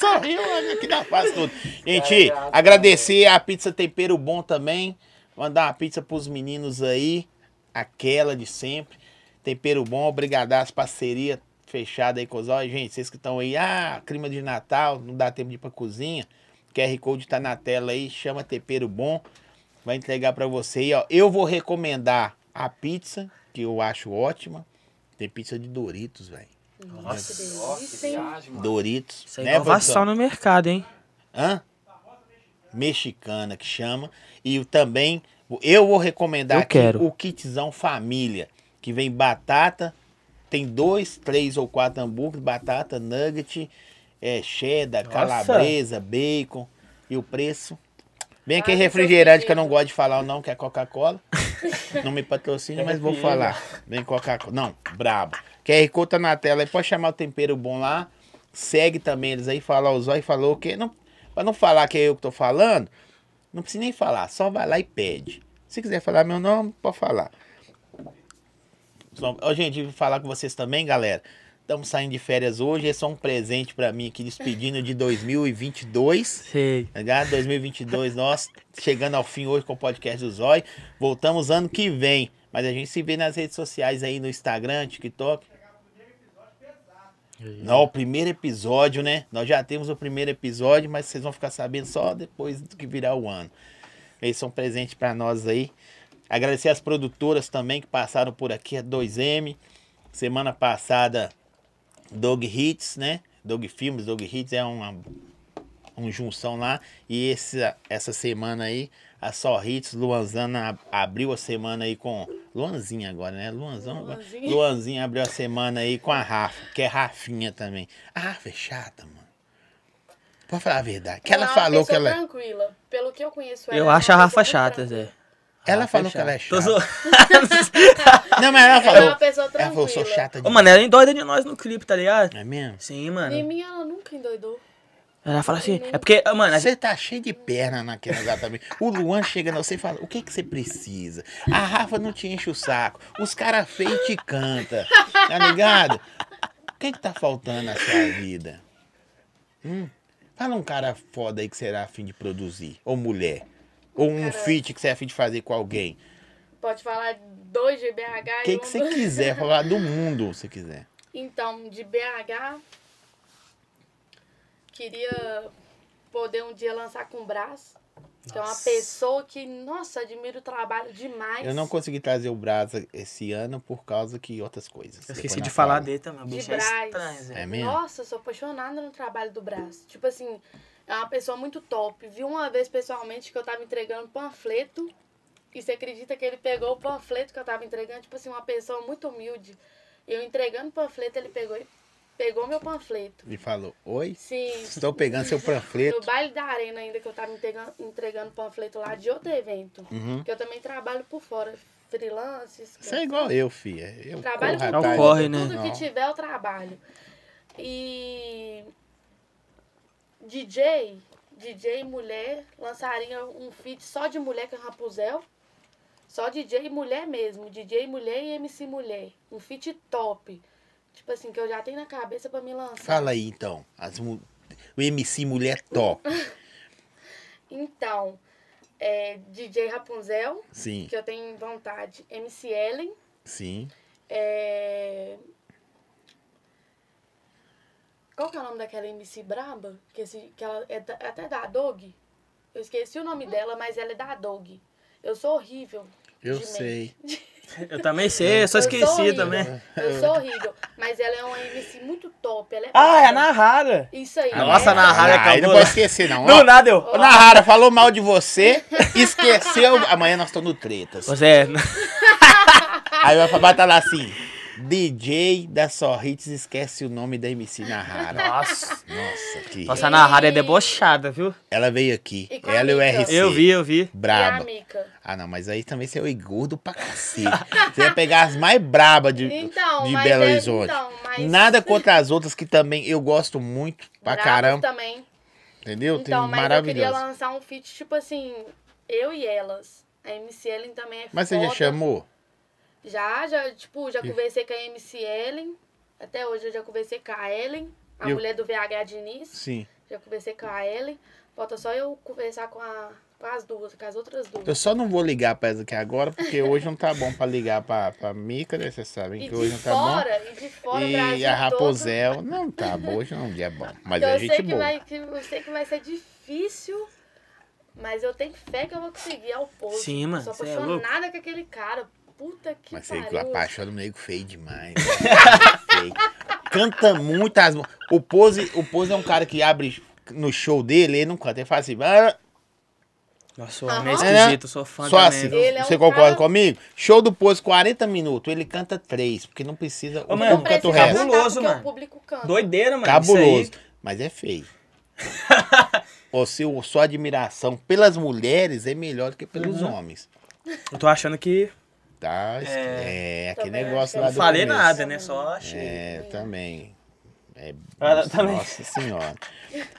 Speaker 2: Sorriu, olha que dá faz tudo. Gente, agradecer a pizza tempero bom também. Mandar uma pizza pros meninos aí. Aquela de sempre. Tempero bom, obrigadaço, parceria fechada aí com os olhos. Gente, vocês que estão aí, ah, clima de Natal, não dá tempo de ir pra cozinha. QR Code tá na tela aí, chama tempero bom. Vai entregar pra você aí, ó. Eu vou recomendar a pizza, que eu acho ótima. Tem pizza de Doritos, velho.
Speaker 1: Nossa, que
Speaker 4: Ó, que
Speaker 1: delícia, hein?
Speaker 4: viagem, mano.
Speaker 2: Doritos.
Speaker 3: Isso é
Speaker 2: né, produção?
Speaker 3: inovação no mercado, hein?
Speaker 2: Hã? Mexicana que chama. E também, eu vou recomendar
Speaker 3: Eu
Speaker 2: aqui
Speaker 3: quero.
Speaker 2: o kitzão família, que vem batata, tem dois, três ou quatro hambúrgueres, batata, nugget, é, cheddar,
Speaker 3: Nossa.
Speaker 2: calabresa, bacon. E o preço? Vem aqui
Speaker 1: Ai,
Speaker 2: refrigerante
Speaker 1: seu
Speaker 2: que eu não
Speaker 1: querido.
Speaker 2: gosto de falar o nome, que é Coca-Cola. não me patrocina, mas vou falar. Vem Coca-Cola. Não, brabo. QR Code tá na tela aí, pode chamar o tempero bom lá. Segue também eles aí, fala o zóio, falou que. Não, pra não falar que é eu que tô falando, não precisa nem falar, só vai lá e pede. Se quiser falar meu nome, pode falar. Só- Ó, gente, vou falar com vocês também, galera. Estamos saindo de férias hoje, esse é um presente pra mim aqui, despedindo de 2022.
Speaker 3: Sei.
Speaker 2: Tá ligado? 2022, nós chegando ao fim hoje com o podcast do Zói. Voltamos ano que vem. Mas a gente se vê nas redes sociais aí, no Instagram, TikTok. Não, o primeiro episódio, né? Nós já temos o primeiro episódio, mas vocês vão ficar sabendo só depois do que virar o ano. Eles são presentes pra nós aí. Agradecer as produtoras também que passaram por aqui, a 2M. Semana passada, Dog Hits, né? Dog Filmes, Dog Hits é uma um junção lá. E esse, essa semana aí, a Só Hits, Luanzana ab- abriu a semana aí com. Luanzinha agora, né? Luanzão agora.
Speaker 1: Luanzinha.
Speaker 2: Luanzinha abriu a semana aí com a Rafa, que é Rafinha também. A Rafa é chata, mano. Pode falar a verdade. Que ela
Speaker 1: Não,
Speaker 2: falou
Speaker 1: pessoa
Speaker 2: que ela. é-
Speaker 1: tranquila. Pelo que eu conheço ela.
Speaker 3: Eu
Speaker 1: ela é
Speaker 3: acho a
Speaker 1: uma
Speaker 3: Rafa
Speaker 1: pessoa
Speaker 3: chata,
Speaker 1: muito
Speaker 3: Zé.
Speaker 2: Ela
Speaker 3: Rafa
Speaker 2: falou que ela é
Speaker 3: Tô
Speaker 2: chata.
Speaker 3: zoando.
Speaker 2: Não, mas
Speaker 1: tranquila. Ela é
Speaker 2: ela
Speaker 1: uma
Speaker 2: falou.
Speaker 1: pessoa tranquila.
Speaker 2: Ela falou, sou chata
Speaker 3: Ô,
Speaker 2: de.
Speaker 3: mano, ela endoida de nós no clipe, tá ligado?
Speaker 2: É mesmo?
Speaker 3: Sim,
Speaker 1: Em
Speaker 3: mano.
Speaker 1: mim ela nunca endoidou.
Speaker 3: Ela fala assim. É porque, ah, mano, a gente-
Speaker 2: Você tá cheio de perna naquela exatamente. O Luan chega na você e fala: o que que você precisa? A Rafa não te enche o saco. Os caras feios te canta. Tá ligado? O que que tá faltando na sua vida? Hum? Fala um cara foda aí que será afim de produzir. Ou mulher. Ou um feat que você é afim de fazer com alguém.
Speaker 1: Pode falar dois de BH
Speaker 2: O
Speaker 1: e
Speaker 2: que
Speaker 1: um
Speaker 2: que
Speaker 1: do-
Speaker 2: você quiser. Falar do mundo se quiser.
Speaker 1: Então, de BH, queria poder um dia lançar com o Brás. Que é uma
Speaker 3: Nossa.
Speaker 1: pessoa que, nossa, admiro o trabalho demais.
Speaker 2: Eu não consegui trazer o Brasa esse ano por causa que outras coisas.
Speaker 3: eu
Speaker 2: Depois
Speaker 3: esqueci de
Speaker 2: nós
Speaker 3: falar
Speaker 2: fala.
Speaker 3: dele também. O
Speaker 1: De
Speaker 3: bicho é estranho,
Speaker 1: Brás.
Speaker 2: É
Speaker 3: Zé.
Speaker 2: mesmo?
Speaker 1: Nossa, eu sou apaixonada no trabalho do Brás. Tipo assim, é uma pessoa muito top. Vi uma vez pessoalmente que eu tava entregando panfleto. E você acredita que ele pegou o panfleto que eu tava entregando? Tipo assim, uma pessoa muito humilde. Eu entregando panfleto, ele pegou, e- pegou meu panfleto.
Speaker 2: E falou: oi?
Speaker 1: Sim,
Speaker 2: Estou pegando seu
Speaker 1: No
Speaker 2: panfleto.
Speaker 1: baile da arena ainda que eu tava entregando, entregando panfleto lá de outro evento.
Speaker 2: Uhum.
Speaker 1: Que eu também trabalho por fora. Freelance,
Speaker 2: Você é igual eu, filha. Eu
Speaker 1: trabalho
Speaker 2: corro
Speaker 1: por
Speaker 3: Não
Speaker 1: tudo,
Speaker 2: atrás.
Speaker 3: corre, né?
Speaker 1: tudo
Speaker 2: Não.
Speaker 1: que tiver eu trabalho. E DJ, DJ mulher, lançaria um feat só de mulher com a Rapuzel. Só DJ e mulher mesmo, DJ mulher e MC mulher. Um feat top. Tipo assim, que eu já tenho na cabeça pra me lançar.
Speaker 2: Fala aí, então. As mu- O MC Mulher Top.
Speaker 1: Então, é, DJ Rapunzel,
Speaker 2: Sim,
Speaker 1: que eu tenho vontade, MC Ellen,
Speaker 2: sim.
Speaker 1: é... Qual que é o nome daquela MC braba? Que, esse, que ela é da- é até da Dog? Eu esqueci o nome dela, mas ela é da Dog. Eu sou horrível.
Speaker 2: Eu
Speaker 1: de mente.
Speaker 2: sei.
Speaker 3: Eu também sei, eu só
Speaker 1: Eu sou
Speaker 3: esqueci
Speaker 1: horrível.
Speaker 3: também.
Speaker 2: É.
Speaker 1: Eu sou horrível. Mas ela é uma MC muito top. Ela é
Speaker 3: Ah, é
Speaker 1: braba.
Speaker 3: a Nahara.
Speaker 1: Isso aí.
Speaker 3: Nossa,
Speaker 1: é-
Speaker 3: na Nahara
Speaker 2: Ah, aí não
Speaker 3: acabou. né?
Speaker 2: pode esquecer, não.
Speaker 3: Do
Speaker 2: Ó,
Speaker 3: nada eu.
Speaker 2: Ô, Nahara falou mal de você, esqueceu. Amanhã nós estamos no Tretas.
Speaker 3: Você
Speaker 2: Aí vai botar lá assim: DJ da Só Hits esquece o nome da MC Nahara.
Speaker 3: Nossa.
Speaker 2: Nossa, que.
Speaker 3: Nossa, a Nahara é debochada, viu?
Speaker 2: Ela veio aqui.
Speaker 1: E com a
Speaker 2: Ela e o
Speaker 1: amiga?
Speaker 2: RC.
Speaker 3: Eu vi, eu
Speaker 1: E
Speaker 3: vi.
Speaker 1: a
Speaker 2: Braba.
Speaker 1: Mika.
Speaker 2: Ah, não, mas aí também você é gordo pra cacete. você vai pegar as mais brabas de,
Speaker 1: Então,
Speaker 2: de
Speaker 1: mas
Speaker 2: Belo
Speaker 1: é-
Speaker 2: Horizonte.
Speaker 1: então, mas-
Speaker 2: Nada contra as outras que também eu gosto muito pra
Speaker 1: Bravos
Speaker 2: caramba,
Speaker 1: também.
Speaker 2: entendeu? Tem
Speaker 1: Então,
Speaker 2: um
Speaker 1: mas eu queria
Speaker 2: maravilhoso.
Speaker 1: lançar um feat, tipo assim, eu e elas. A MC Ellen também é
Speaker 2: Mas você
Speaker 1: foda.
Speaker 2: já chamou?
Speaker 1: Já, já, tipo, já
Speaker 2: E-
Speaker 1: conversei com a MC Ellen. Até hoje eu já conversei com a Ellen, a
Speaker 2: E o-
Speaker 1: mulher do VH Diniz.
Speaker 2: Sim.
Speaker 1: Já conversei com a Ellen. Falta só eu conversar com, a, com as duas, com as outras duas.
Speaker 2: Eu só não vou ligar pra essa aqui agora, porque hoje não tá bom pra ligar pra, pra Mica, né? Vocês sabem
Speaker 1: E
Speaker 2: que hoje
Speaker 1: de
Speaker 2: não tá bom.
Speaker 1: fora, e de fora o
Speaker 2: E
Speaker 1: Brasil
Speaker 2: a
Speaker 1: todo.
Speaker 2: Rapozel. Não tá bom, hoje não é um dia bom. Mas
Speaker 1: eu
Speaker 2: é
Speaker 1: sei
Speaker 2: gente
Speaker 1: que
Speaker 2: boa.
Speaker 1: vai, que eu sei que vai ser difícil, mas eu tenho fé que eu vou conseguir ao povo.
Speaker 3: Sim, mano,
Speaker 1: Sou
Speaker 3: cê é louco.
Speaker 1: apaixonada com aquele cara. puta que
Speaker 2: Mas é você
Speaker 1: pariu.
Speaker 2: que apaixona o nego feio demais. Feio. Canta muitas. O Pose, o Pose é um cara que abre no show dele, ele não canta, ele faz assim. "Ah",
Speaker 3: Nossa, o homem é
Speaker 1: Aham.
Speaker 3: esquisito, eu sou fã
Speaker 2: só
Speaker 3: também.
Speaker 2: assim.
Speaker 3: viu?
Speaker 1: Ele é um
Speaker 2: você concorda
Speaker 1: cara-
Speaker 2: comigo? Show do Pose, 40 minutos, ele canta 3, porque não precisa.
Speaker 3: Ô,
Speaker 2: o
Speaker 3: mano,
Speaker 2: não canta o
Speaker 1: Precisa
Speaker 2: resto.
Speaker 1: cantar
Speaker 3: Cabuloso,
Speaker 1: porque
Speaker 3: mano.
Speaker 1: O público canta.
Speaker 3: Doideira, mano.
Speaker 2: Cabuloso.
Speaker 3: Isso aí.
Speaker 2: Mas é feio. Ou se o- sua admiração pelas mulheres é melhor do que pelos
Speaker 3: Uhum.
Speaker 2: homens.
Speaker 3: Eu tô achando que.
Speaker 2: Tá? É, aquele
Speaker 1: Também acho
Speaker 2: negócio
Speaker 1: que
Speaker 2: lá
Speaker 1: eu
Speaker 2: do
Speaker 3: Não falei
Speaker 2: começo.
Speaker 3: nada, né? Só achei.
Speaker 2: É, também. É,
Speaker 3: Ah,
Speaker 2: nossa,
Speaker 3: também.
Speaker 2: nossa senhora.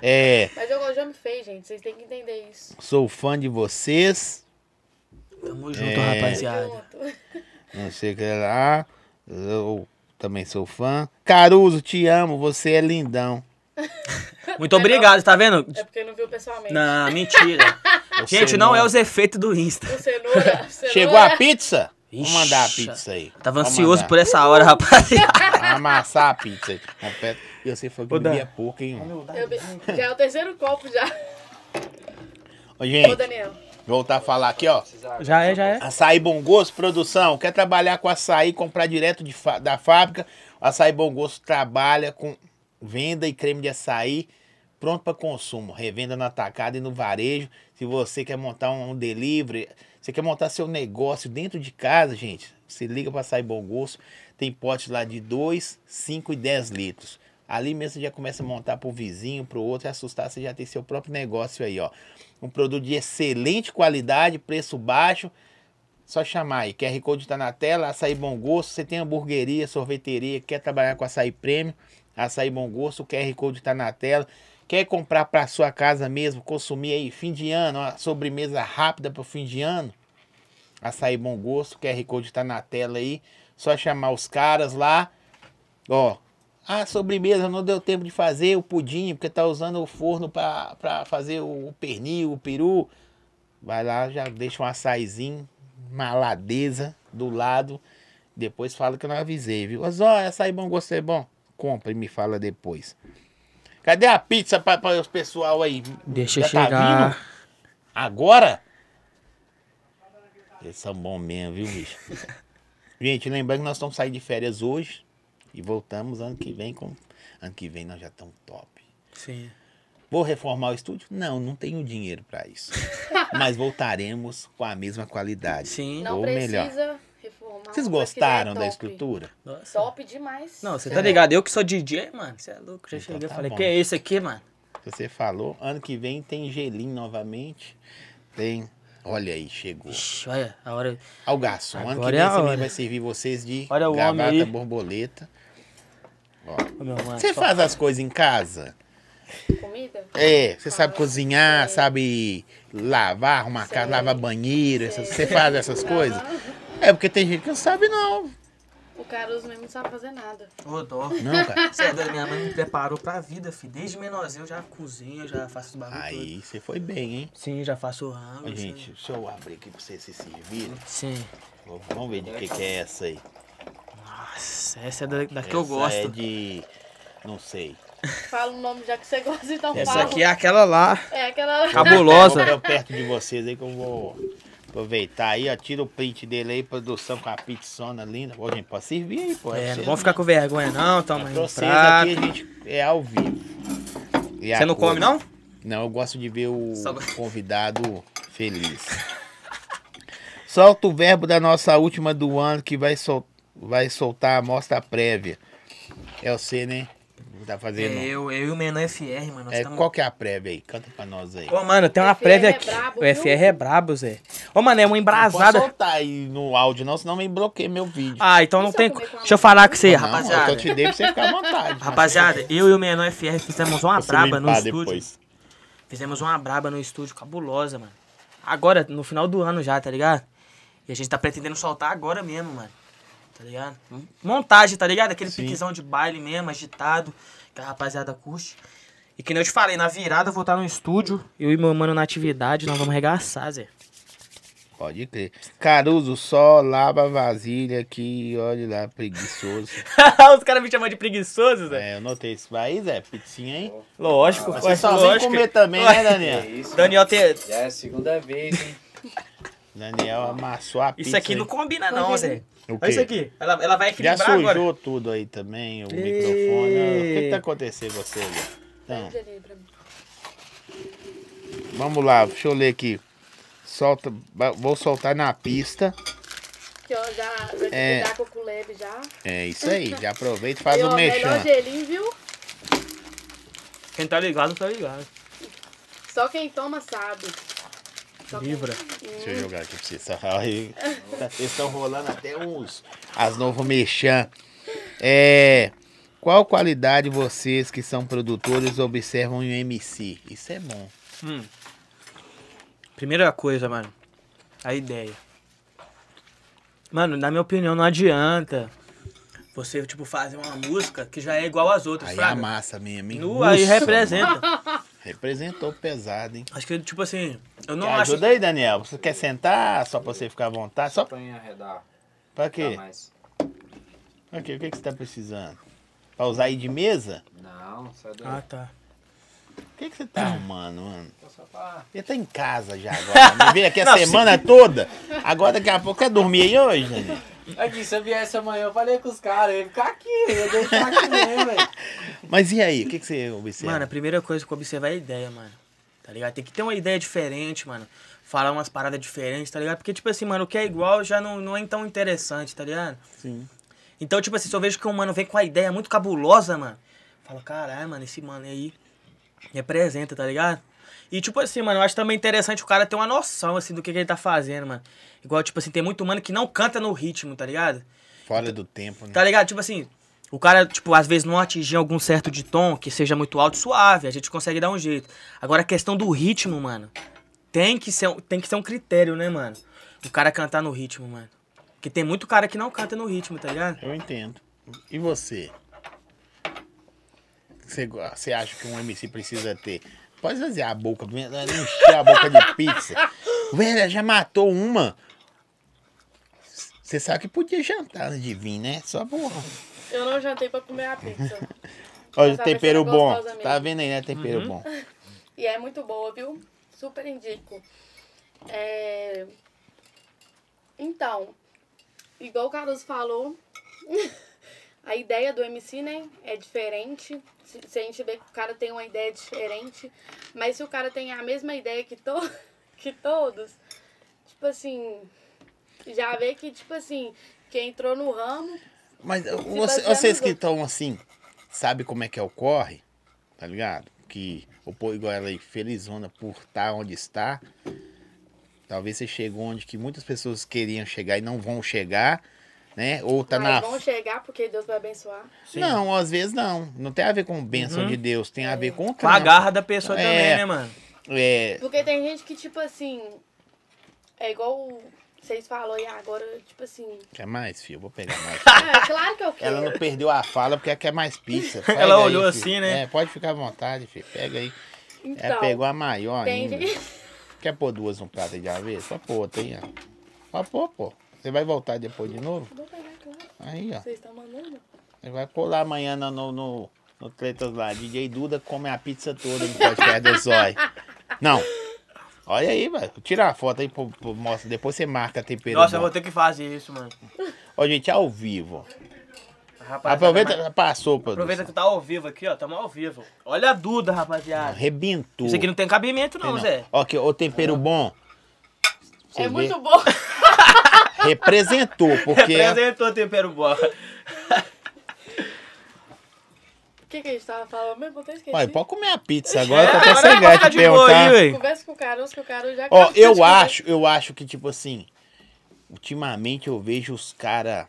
Speaker 2: É,
Speaker 1: Mas eu gosto de homem feio, gente. Vocês têm que entender isso.
Speaker 2: sou fã de vocês.
Speaker 3: Tamo junto,
Speaker 2: É.
Speaker 3: rapaziada.
Speaker 1: Junto.
Speaker 2: Não sei o que lá. Eu também sou fã. Caruso, te amo. Você é lindão.
Speaker 3: Muito obrigado, tá vendo?
Speaker 1: É porque não viu pessoalmente.
Speaker 3: Não, mentira.
Speaker 2: Você
Speaker 3: Gente, não é os efeitos do Insta.
Speaker 1: O cenoura. o cenoura-
Speaker 2: Chegou a pizza? Vamos
Speaker 3: Ixi,
Speaker 2: mandar a pizza aí.
Speaker 3: Tava
Speaker 2: Vamos
Speaker 3: ansioso
Speaker 2: mandar.
Speaker 3: por essa hora, rapaziada.
Speaker 2: Amassar a pizza aí. Aperta. E você falou que
Speaker 3: Ô, Dan.
Speaker 2: bebia pouco, hein?
Speaker 1: Eu be- Já é o terceiro copo já.
Speaker 2: Ô,
Speaker 1: Ô,
Speaker 2: gente,
Speaker 1: Daniel.
Speaker 2: voltar a falar aqui, ó.
Speaker 4: Precisa-
Speaker 3: Já é, já é.
Speaker 2: Açaí Bom Gosto, produção. Quer trabalhar com açaí, comprar direto de fa- da fábrica? O açaí Bom Gosto trabalha com venda e creme de açaí pronto para consumo. Revenda no atacado e no varejo. Se você quer montar um delivery, você quer montar seu negócio dentro de casa, gente, se liga para açaí Bom Gosto. Tem pote lá de 2, 5 e 10 litros. Ali mesmo você já começa a montar pro vizinho, pro outro, e assustar, você já tem seu próprio negócio aí, ó. Um produto de excelente qualidade, preço baixo. Só chamar aí. QR Code tá na tela, açaí bom gosto. Você tem hamburgueria, sorveteria, quer trabalhar com açaí prêmio, açaí bom gosto, o QR Code tá na tela. Quer comprar para sua casa mesmo, consumir aí fim de ano, uma sobremesa rápida pro fim de ano? Açaí bom gosto, o QR Code tá na tela aí. Só chamar os caras lá. Ó, a sobremesa não deu tempo de fazer o pudim, porque tá usando o forno pra pra fazer o pernil, o peru. Vai lá, já deixa um açaizinho, uma ladeza do lado. Depois fala que eu não avisei, viu? Mas ó, açaí bom, gostei bom. Compra e me fala depois. Cadê a pizza pra, pra os pessoal aí?
Speaker 3: Deixa
Speaker 2: Já tá
Speaker 3: chegar.
Speaker 2: vindo? Agora? Eles são bons mesmo, viu, bicho? Gente, lembrando que nós estamos saindo de férias hoje e voltamos ano que vem com. Ano que vem nós já estamos top.
Speaker 3: Sim.
Speaker 2: Vou reformar o estúdio? Não, não tenho dinheiro para isso. Mas voltaremos com a mesma qualidade.
Speaker 3: Sim.
Speaker 1: Não
Speaker 2: Ou
Speaker 1: precisa
Speaker 2: melhor.
Speaker 1: reformar. mas
Speaker 2: Vocês
Speaker 1: que
Speaker 2: gostaram
Speaker 1: é
Speaker 2: da
Speaker 1: top.
Speaker 2: estrutura?
Speaker 3: Nossa.
Speaker 1: Top demais.
Speaker 3: Não, você
Speaker 1: Sim.
Speaker 3: tá ligado? Eu que sou DJ, mano. Você é louco. Já
Speaker 2: Então
Speaker 3: cheguei e
Speaker 2: tá
Speaker 3: falei,
Speaker 2: bom.
Speaker 3: que é isso aqui, mano?
Speaker 2: Você falou. Ano que vem tem gelinho novamente. Tem. Olha aí, chegou.
Speaker 3: Ixi, olha, a hora.
Speaker 2: Ao garçom. ano que
Speaker 3: Agora
Speaker 2: vem
Speaker 3: é a
Speaker 2: você
Speaker 3: hora.
Speaker 2: vai servir vocês de
Speaker 3: Olha o homem aí.
Speaker 2: gravata, borboleta. Ó.
Speaker 3: Ô, meu mano.
Speaker 2: Você
Speaker 3: Ah, só-
Speaker 2: faz as coisas em casa?
Speaker 1: Comida?
Speaker 2: É, você sabe cozinhar,
Speaker 1: É.
Speaker 2: sabe lavar, arrumar
Speaker 1: Sei.
Speaker 2: casa, lavar banheiro, essas-
Speaker 1: Sei.
Speaker 2: você faz essas coisas? É porque tem gente que não sabe não.
Speaker 1: O Caruso mesmo não sabe fazer nada.
Speaker 3: Ô, dó.
Speaker 2: Não, cara.
Speaker 3: Você é doido, minha mãe me preparou pra vida, filho. Desde menorzinho eu já cozinho, já faço os bagulho. tudo.
Speaker 2: Aí você foi bem, hein?
Speaker 3: Sim, já faço o rango.
Speaker 2: Ó,
Speaker 3: sim.
Speaker 2: gente, deixa eu abrir aqui pra vocês se servirem.
Speaker 3: Sim.
Speaker 2: Vamos- Vamos ver de que, que é essa aí.
Speaker 3: Nossa, essa é da, da que eu
Speaker 2: Essa
Speaker 3: gosto.
Speaker 2: É de. Não sei.
Speaker 1: Fala um nome já que você gosta, então
Speaker 3: Essa
Speaker 1: fala.
Speaker 3: aqui é aquela lá.
Speaker 1: É aquela...
Speaker 3: Cabulosa.
Speaker 2: Eu perto de vocês aí que eu vou aproveitar aí, ó. Tira o print dele aí, produção com a pizzona linda. Pô, gente, pode servir aí, pô.
Speaker 3: É, não
Speaker 2: vocês,
Speaker 3: vamos ficar com vergonha, não. Toma aí
Speaker 2: Pra
Speaker 3: um
Speaker 2: vocês
Speaker 3: prato.
Speaker 2: aqui, a gente é ao vivo. E
Speaker 3: Você
Speaker 2: a
Speaker 3: não
Speaker 2: cor-
Speaker 3: come, não?
Speaker 2: Não, eu gosto de ver o
Speaker 3: Só gosto.
Speaker 2: convidado feliz. Solta o verbo da nossa última do ano que vai, sol... vai soltar a amostra prévia. É você, né? Não tá fazendo.
Speaker 3: É, eu, eu e o Menor FR, mano. nós
Speaker 2: É,
Speaker 3: tamo-
Speaker 2: qual que é a prévia aí? Canta pra nós aí.
Speaker 3: Ô, mano, tem uma
Speaker 1: FR
Speaker 3: prévia
Speaker 1: é
Speaker 3: aqui.
Speaker 1: brabo,
Speaker 3: o FR é brabo, Zé. Ô, mano, é uma
Speaker 2: Não
Speaker 3: embrasada.
Speaker 2: pode soltar aí no áudio, não, senão me bloqueia meu vídeo.
Speaker 3: Ah, então não
Speaker 1: Deixa eu
Speaker 3: tem.
Speaker 1: comer
Speaker 3: co-
Speaker 1: com a
Speaker 3: Deixa eu
Speaker 1: mão.
Speaker 3: falar com você,
Speaker 2: Não,
Speaker 3: rapaziada.
Speaker 2: Eu só te dei pra você ficar à vontade. mas
Speaker 3: Rapaziada, eu e o Menor FR fizemos uma
Speaker 2: deixa você
Speaker 3: braba no
Speaker 2: limpar
Speaker 3: estúdio.
Speaker 2: depois.
Speaker 3: Fizemos uma braba no estúdio, cabulosa, mano. Agora, no final do ano já, tá ligado? E a gente tá pretendendo soltar agora mesmo, mano. Tá ligado?
Speaker 5: Hum?
Speaker 3: Montagem, tá ligado? Aquele
Speaker 2: Sim.
Speaker 3: piquezão de baile mesmo, agitado, que a rapaziada curte. E que nem eu te falei, na virada eu vou estar no estúdio, eu e meu mano na atividade, nós vamos arregaçar, Zé.
Speaker 2: Pode crer. Caruso, só lava a vasilha aqui, olha lá, preguiçoso.
Speaker 3: Os caras me chamam de preguiçoso, Zé.
Speaker 2: é, eu notei isso. Mas é, pizzinha, hein?
Speaker 3: é Lógico,
Speaker 2: Você só vem comer também, né,
Speaker 4: Que
Speaker 2: Daniel?
Speaker 4: isso,
Speaker 3: Daniel
Speaker 4: mano?
Speaker 3: tem.
Speaker 4: Já é a segunda vez, hein?
Speaker 2: Daniel amassou a pizza.
Speaker 5: Isso aqui
Speaker 2: aí.
Speaker 5: não combina, não, Zé.
Speaker 2: O
Speaker 5: Olha isso
Speaker 2: quê?
Speaker 5: aqui. Ela, ela vai
Speaker 2: Já
Speaker 5: equilibrar
Speaker 2: sujou
Speaker 5: agora.
Speaker 2: tudo aí também, o
Speaker 5: Ih.
Speaker 2: microfone. Ah, O que, que tá acontecendo com você, Zé? Então,
Speaker 1: Pede ali um pra mim.
Speaker 2: vamos lá, deixa eu ler aqui. Solta, ba- vou soltar na pista.
Speaker 1: Que eu já vou
Speaker 2: É.
Speaker 1: é. dar coco leve já.
Speaker 2: É isso aí, já aproveita e faz um
Speaker 1: e,
Speaker 2: o
Speaker 1: ó,
Speaker 2: mexão.
Speaker 1: É Melhor gelinho, viu?
Speaker 5: Quem tá ligado, tá ligado.
Speaker 1: Só quem toma sabe. Só quem-
Speaker 3: Livra.
Speaker 2: Deixa eu jogar aqui pra vocês. Aí, tá- Vocês estão rolando até uns. As novo mexã. É. Qual qualidade vocês que são produtores observam em um MC? Isso é bom.
Speaker 3: Primeira coisa, mano. A ideia. Mano, na minha opinião, não adianta você, tipo, fazer uma música que já é igual às outras,
Speaker 2: Aí
Speaker 3: fraga.
Speaker 2: a massa mesmo, hein?
Speaker 3: Nu, aí
Speaker 2: Nossa,
Speaker 3: representa.
Speaker 2: mano. Representou pesado, hein?
Speaker 3: Acho que, tipo assim, eu não
Speaker 2: Quer
Speaker 3: acho...
Speaker 2: ajuda aí, Daniel. Você quer sentar só pra você ficar à vontade? Só
Speaker 4: Só pra mim arredar.
Speaker 2: pra
Speaker 4: Tá
Speaker 2: quê?
Speaker 4: mais.
Speaker 2: Pra quê? O que que você tá precisando? Pra usar aí de mesa?
Speaker 4: Não, é sai daí.
Speaker 3: Ah, tá.
Speaker 2: O que que você tá arrumando, mano?
Speaker 4: Então Só pra...
Speaker 2: Ele tá em casa já agora. né? Veio aqui a
Speaker 5: Não,
Speaker 2: semana toda. Agora daqui a pouco quer dormir aí hoje, né, Daniel?
Speaker 4: Aqui, se eu viesse amanhã, eu falei com os caras, eu ia ficar aqui, eu ia deixar aqui mesmo, velho.
Speaker 2: Mas e aí, o que, que você observa?
Speaker 3: Mano, a primeira coisa que eu observo é a ideia, mano. Tá ligado? Tem que ter uma ideia diferente, mano. Falar umas paradas diferentes, tá ligado? Porque, tipo assim, mano, o que é igual já não, não é tão interessante, tá ligado?
Speaker 2: Sim.
Speaker 3: Então, tipo assim, se eu vejo que um mano vem com a ideia muito cabulosa, mano, eu falo, caralho, mano, esse mano aí representa, tá ligado? E, tipo assim, mano, eu acho também interessante o cara ter uma noção, assim, do que, que ele tá fazendo, mano. Igual, tipo assim, tem muito mano que não canta no ritmo, tá ligado?
Speaker 2: Fora do tempo, né?
Speaker 3: Tá ligado? Tipo assim, o cara, tipo, às vezes não atingir algum certo de tom que seja muito alto, suave, a gente consegue dar um jeito. Agora a questão do ritmo, mano, tem que ser, um- tem que ser um critério, né, mano? O cara cantar no ritmo, mano. Porque tem muito cara que não canta no ritmo, tá ligado?
Speaker 2: Eu entendo. E você? Você, go- você acha que um MC precisa ter? Pode fazer a boca, não encher a boca de pizza. Velho, ela já matou uma. Você sabe que podia jantar antes de vir, né? Só porra.
Speaker 1: Eu não jantei pra comer a pizza.
Speaker 2: Olha o
Speaker 1: Essa
Speaker 2: tempero
Speaker 1: pessoa
Speaker 2: bom.
Speaker 1: tá gostosa mesmo.
Speaker 2: Tá vendo aí, né? Tempero
Speaker 3: Uhum.
Speaker 2: bom.
Speaker 1: E é muito boa, viu? Super indico. É... Então, igual o Carlos falou, a ideia do MC, né, é diferente. Se, se a gente vê que o cara tem uma ideia diferente, mas se o cara tem a mesma ideia que, to que todos, tipo assim, já vê que, tipo assim, quem entrou no ramo,
Speaker 2: Mas uh,
Speaker 1: Se
Speaker 2: você-
Speaker 1: basear
Speaker 2: vocês
Speaker 1: nos outros.
Speaker 2: que estão assim, sabe como é que ocorre? Tá ligado? Que o povo igual ela aí, felizona por estar onde está. Talvez você chegou onde que muitas pessoas queriam chegar e não vão chegar, né? Ou tá
Speaker 1: mas
Speaker 2: na.
Speaker 1: vão chegar porque Deus vai abençoar.
Speaker 2: Não, às vezes não. Não tem a ver com bênção de Deus,
Speaker 1: É.
Speaker 2: tem a ver com o
Speaker 3: Uhum. Com a
Speaker 2: trampo.
Speaker 3: garra da pessoa
Speaker 2: É.
Speaker 3: também, né, mano?
Speaker 2: É,
Speaker 1: Porque tem gente que, tipo assim, é igual vocês falaram e agora, tipo assim.
Speaker 2: quer mais, filho? Vou pegar mais.
Speaker 1: Ah, é claro que eu quero.
Speaker 2: Ela não perdeu a fala porque ela quer mais pizza. Pega
Speaker 3: Ela
Speaker 2: aí,
Speaker 3: olhou
Speaker 2: filho.
Speaker 3: assim, né?
Speaker 2: É, pode ficar à vontade, filho. Pega aí.
Speaker 1: então,
Speaker 2: Ela pegou a maior
Speaker 1: tem
Speaker 2: ainda.
Speaker 1: gente-
Speaker 2: Quer pôr duas no prato aí de uma vez? Só pôr outra aí, ó. Só pôr, pô. Você vai voltar depois de novo?
Speaker 1: Vou pegar, claro.
Speaker 2: Aí, ó.
Speaker 1: Vocês estão mandando?
Speaker 2: Você vai colar amanhã no, no, no, no Tretas lá. DJ Duda come a pizza toda no podcast do Zói. Não. Olha aí, velho. Tira a foto aí, pô, pô, mostra. Depois você marca a temperatura.
Speaker 3: Nossa, eu vou ter que fazer isso, mano.
Speaker 2: Ó, gente, ao vivo.
Speaker 3: Rapaz,
Speaker 2: Aproveita, passou, produção.
Speaker 3: aproveita que tá ao vivo aqui, ó. Tamo ao vivo. Olha a Duda, rapaziada.
Speaker 2: Arrebentou.
Speaker 3: Isso aqui não é tem cabimento, não,
Speaker 2: Não.
Speaker 3: Zé.
Speaker 2: Ó, aqui, ô tempero bom. Você
Speaker 1: é
Speaker 2: vê?
Speaker 1: muito bom.
Speaker 2: Representou, porque...
Speaker 3: Representou o tempero bom.
Speaker 1: O que, que a gente tava falando mesmo? Eu até esqueci.
Speaker 2: Ué, pode comer a pizza agora, tá que eu tô
Speaker 3: É, Agora
Speaker 2: sem
Speaker 3: vai
Speaker 2: gás
Speaker 3: ficar
Speaker 2: de
Speaker 3: de boa
Speaker 2: perguntar.
Speaker 3: aí, ué.
Speaker 1: Conversa com o Carlos, que o Carlos já
Speaker 2: Ó,
Speaker 1: acabou de
Speaker 2: eu
Speaker 1: comer.
Speaker 2: acho, eu acho que, tipo assim, ultimamente eu vejo os caras.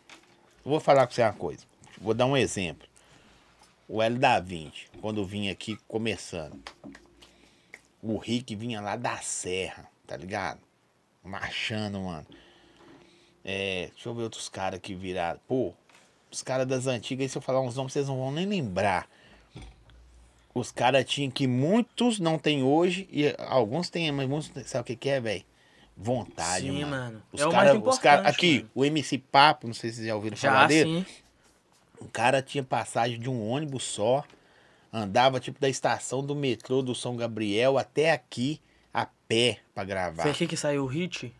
Speaker 2: Vou falar com você uma coisa. Vou dar um exemplo. O L da 20, quando vinha aqui começando. O Rick vinha lá da Serra, tá ligado? Marchando, mano. É, deixa eu ver outros caras que viraram. Pô, os caras das antigas, aí se eu falar uns nomes, vocês não vão nem lembrar. Os caras tinham que muitos não tem hoje, e alguns têm, mas muitos. têm. Sabe o que, que é, velho? Vontade,
Speaker 3: Sim,
Speaker 2: mano.
Speaker 3: mano.
Speaker 2: Os
Speaker 3: É o
Speaker 2: caras,
Speaker 3: mais
Speaker 2: os cara,
Speaker 3: importante,
Speaker 2: aqui,
Speaker 3: mano.
Speaker 2: o MC Papo, não sei se vocês já ouviram falar
Speaker 3: Já,
Speaker 2: dele.
Speaker 3: sim.
Speaker 2: O cara tinha passagem de um ônibus só, andava tipo da estação do metrô do São Gabriel até aqui a pé pra gravar.
Speaker 3: Foi aqui que saiu o hit?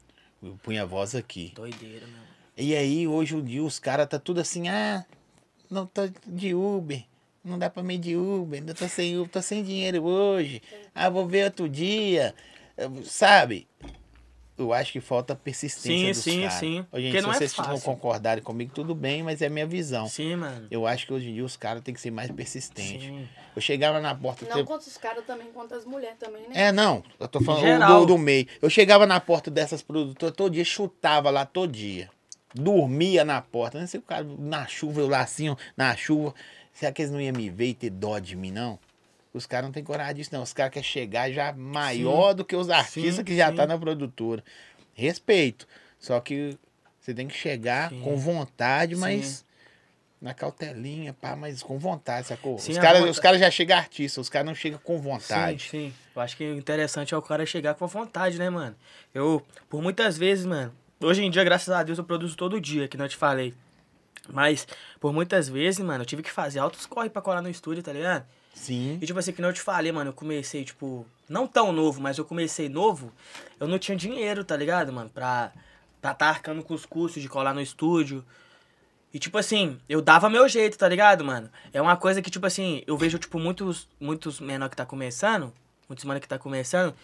Speaker 2: Eu punha a voz aqui.
Speaker 3: Doideira, meu.
Speaker 2: E aí, hoje em dia, os caras tá tudo assim, ah, não tô de Uber, não dá pra mim de Uber, não tô sem Uber, tô sem dinheiro hoje, ah, vou ver outro dia, eh, sabe? Eu acho que falta
Speaker 5: Sim,
Speaker 2: persistência dos
Speaker 5: sim,
Speaker 2: caras.
Speaker 5: sim.
Speaker 2: Ô, Gente,
Speaker 5: Porque
Speaker 2: se
Speaker 5: não é
Speaker 2: vocês não
Speaker 5: fácil.
Speaker 2: concordarem comigo, tudo bem, mas é a minha visão.
Speaker 5: Sim, mano.
Speaker 2: Eu acho que hoje em dia os caras têm que ser mais persistentes.
Speaker 5: Sim.
Speaker 2: Eu chegava na porta...
Speaker 1: Não
Speaker 2: teve-
Speaker 1: contra os caras também, contra as mulheres também, né?
Speaker 2: É, não, eu tô falando
Speaker 5: Geral.
Speaker 2: do, do meio. Eu chegava na porta dessas produtoras todo dia, chutava lá todo dia. Dormia na porta. Não sei o cara, na chuva, eu lá assim, ó, na chuva. Será que eles não iam me ver e ter dó de mim, não? Os caras não têm coragem disso, não. Os caras querem chegar já maior do que os artistas
Speaker 5: Sim,
Speaker 2: que já
Speaker 5: sim.
Speaker 2: tá na produtora. Respeito. Só que você tem que chegar
Speaker 5: Sim.
Speaker 2: com vontade, mas.
Speaker 5: Sim.
Speaker 2: Na cautelinha, pá, mas com vontade, sacou?
Speaker 5: Sim,
Speaker 2: os
Speaker 5: a
Speaker 2: caras
Speaker 5: vonta-
Speaker 2: os caras já chegam artista, os caras não chegam com
Speaker 5: Sim,
Speaker 2: vontade.
Speaker 5: sim.
Speaker 3: Eu acho que o interessante é o cara chegar com a vontade, né, mano? Eu, por muitas vezes, mano, hoje em dia, graças a Deus, eu produzo todo dia, que não te falei. Mas, por muitas vezes, mano, eu tive que fazer altos corre pra colar no estúdio, tá ligado?
Speaker 2: Sim.
Speaker 3: E tipo assim, que nem eu te falei, mano, eu comecei, tipo, não tão novo, mas eu comecei novo, eu não tinha dinheiro, tá ligado, mano? Pra pra tá arcando com os custos de colar no estúdio. E tipo assim, eu dava meu jeito, tá ligado, mano? É uma coisa que, tipo assim, eu vejo, tipo, muitos, muitos menor que tá começando, muitos mano que tá começando,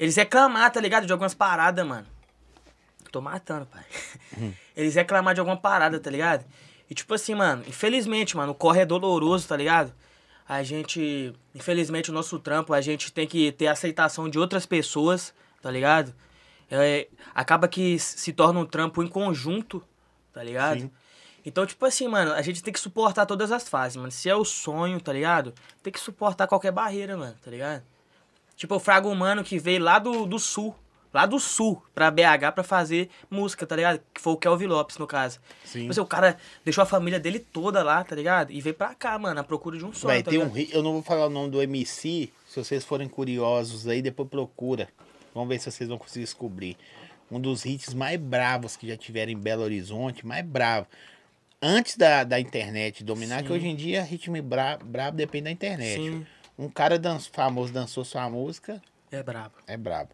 Speaker 3: eles reclamar, tá ligado, de algumas paradas, mano. Tô matando, pai. Eles reclamar de alguma parada, tá ligado? E tipo assim, mano, infelizmente, mano, o corre é doloroso, tá ligado? A gente, infelizmente, o nosso trampo, a gente tem que ter aceitação de outras pessoas, tá ligado? É, acaba que se torna um trampo em conjunto, tá ligado?
Speaker 2: Sim.
Speaker 3: Então, tipo assim, mano, a gente tem que suportar todas as fases, mano. Se é o sonho, tá ligado? Tem que suportar qualquer barreira, mano, tá ligado? Tipo, o Fraga Humano que veio lá do, do sul, lá do sul, pra BH pra fazer música, tá ligado? Que foi o Kelvin Lopes, no caso.
Speaker 2: Sim.
Speaker 3: Tipo assim, o cara deixou a família dele toda lá, tá ligado? E veio pra cá, mano, à procura de um sonho.
Speaker 2: Vai
Speaker 3: tá
Speaker 2: ter um
Speaker 3: ligado?
Speaker 2: ri- Eu não vou falar o nome do MC. Se vocês forem curiosos aí, depois procura. Vamos ver se vocês vão conseguir descobrir. Um dos hits mais bravos que já tiveram em Belo Horizonte, mais bravo. Antes da, da internet dominar, que hoje em dia ritmo bra brabo depende da internet.
Speaker 3: Sim.
Speaker 2: Um cara dan famoso dançou sua música,
Speaker 3: É brabo. Uhum.
Speaker 2: é brabo.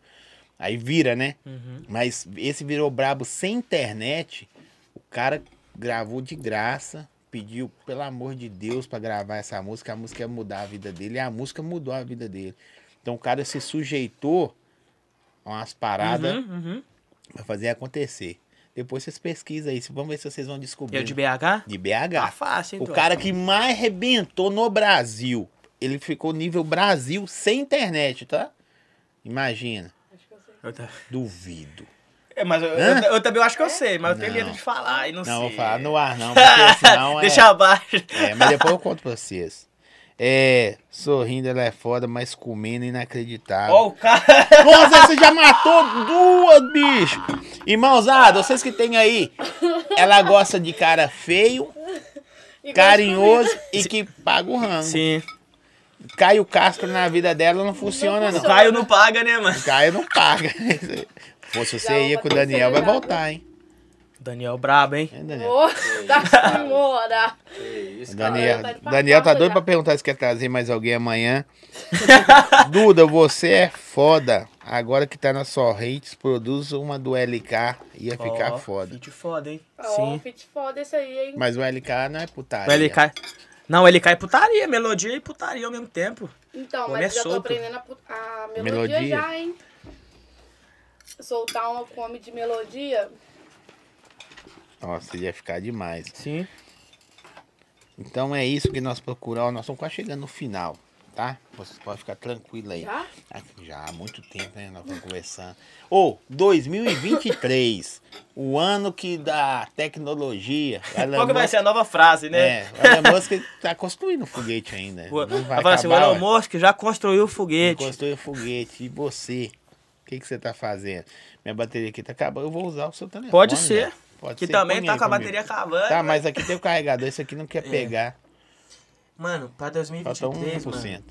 Speaker 2: Aí vira, né? Mas esse virou brabo sem internet. O cara gravou de graça, pediu, pelo amor de Deus, pra gravar essa música. A música ia mudar a vida dele. E a música mudou a vida dele. Então o cara se sujeitou a umas paradas
Speaker 3: Uhum, uhum.
Speaker 2: pra fazer acontecer. Depois vocês pesquisam aí. Vamos ver se vocês vão
Speaker 3: E
Speaker 2: descobrir.
Speaker 3: eu É de BH?
Speaker 2: De BH.
Speaker 3: Tá fácil, hein,
Speaker 2: O
Speaker 3: doido?
Speaker 2: cara que mais arrebentou no Brasil. Ele ficou nível Brasil sem internet, tá? Imagina.
Speaker 1: Acho que eu sei.
Speaker 3: Eu ta-
Speaker 2: Duvido.
Speaker 3: É, mas eu,
Speaker 2: Hã?
Speaker 3: eu ta- eu também acho que eu sei, mas eu tenho
Speaker 2: Não.
Speaker 3: medo de falar e não, sei.
Speaker 2: Não, vou falar no ar, não, porque senão é.
Speaker 3: Deixa abaixo.
Speaker 2: É, mas depois eu conto pra vocês. É, sorrindo ela é foda, mas comendo é inacreditável.
Speaker 3: Ó, o cara.
Speaker 2: Nossa, você já matou duas, bicho! Irmãozada, vocês que tem aí, ela gosta de cara feio,
Speaker 1: E
Speaker 2: carinhoso e que paga o rango.
Speaker 3: Sim.
Speaker 2: Caio Castro na vida dela não funciona, não.
Speaker 3: O Caio não paga, né, mano?
Speaker 2: Caio não paga. Pô,
Speaker 1: Já
Speaker 2: se você ia
Speaker 1: vou
Speaker 2: com o Daniel, vai
Speaker 1: cancelar.
Speaker 2: voltar, hein?
Speaker 3: Daniel brabo, hein?
Speaker 2: Hein,
Speaker 1: gostoso.
Speaker 2: Daniel?
Speaker 1: Ô, da senhora.
Speaker 4: Que isso, cara.
Speaker 2: Daniel,
Speaker 1: tá de papaca
Speaker 2: Daniel tá doido
Speaker 1: já.
Speaker 2: pra perguntar se quer trazer mais alguém amanhã. Duda, você é foda. Agora que tá na Sorrentes, produz uma do LK. Ia ficar
Speaker 3: Ó,
Speaker 2: foda.
Speaker 3: feat foda, hein?
Speaker 1: Ó, oh, fit foda esse aí, hein?
Speaker 2: Mas o LK não é putaria.
Speaker 3: O LK. Não, ele cai putaria, melodia e putaria ao mesmo tempo.
Speaker 1: Então,
Speaker 3: O
Speaker 1: mas
Speaker 3: homem é
Speaker 1: eu já tô
Speaker 3: solto.
Speaker 1: aprendendo a, pu- a melodia,
Speaker 2: Melodia.
Speaker 1: já, hein? Soltar uma come de melodia.
Speaker 2: Nossa, ia ficar demais.
Speaker 3: Sim.
Speaker 2: Então é isso que nós procuramos. Nós estamos quase chegando no final, tá? Vocês podem ficar tranquilo aí.
Speaker 1: Já?
Speaker 2: Ah, Já há muito tempo, né? Nós vamos conversando. Ô, 2023, o ano que da tecnologia.
Speaker 3: Qual que vai ser a nova frase, né?
Speaker 2: É, o Elon Musk tá construindo um foguete ainda.
Speaker 3: O,
Speaker 2: não vai
Speaker 3: vai falar assim, o
Speaker 2: acabar,
Speaker 3: Elon
Speaker 2: ué.
Speaker 3: Musk já construiu o
Speaker 2: Ele
Speaker 3: foguete.
Speaker 2: Construiu um foguete. E você? O que, que você tá fazendo? Minha bateria aqui tá acabando. Eu vou usar o seu telefone.
Speaker 3: Pode ser.
Speaker 2: velho. Pode
Speaker 3: que
Speaker 2: ser.
Speaker 3: também
Speaker 2: Põe
Speaker 3: tá
Speaker 2: aí
Speaker 3: com a
Speaker 2: comigo.
Speaker 3: bateria acabando.
Speaker 2: Tá,
Speaker 3: né? É.
Speaker 2: mas aqui tem o carregador. Esse aqui não quer pegar.
Speaker 3: Mano, pra
Speaker 2: Falta
Speaker 3: 2023, mano,
Speaker 2: 1%.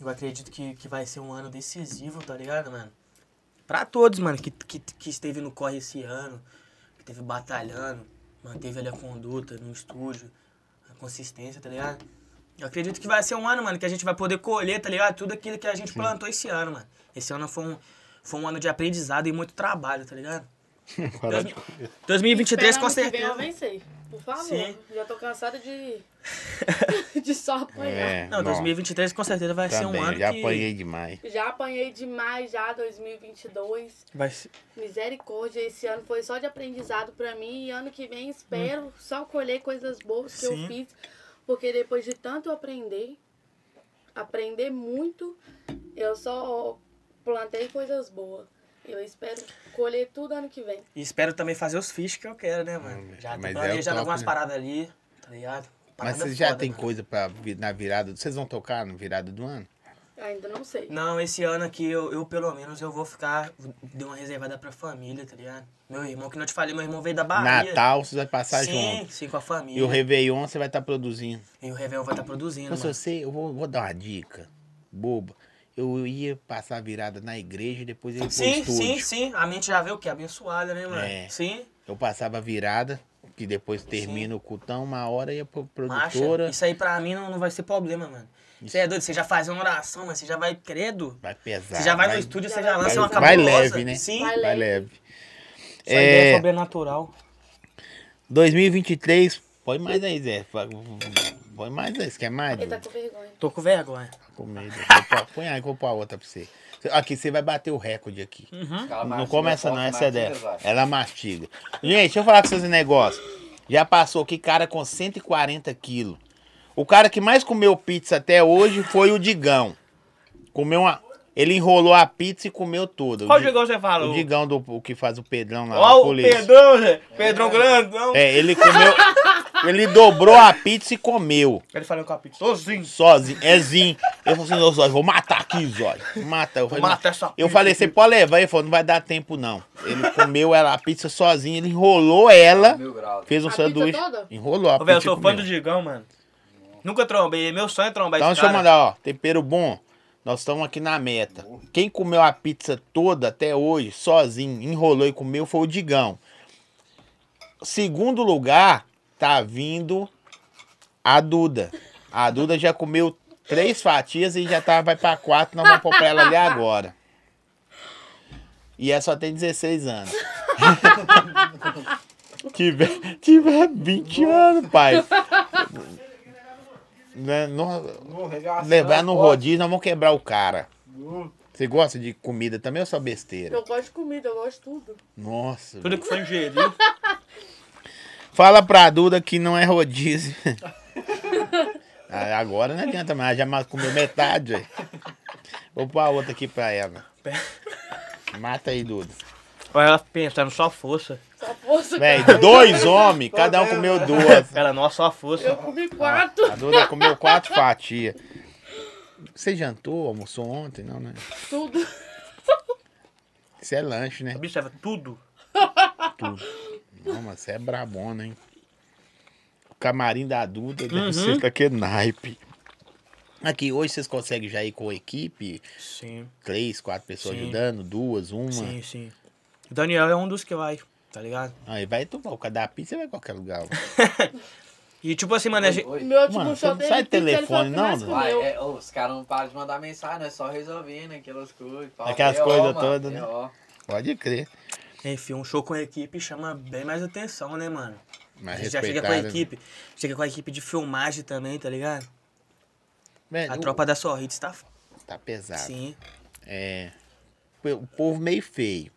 Speaker 3: eu acredito que, que vai ser um ano decisivo, tá ligado, mano? Pra todos, mano, que, que, que esteve no corre esse ano, que esteve batalhando, manteve ali a conduta no estúdio, a consistência, tá ligado? Eu acredito que vai ser um ano, mano, que a gente vai poder colher, tá ligado? Tudo aquilo que a gente plantou esse ano, mano. Esse ano foi um, foi um ano de aprendizado e muito trabalho, tá ligado?
Speaker 2: Parar de-
Speaker 3: 2023
Speaker 1: Espera
Speaker 3: com
Speaker 1: ano que vem
Speaker 3: certeza.
Speaker 1: eu vencer. Por favor.
Speaker 3: Sim.
Speaker 1: Já tô cansada de. de só apanhar.
Speaker 2: É,
Speaker 3: Não,
Speaker 2: não,
Speaker 3: 2023 com certeza vai ser um ano
Speaker 2: já
Speaker 3: que
Speaker 2: apanhei demais.
Speaker 1: Já apanhei demais já 2022.
Speaker 3: vai ser-
Speaker 1: Misericórdia, esse ano foi só de aprendizado pra mim e ano que vem espero
Speaker 2: Hum.
Speaker 1: só colher coisas boas que
Speaker 3: Sim.
Speaker 1: eu fiz, porque depois de tanto aprender, aprender muito, eu só plantei coisas boas. Eu espero colher tudo ano que vem.
Speaker 3: E espero também fazer os fichos que eu quero, né, mano?
Speaker 2: Ah,
Speaker 3: Já tô
Speaker 2: mas é o
Speaker 3: planejando
Speaker 2: top,
Speaker 3: algumas
Speaker 2: né?
Speaker 3: paradas ali, tá ligado?
Speaker 2: Mas
Speaker 3: Parada
Speaker 2: vocês já
Speaker 3: foda, né?
Speaker 2: tem
Speaker 3: mano.
Speaker 2: coisa pra vir na virada? do- Vocês vão tocar na virada do ano?
Speaker 1: Ainda não sei.
Speaker 3: Não, esse ano aqui eu, eu, pelo menos eu vou ficar. Dei uma reservada pra família, tá ligado? Meu irmão, que não te falei, meu irmão veio da Bahia.
Speaker 2: Natal vocês vão passar
Speaker 3: Ah, sim,
Speaker 2: junto.
Speaker 3: sim, com a família.
Speaker 2: E o Réveillon você vai estar produzindo.
Speaker 3: E o Réveillon vai estar produzindo.
Speaker 2: Mas
Speaker 3: mano.
Speaker 2: Tipo assim, você, eu vou, vou dar uma dica boba. Eu ia passar a virada na igreja e depois eu ia pro
Speaker 3: Sim,
Speaker 2: estúdio.
Speaker 3: sim, sim. A mente já vê o quê? Abençoada, né, mano?
Speaker 2: É.
Speaker 3: Sim.
Speaker 2: Eu passava a virada, que depois termina o cultão, uma hora ia pra
Speaker 3: Macha,
Speaker 2: produtora.
Speaker 3: isso aí pra mim não, não vai ser problema, mano. Você é doido, você já faz uma oração, mas você já vai credo.
Speaker 2: Vai pesar.
Speaker 3: Você já vai no estúdio,
Speaker 1: Já
Speaker 3: você já
Speaker 1: vai-
Speaker 3: lança uma
Speaker 2: vai
Speaker 3: cabulosa.
Speaker 2: leve, né?
Speaker 3: Sim.
Speaker 1: Vai leve.
Speaker 2: Vai leve.
Speaker 3: Essa ideia
Speaker 2: É.
Speaker 3: é sobrenatural.
Speaker 2: 2023, põe mais aí, Zé. Põe mais aí, você quer mais?
Speaker 1: Ele tá com vergonha.
Speaker 3: Tô com vergonha.
Speaker 2: Com medo. Vou pôr- Põe aí, vou pôr a outra pra você. Aqui, você vai bater o recorde aqui.
Speaker 4: Ela
Speaker 2: Uhum. Não
Speaker 4: mastiga,
Speaker 2: começa não,
Speaker 4: corta,
Speaker 2: essa é
Speaker 4: mastiga,
Speaker 2: dela.
Speaker 4: vai.
Speaker 2: Ela mastiga. Gente, deixa eu falar com vocês um negócio. Já passou aqui cara com 140 quilos. O cara que mais comeu pizza até hoje foi o Digão. Comeu uma... Ele enrolou a pizza e comeu toda.
Speaker 5: Qual
Speaker 2: Di-
Speaker 5: Digão você fala?
Speaker 2: O Digão do o que faz o Pedrão lá,
Speaker 5: Ó,
Speaker 2: o
Speaker 5: o
Speaker 2: polícia.
Speaker 5: Pedrão, Zé. Pedrão grandão.
Speaker 2: É, ele comeu. ele dobrou a pizza e comeu.
Speaker 5: Ele falando com a pizza. Sozinho.
Speaker 2: Sozinho, é zinho. Eu falei assim, não, Zóio, vou matar aqui, Zóio. Mata. Eu falei,
Speaker 5: Mata
Speaker 2: "Não."
Speaker 5: essa
Speaker 2: Eu
Speaker 5: pizza
Speaker 2: falei, você pode levar? Ele falou, não vai dar tempo, não. Ele comeu ela, a pizza sozinho, ele enrolou ela,
Speaker 4: Mil graus.
Speaker 2: fez um
Speaker 1: A pizza
Speaker 2: sanduíche.
Speaker 1: toda?
Speaker 2: Enrolou a
Speaker 5: Ô,
Speaker 2: pizza.
Speaker 5: velho, eu
Speaker 2: e
Speaker 5: sou
Speaker 2: comeu.
Speaker 5: fã do Digão, mano. Nunca trombei. Meu sonho é trombar
Speaker 2: Então
Speaker 5: esse
Speaker 2: deixa eu
Speaker 5: cara.
Speaker 2: mandar, ó, tempero bom. Nós estamos aqui na meta. Quem comeu a pizza toda até hoje, sozinho, enrolou e comeu, foi o Digão. Segundo lugar, tá vindo a Duda. A Duda já comeu três fatias e já tá, vai pra quatro, nós vamos pôr pra ela ali agora. E ela só tem 16 anos. tiver, tiver 20 anos, pai. Né, não-
Speaker 4: Não, regaçando,
Speaker 2: Levar no
Speaker 4: ó.
Speaker 2: rodízio, nós vamos quebrar o cara. Você gosta de comida também ou só besteira?
Speaker 1: Hum. Eu gosto de comida, eu gosto de tudo.
Speaker 2: Nossa.
Speaker 5: Tudo que foi ingerido.
Speaker 2: Fala pra Duda que não é rodízio. Ah, Agora não adianta mais, já mais comeu metade. ué. Vou pôr a outra aqui pra ela. Mata aí, Duda.
Speaker 5: Olha ela pensando, só força.
Speaker 1: Só força,
Speaker 2: Véi,
Speaker 1: cara.
Speaker 2: dois homens, cada um comeu duas.
Speaker 5: Ela, nossa, só força.
Speaker 1: Eu comi quatro.
Speaker 2: A Duda comeu quatro fatias. Você jantou, almoçou ontem? Não, né?
Speaker 1: Tudo.
Speaker 2: Isso é lanche, né?
Speaker 5: Observa tudo.
Speaker 2: Não, mas você é brabona, hein? O camarim da Duda deve
Speaker 3: Uhum.
Speaker 2: ser daquele naipe. Aqui, hoje vocês conseguem já ir com a equipe?
Speaker 3: Sim,
Speaker 2: Três, quatro pessoas
Speaker 3: Sim.
Speaker 2: ajudando? Duas, uma?
Speaker 3: sim, sim. O Daniel é um dos que vai, tá ligado?
Speaker 2: Aí vai tu, o cada pizza vai em qualquer lugar. ué.
Speaker 3: E tipo assim,
Speaker 2: né,
Speaker 3: mano, a gente-
Speaker 4: Oi.
Speaker 1: Meu último
Speaker 2: Mano, você
Speaker 1: show
Speaker 2: não
Speaker 1: dele.
Speaker 2: sai
Speaker 1: pizza, ele
Speaker 2: telefone,
Speaker 1: foi o que
Speaker 2: não,
Speaker 1: mais
Speaker 2: Duda?
Speaker 1: comeu.
Speaker 4: Vai, é, ô, os caras não param de mandar mensagem, é só resolvendo aquelas coisas. fala,
Speaker 2: Aquelas
Speaker 4: é, ó,
Speaker 2: coisas
Speaker 4: mano,
Speaker 2: todas,
Speaker 4: é,
Speaker 2: né?
Speaker 4: ó.
Speaker 2: Pode crer.
Speaker 3: enfim, um show com a equipe chama bem mais atenção, né, mano? A
Speaker 2: Mas
Speaker 3: gente já chega com a
Speaker 2: respeitado, né?
Speaker 3: equipe, chega com a equipe de filmagem também, tá ligado?
Speaker 2: Velho,
Speaker 3: A tropa da Sorrits tá f-
Speaker 2: É, Tá pesado.
Speaker 3: sim.
Speaker 2: É. O povo meio feio.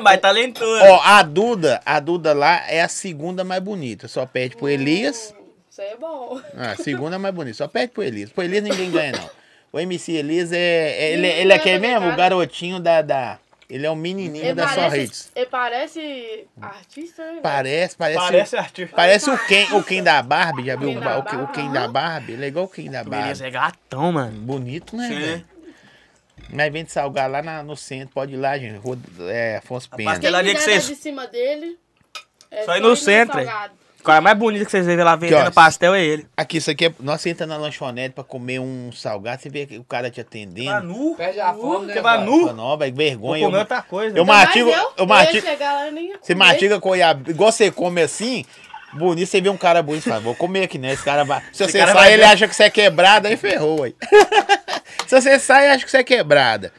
Speaker 3: Mas tá talentoso.
Speaker 2: Ó, a Duda, a Duda lá é a segunda mais bonita. Só perde pro Elias.
Speaker 1: Hum, Isso aí é bom.
Speaker 2: Ah, a segunda é mais bonita. Só pede pro Elias. Pro Elias ninguém ganha, não. O MC Elias é. é- ele,
Speaker 1: Ninguém
Speaker 2: ele é
Speaker 1: ganha
Speaker 2: quem
Speaker 1: da
Speaker 2: mesmo? O
Speaker 1: cara.
Speaker 2: garotinho da. da ele é o menininho
Speaker 1: Ele
Speaker 2: da
Speaker 1: parece,
Speaker 2: Sorrites.
Speaker 1: ele parece artista, né?
Speaker 2: Parece, parece.
Speaker 5: Parece
Speaker 2: o-
Speaker 5: artista.
Speaker 2: Parece o Ken, o Ken da Barbie, já viu?
Speaker 1: Ken
Speaker 2: o,
Speaker 1: da
Speaker 2: ba- o Ken- o Ken
Speaker 1: Barbie,
Speaker 2: da
Speaker 1: aham.
Speaker 2: Barbie, ele é igual o Ken da
Speaker 3: O
Speaker 2: Barbie.
Speaker 3: Elias é gatão, mano.
Speaker 2: Bonito, né?
Speaker 3: Sim.
Speaker 2: velho? Mas vem de salgar lá na- no centro, pode ir lá, gente. Rua, é, Afonso
Speaker 3: A
Speaker 2: Pena.
Speaker 1: Quem
Speaker 3: Pela
Speaker 1: quiser
Speaker 3: linha que
Speaker 1: dar
Speaker 3: vocês-
Speaker 1: de cima dele. É
Speaker 5: Só ir no centro, hein?
Speaker 1: salgado.
Speaker 3: O cara é mais bonito que vocês vêem lá vendendo
Speaker 2: Aqui, ó.
Speaker 3: pastel é ele.
Speaker 2: Aqui, isso aqui é. Nós senta na lanchonete pra comer um salgado, você vê que o cara te atendendo.
Speaker 5: Tá nu.
Speaker 4: Perde a fome,
Speaker 5: Você
Speaker 4: né?
Speaker 5: vai
Speaker 3: Tá
Speaker 4: mano?
Speaker 5: nu.
Speaker 2: Fala, Não, vai que
Speaker 5: Vou
Speaker 2: vergonha.
Speaker 5: comer
Speaker 2: eu-
Speaker 5: outra coisa. né?
Speaker 2: eu
Speaker 5: Eu...
Speaker 2: ma- Matiga-
Speaker 1: Mas eu,
Speaker 2: eu
Speaker 1: eu
Speaker 2: mati-
Speaker 1: ia chegar lá, eu nem ia
Speaker 2: Você
Speaker 1: comer.
Speaker 2: mastiga com goiaba, igual você come assim, bonito, você vê um cara bonito, você fala, vou comer aqui, né? Esse cara vai. Se
Speaker 5: Esse
Speaker 2: você
Speaker 5: cara
Speaker 2: sai,
Speaker 5: vai
Speaker 2: ele
Speaker 5: ver.
Speaker 2: acha que você é quebrada, aí ferrou, aí. Se você sai, acha que você é quebrada.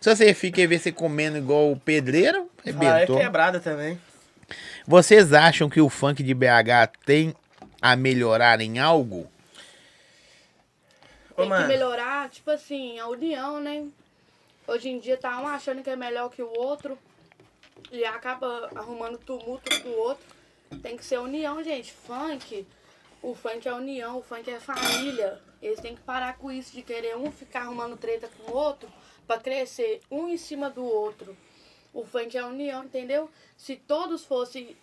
Speaker 2: Se você fica e vê você comendo igual o pedreiro,
Speaker 5: Ah, é
Speaker 2: arrebentou.
Speaker 5: quebrada também.
Speaker 2: Vocês acham que o funk de BH tem a melhorar em algo?
Speaker 5: Ô,
Speaker 1: Tem que
Speaker 5: mano.
Speaker 1: melhorar, tipo assim, a união, né? Hoje em dia tá um achando que é melhor que o outro e acaba arrumando tumulto com o outro. Tem que ser união, gente. Funk, o funk é união, o funk é família. Eles têm que parar com isso de querer um ficar arrumando treta com o outro pra crescer um em cima do outro. O funk é união, entendeu? Se todos fossem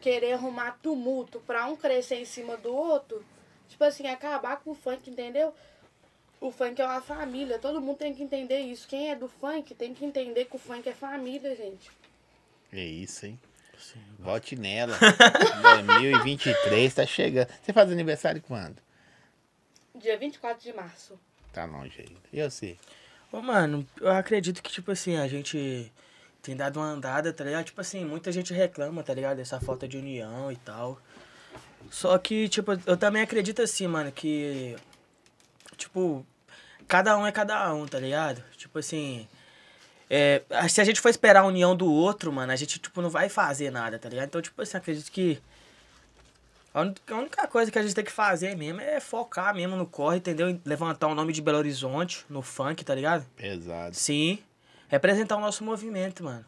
Speaker 1: querer arrumar tumulto pra um crescer em cima do outro, tipo assim, acabar com o funk, entendeu? O funk é uma família, todo mundo tem que entender isso. Quem é do funk tem que entender que o funk é família, gente.
Speaker 2: É isso, hein? Vote nela. 2023 tá chegando. Você faz aniversário quando?
Speaker 1: Dia 24 de março.
Speaker 2: Tá longe ainda. Eu sei.
Speaker 3: Ô, mano, eu acredito que, tipo assim, a gente tem dado uma andada, tá ligado? Tipo assim, muita gente reclama, tá ligado? Dessa falta de união e tal. Só que, tipo, eu também acredito assim, mano, que. Tipo, cada um é cada um, tá ligado? Tipo assim. é, se a gente for esperar a união do outro, mano, a gente, tipo, não vai fazer nada, tá ligado? Então, tipo assim, acredito que. A uni- a única coisa que a gente tem que fazer mesmo é focar mesmo no corre, entendeu? Em Levantar o nome de Belo Horizonte no funk, tá ligado?
Speaker 2: Pesado.
Speaker 3: Sim. Representar o nosso movimento, mano.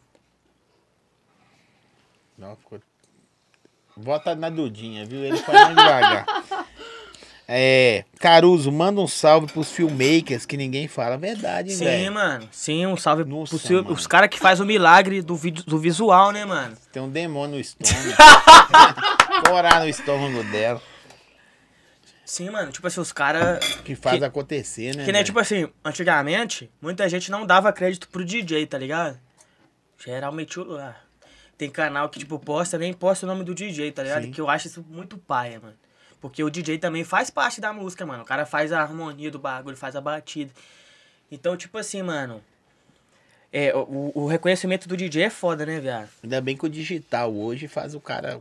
Speaker 2: Não, ficou. Bota na Dudinha, viu? Ele foi mais devagar. É, Caruso, manda um salve pros filmmakers que ninguém fala a verdade, hein,
Speaker 3: Sim,
Speaker 2: velho.
Speaker 3: mano. Sim, um salve
Speaker 2: Nossa,
Speaker 3: pros seu-
Speaker 2: mano.
Speaker 3: os caras que faz o milagre do, vídeo, do visual, né, mano?
Speaker 2: Tem um demônio no estômago. Corar no estômago dela.
Speaker 3: Sim, mano. Tipo assim, os caras.
Speaker 2: Que faz
Speaker 3: Que-
Speaker 2: acontecer, né?
Speaker 3: Que nem,
Speaker 2: velho?
Speaker 3: tipo assim, antigamente, muita gente não dava crédito pro DJ, tá ligado? Geral metiu lá. Tem canal que, tipo, posta, nem posta o nome do DJ, tá ligado?
Speaker 2: Sim.
Speaker 3: Que eu acho isso muito paia, mano. Porque o DJ também faz parte da música, mano. O cara faz a harmonia do bagulho, faz a batida. Então, tipo assim, mano. É, o, o reconhecimento do DJ é foda, né, viado?
Speaker 2: Ainda bem que o digital hoje faz o cara,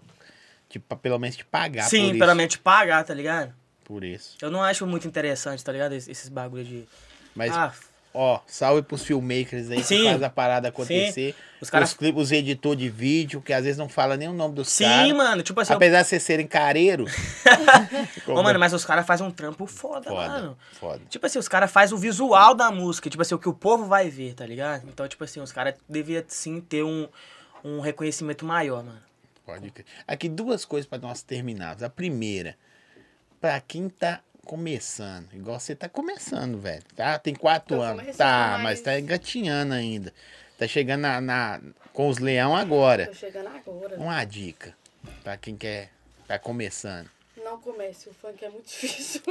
Speaker 2: tipo, pelo menos te pagar por
Speaker 3: Sim,
Speaker 2: isso.
Speaker 3: pelo menos pagar, tá ligado?
Speaker 2: Por isso.
Speaker 3: Eu não acho muito interessante, tá ligado? Es- Esses bagulho de.
Speaker 2: Mas,
Speaker 3: Ah,
Speaker 2: ó, salve pros filmmakers aí que
Speaker 3: Sim.
Speaker 2: faz a parada acontecer.
Speaker 3: os
Speaker 2: Os,
Speaker 3: caras.
Speaker 2: clipes, os editor de vídeo, que às vezes não fala nem o nome dos
Speaker 3: Sim,
Speaker 2: caras.
Speaker 3: mano. Tipo assim, eu-
Speaker 2: Apesar de vocês serem careiros.
Speaker 3: Ô, mano, mas os caras fazem um trampo foda,
Speaker 2: é? Foda,
Speaker 3: mano.
Speaker 2: foda.
Speaker 3: Tipo assim, os caras fazem o visual da música, tipo assim, o que o povo vai ver, tá ligado? Então, tipo assim, os caras deviam sim ter um, um reconhecimento maior, mano.
Speaker 2: Pode crer. Aqui duas coisas para nós terminarmos. A primeira, para quem tá começando, igual você tá começando, velho. Tá, tem quatro
Speaker 1: Tô
Speaker 2: anos.
Speaker 1: começando,
Speaker 2: Tá,
Speaker 1: mas-
Speaker 2: mas tá engatinhando ainda. Tá chegando na, na- com os leão agora.
Speaker 1: Tô chegando agora.
Speaker 2: Uma dica para quem quer tá começando.
Speaker 1: Não comece, o funk é muito difícil.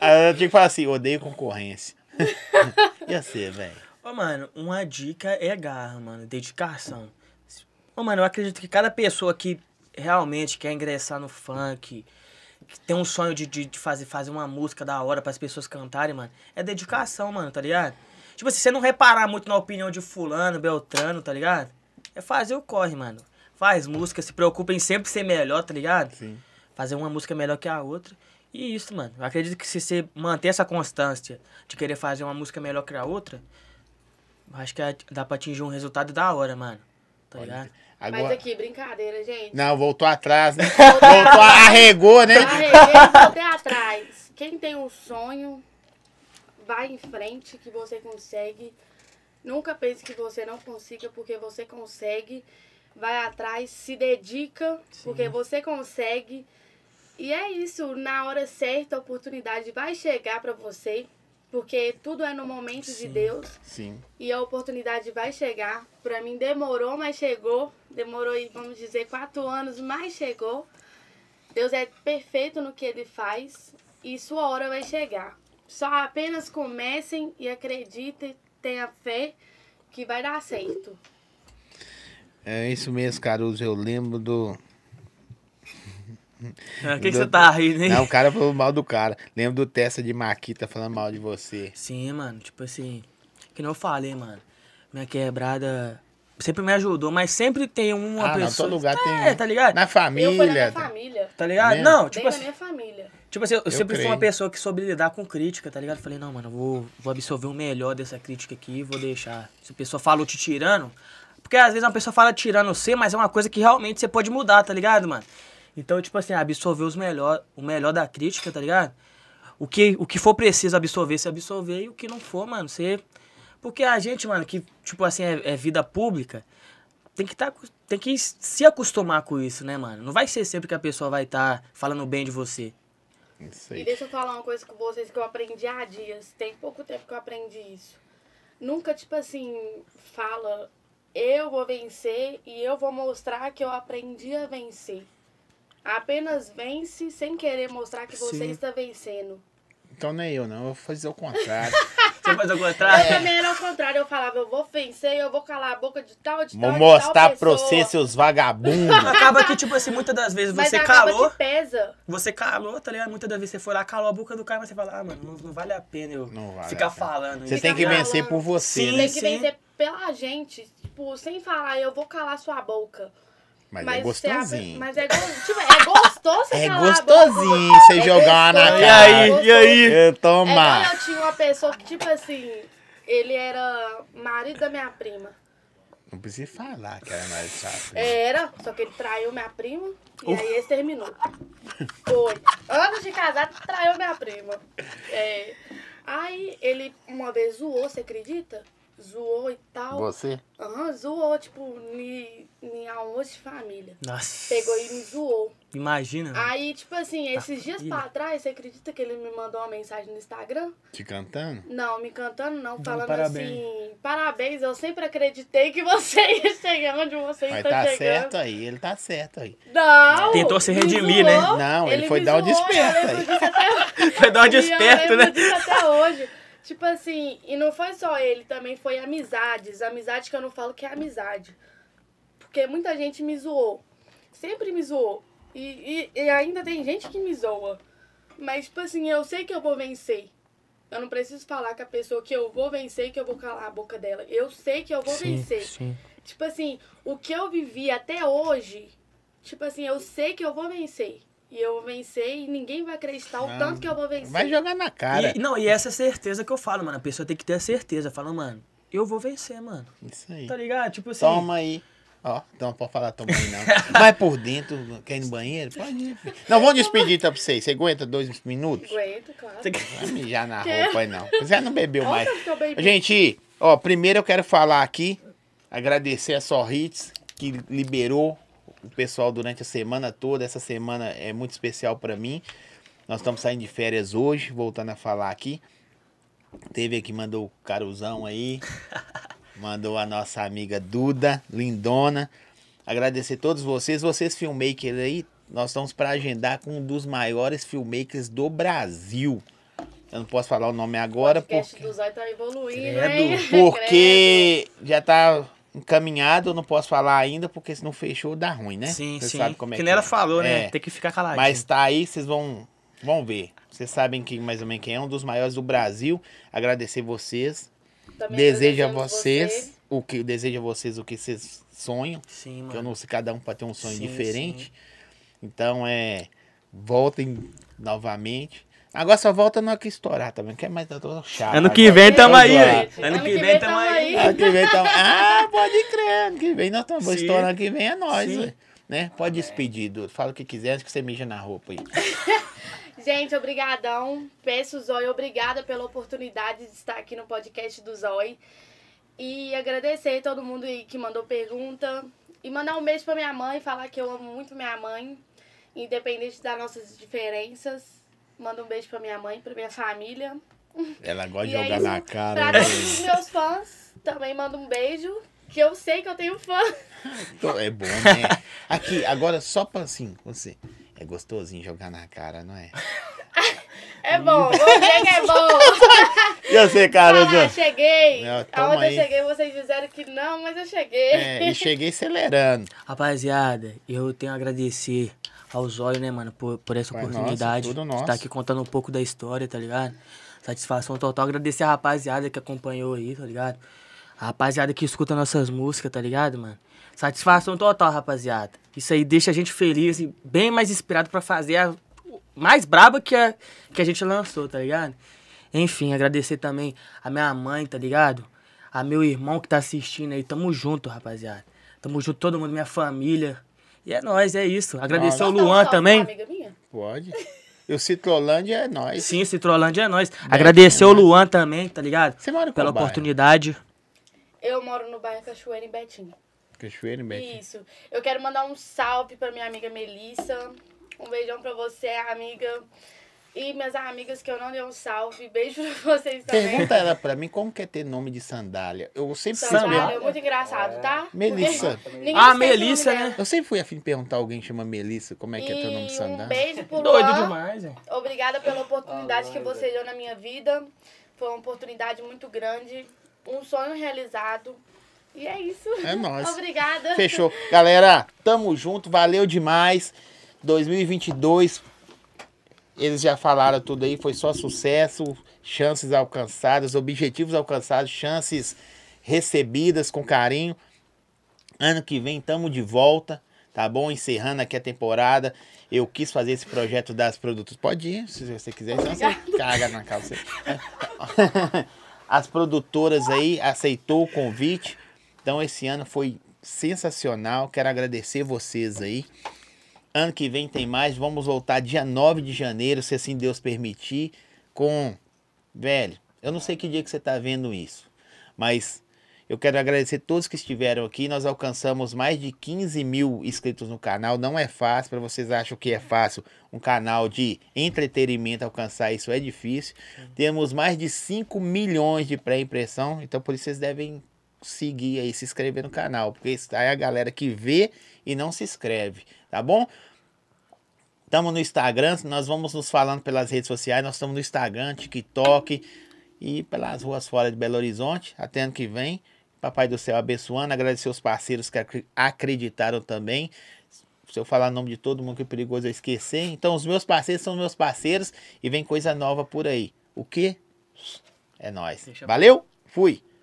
Speaker 2: Ah, Eu tinha que falar assim, odeio concorrência. Ia ser, velho.
Speaker 3: Ô, mano, uma dica é garra, mano, dedicação. Ô, mano, eu acredito que cada pessoa que realmente quer ingressar no funk, que tem um sonho de, de, de fazer, fazer uma música da hora para as pessoas cantarem, mano, é dedicação, mano, tá ligado? Tipo assim, você não reparar muito na opinião de fulano, beltrano, tá ligado? É fazer o corre, mano. Faz música, se preocupa em sempre ser melhor, tá ligado?
Speaker 2: Sim.
Speaker 3: fazer uma música melhor que a outra. E isso, mano. Eu acredito que se você manter essa constância de querer fazer uma música melhor que a outra, eu acho que a- dá pra atingir um resultado da hora, mano. Tá
Speaker 2: Pode
Speaker 3: ligado?
Speaker 1: Mas é
Speaker 2: Agora.
Speaker 1: aqui, brincadeira, gente.
Speaker 2: Não, voltou atrás, né? Voltou, arregou, né?
Speaker 1: Arreguei, voltei atrás. Quem tem um sonho, vai em frente que você consegue. Nunca pense que você não consiga, porque você consegue. Vai atrás, se dedica, porque você consegue. E é isso, na hora certa a oportunidade vai chegar pra você, porque tudo é no momento de
Speaker 3: Sim.
Speaker 1: Deus
Speaker 2: Sim.
Speaker 1: e a oportunidade vai chegar. Pra mim demorou, mas chegou. Demorou, aí, vamos dizer, quatro anos, mas chegou. Deus é perfeito no que ele faz e sua hora vai chegar. Só apenas comecem e acreditem, tenha fé que vai dar certo.
Speaker 2: É isso mesmo, Caruso. Eu lembro do.
Speaker 3: O que,
Speaker 2: que
Speaker 3: que
Speaker 2: você
Speaker 3: você tá rindo, hein?
Speaker 2: Não, o cara falou mal do cara. Lembro do Tessa de Maquita falando mal de você.
Speaker 3: Sim, mano. Tipo assim, que não eu falei, mano. Minha quebrada sempre me ajudou, mas sempre tem uma
Speaker 2: ah, não,
Speaker 3: pessoa.
Speaker 2: todo lugar
Speaker 3: é,
Speaker 2: tem.
Speaker 3: tá ligado?
Speaker 2: Na
Speaker 1: Eu fui na
Speaker 2: família.
Speaker 1: minha família.
Speaker 3: Tá ligado?
Speaker 2: Mesmo?
Speaker 3: Não,
Speaker 1: Dei
Speaker 3: tipo
Speaker 1: na
Speaker 3: assim.
Speaker 1: minha família.
Speaker 3: Tipo assim, eu, sempre fui
Speaker 2: creio.
Speaker 3: uma pessoa que soube lidar com crítica, tá ligado? Eu Falei, não, mano, eu vou, vou absorver o melhor dessa crítica aqui e vou deixar. Se a pessoa fala o te tirando. Porque às vezes uma pessoa fala tirando você, mas é uma coisa que realmente você pode mudar, tá ligado, mano? Então, tipo assim, absorver os melhor, o melhor da crítica, tá ligado? O que, o que for preciso absorver, se absorver, e o que não for, mano, você. Porque a gente, mano, que, tipo assim, é, é vida pública, tem que, tá, acos- tem que se acostumar com isso, né, mano? Não vai ser sempre que a pessoa vai estar falando bem de você.
Speaker 2: Isso
Speaker 1: E
Speaker 2: aí.
Speaker 1: deixa eu falar uma coisa com vocês que eu aprendi há dias. Tem pouco tempo que eu aprendi isso. Nunca, tipo assim, fala, eu vou vencer e eu vou mostrar que eu aprendi a vencer. Apenas vence sem querer mostrar que você
Speaker 3: Sim.
Speaker 1: está vencendo.
Speaker 2: Então nem eu, não. Eu vou fazer o contrário.
Speaker 3: Você faz alguma
Speaker 1: Eu
Speaker 3: traje?
Speaker 1: também era ao contrário, eu falava, eu vou vencer, eu vou calar a boca de tal, de
Speaker 2: Vou
Speaker 1: tal, Então, de
Speaker 2: mostrar
Speaker 1: tal
Speaker 2: pra
Speaker 1: pessoa.
Speaker 2: você, seus vagabundos.
Speaker 3: Acaba que, tipo assim, muitas das vezes
Speaker 1: Mas
Speaker 3: você
Speaker 1: acaba
Speaker 3: calou,
Speaker 1: que pesa.
Speaker 3: você calou, tá ligado? Muitas das vezes você foi lá, calou a boca do cara, mas você fala, ah, mano, não, não vale a pena eu
Speaker 2: Não vale
Speaker 3: ficar
Speaker 2: a pena.
Speaker 3: falando.
Speaker 2: Você
Speaker 3: isso.
Speaker 2: tem que
Speaker 1: Fica
Speaker 2: vencer
Speaker 1: falando.
Speaker 2: por você,
Speaker 3: Sim.
Speaker 2: né?
Speaker 1: Tem que vencer pela gente, tipo, sem falar, eu vou calar sua boca.
Speaker 2: Mas, é
Speaker 1: você abre-
Speaker 2: gostosinho.
Speaker 1: Mas é, go- tipo, é gostoso você
Speaker 2: É
Speaker 1: calar a boca.
Speaker 2: gostosinho você jogar uma na
Speaker 1: gostoso.
Speaker 5: E
Speaker 2: cara.
Speaker 5: aí, e aí?
Speaker 2: Eu
Speaker 1: É igual
Speaker 2: tomar.
Speaker 1: eu tinha uma pessoa que, tipo assim, ele era marido da minha prima.
Speaker 2: Não precisa falar que era mais chato.
Speaker 1: Era, só que ele traiu minha prima e aí eles terminou. Foi. Anos de casado, traiu minha prima. É, Aí ele uma vez zoou, você acredita? Zoou e tal.
Speaker 2: Você?
Speaker 1: Aham, zoou, tipo, ni, ni almoço de família.
Speaker 3: Nossa.
Speaker 1: Pegou e me zoou.
Speaker 3: Imagina, mano.
Speaker 1: Aí, tipo
Speaker 3: Tá
Speaker 1: assim, esses dias
Speaker 3: família.
Speaker 1: pra trás, você acredita que ele me mandou uma mensagem no Instagram?
Speaker 2: Te cantando?
Speaker 1: Não, me cantando não, falando
Speaker 3: parabéns.
Speaker 1: assim, parabéns, eu sempre acreditei que você ia chegar onde você
Speaker 2: Mas
Speaker 1: está
Speaker 2: tá
Speaker 1: chegando.
Speaker 2: certo aí, ele tá certo aí.
Speaker 1: Não!
Speaker 3: Tentou se
Speaker 1: me
Speaker 3: redimir, né?
Speaker 1: zoou,
Speaker 2: Não, ele foi
Speaker 1: me
Speaker 2: dar o
Speaker 1: zoou, eu
Speaker 2: desperto
Speaker 1: lembro
Speaker 2: aí.
Speaker 1: disso até
Speaker 5: Vai dar um
Speaker 1: e eu
Speaker 5: desperto,
Speaker 1: lembro
Speaker 5: né?
Speaker 1: disso até hoje. Tipo assim, e não foi só ele, também foi amizades. Amizade que eu não falo que é amizade. Porque muita gente me zoou. Sempre me zoou. E, e, e ainda tem gente que me zoa. Mas, tipo assim, eu sei que eu vou vencer. Eu não preciso falar com a pessoa que eu vou vencer e que eu vou calar a boca dela. Eu sei que eu vou vencer.
Speaker 3: sim.
Speaker 1: Tipo assim, o que eu vivi até hoje, tipo assim, eu sei que eu vou vencer. E eu vou vencer e ninguém vai acreditar o
Speaker 2: Não,
Speaker 1: tanto que eu vou vencer.
Speaker 2: Vai jogar na cara.
Speaker 3: E, não, e essa é a certeza que eu falo, mano. A pessoa tem que ter a certeza. Fala, mano, eu vou vencer, mano.
Speaker 2: Isso aí.
Speaker 3: Tá ligado? Tipo assim.
Speaker 2: Toma aí. Ó, então pode falar toma aí não. Vai por dentro, quer ir no banheiro? Pode ir. filho. Não, vamos despedir tá pra vocês. Você aguenta dois minutos?
Speaker 1: Aguento, claro.
Speaker 3: Você-
Speaker 2: Não Vai mijar na roupa aí não. Você não bebeu mais.
Speaker 1: Nossa, ficou bem
Speaker 2: Gente, ó, primeiro eu quero falar aqui, agradecer a Sorrits, que liberou o pessoal durante a semana toda. Essa semana é muito especial pra mim. Nós estamos saindo de férias hoje, voltando a falar aqui. Teve aqui, mandou o Caruzão aí. Mandou a nossa amiga Duda, lindona. Agradecer a todos vocês. Vocês filmmakers aí, nós estamos para agendar com um dos maiores filmmakers do Brasil. Eu não posso falar o nome agora,
Speaker 1: O podcast
Speaker 2: porque
Speaker 1: do Zóio tá evoluindo,
Speaker 3: Credo.
Speaker 1: hein?
Speaker 2: porque já tá encaminhado, eu não posso falar ainda, porque se não fechou, dá ruim, né?
Speaker 3: Sim,
Speaker 2: Vocês
Speaker 3: sim.
Speaker 2: sabem como é
Speaker 5: que
Speaker 2: que
Speaker 5: nem ela
Speaker 2: é.
Speaker 5: falou, né?
Speaker 2: É.
Speaker 5: Tem que ficar caladinho.
Speaker 2: Mas tá aí, vocês vão, vão ver. Vocês sabem que mais ou menos quem é um dos maiores do Brasil. Agradecer vocês.
Speaker 1: Credo. Também
Speaker 2: Desejo a
Speaker 1: agradecemos
Speaker 2: vocês
Speaker 1: você.
Speaker 2: o que desejo a vocês o que vocês sonham.
Speaker 3: Sim,
Speaker 2: Que eu
Speaker 3: mano.
Speaker 2: não sei, cada um para ter um sonho
Speaker 3: Sim,
Speaker 2: diferente. Então é. Voltem novamente. Agora só volta na hora que estourar, tá vendo? Que é mais eu tô chato.
Speaker 5: Ano que
Speaker 2: agora.
Speaker 5: vem tamo
Speaker 2: Tô
Speaker 5: aí,
Speaker 2: zoado.
Speaker 5: ué. Ano que vem tamo aí.
Speaker 2: Ano que vem tamo. Ah, pode crer. Ano que vem nós estamos.
Speaker 3: Sim.
Speaker 2: Estourando ano que vem é nós,
Speaker 3: Sim.
Speaker 2: ué. né? Pode despedir, Dudu. Fala o que quiser, acho que você mija na roupa aí.
Speaker 1: Gente, obrigadão. Peço, Zói, obrigada pela oportunidade de estar aqui no podcast do Zói. E agradecer todo mundo aí que mandou pergunta. E mandar um beijo pra minha mãe, falar que eu amo muito minha mãe. Independente das nossas diferenças. Manda um beijo pra minha mãe, pra minha família.
Speaker 2: Ela gosta de
Speaker 1: E é
Speaker 2: jogar
Speaker 1: isso.
Speaker 2: na cara.
Speaker 1: Pra
Speaker 2: né?
Speaker 1: todos os meus fãs, também mando um beijo. Que eu sei que eu tenho fã.
Speaker 2: Tô- É bom, né? Aqui, agora só pra assim, você. É gostosinho jogar na cara, não é?
Speaker 1: É bom, vamos ver que é bom.
Speaker 2: E você, cara?
Speaker 1: Ah, cheguei.
Speaker 2: Não, toma
Speaker 1: Aonde
Speaker 2: aí.
Speaker 1: eu cheguei, vocês disseram que não, mas eu cheguei.
Speaker 2: É, e cheguei acelerando.
Speaker 3: Rapaziada, eu tenho a agradecer ao Zóio, né, mano, por, por essa
Speaker 2: Foi
Speaker 3: oportunidade.
Speaker 2: nosso, tudo
Speaker 3: de
Speaker 2: nosso.
Speaker 3: Estar aqui contando um pouco da história, tá ligado? Satisfação total. Agradecer a rapaziada que acompanhou aí, tá ligado? A rapaziada que escuta nossas músicas, tá ligado, mano? Satisfação total, rapaziada. Isso aí deixa a gente feliz e bem mais inspirado pra fazer a- mais braba que a, que a gente lançou, tá ligado? Enfim, agradecer também a minha mãe, tá ligado? A meu irmão que tá assistindo aí. Tamo junto, rapaziada. Tamo junto, todo mundo, minha família. E é nóis, é isso. Agradecer ao
Speaker 1: Posso dar um
Speaker 3: Luan
Speaker 1: salve pra uma
Speaker 3: também.
Speaker 1: Amiga minha?
Speaker 2: Pode. E o Citrolândia é nós.
Speaker 3: Sim, Citrolândia é nóis. Agradecer ao Luan também, tá ligado?
Speaker 2: Né? Você mora em
Speaker 3: Pela
Speaker 2: qual bairro?
Speaker 3: oportunidade.
Speaker 1: Eu moro no bairro Cachoeira, em Betim.
Speaker 2: Cachoeira, Betinho.
Speaker 1: Isso. Eu quero mandar um salve pra minha amiga Melissa. Um beijão pra você, amiga. E minhas amigas que eu não dei um salve. Beijo pra vocês também.
Speaker 2: Pergunta ela pra mim como que é ter nome de sandália. Eu sempre fui.
Speaker 1: Sandália, É muito engraçado, tá?
Speaker 2: É. Melissa.
Speaker 1: Porque ninguém
Speaker 3: Ah,
Speaker 1: esquece o nome
Speaker 3: Melissa,
Speaker 1: dela.
Speaker 3: né?
Speaker 2: Eu sempre fui afim de perguntar alguém que chama Melissa como é que é teu nome de
Speaker 1: E um
Speaker 2: sandália.
Speaker 1: beijo pro
Speaker 3: Doido
Speaker 1: Luan.
Speaker 3: demais, hein?
Speaker 1: Obrigada pela oportunidade
Speaker 4: Ah,
Speaker 1: que
Speaker 4: vai,
Speaker 1: você deu na minha vida. Foi uma oportunidade muito grande, um sonho realizado. E é isso.
Speaker 2: É nóis.
Speaker 1: Obrigada.
Speaker 2: Fechou. Galera, tamo junto, valeu demais. 2022, eles já falaram tudo aí, foi só sucesso, chances alcançadas, objetivos alcançados, chances recebidas com carinho. Ano que vem tamo de volta, tá bom? Encerrando aqui a temporada. Eu quis fazer esse projeto das produtos. Pode ir, se você quiser, senão você caga na calça. As produtoras aí aceitou o convite. Então esse ano foi sensacional. Quero agradecer vocês aí. Ano que vem tem mais. Vamos voltar dia 9 de janeiro, se assim Deus permitir, com velho. Eu não sei que dia que você tá vendo isso, mas eu quero agradecer todos que estiveram aqui. Nós alcançamos mais de 15 mil inscritos no canal. Não é fácil, para vocês acham que é fácil um canal de entretenimento alcançar isso é difícil. Temos mais de 5 milhões de pré-impressão, então por isso vocês devem seguir aí, se inscrever no canal, porque está é a galera que vê e não se inscreve, tá bom? Estamos no Instagram, nós vamos nos falando pelas redes sociais, nós estamos no Instagram, TikTok e pelas ruas fora de Belo Horizonte, até ano que vem. Papai do céu abençoando, agradecer os parceiros que acri- acreditaram também. Se eu falar o nome de todo mundo, que é perigoso eu esquecer. Então, os meus parceiros são meus parceiros e vem coisa nova por aí. O que? É nóis.
Speaker 3: Deixa-
Speaker 2: Valeu, fui.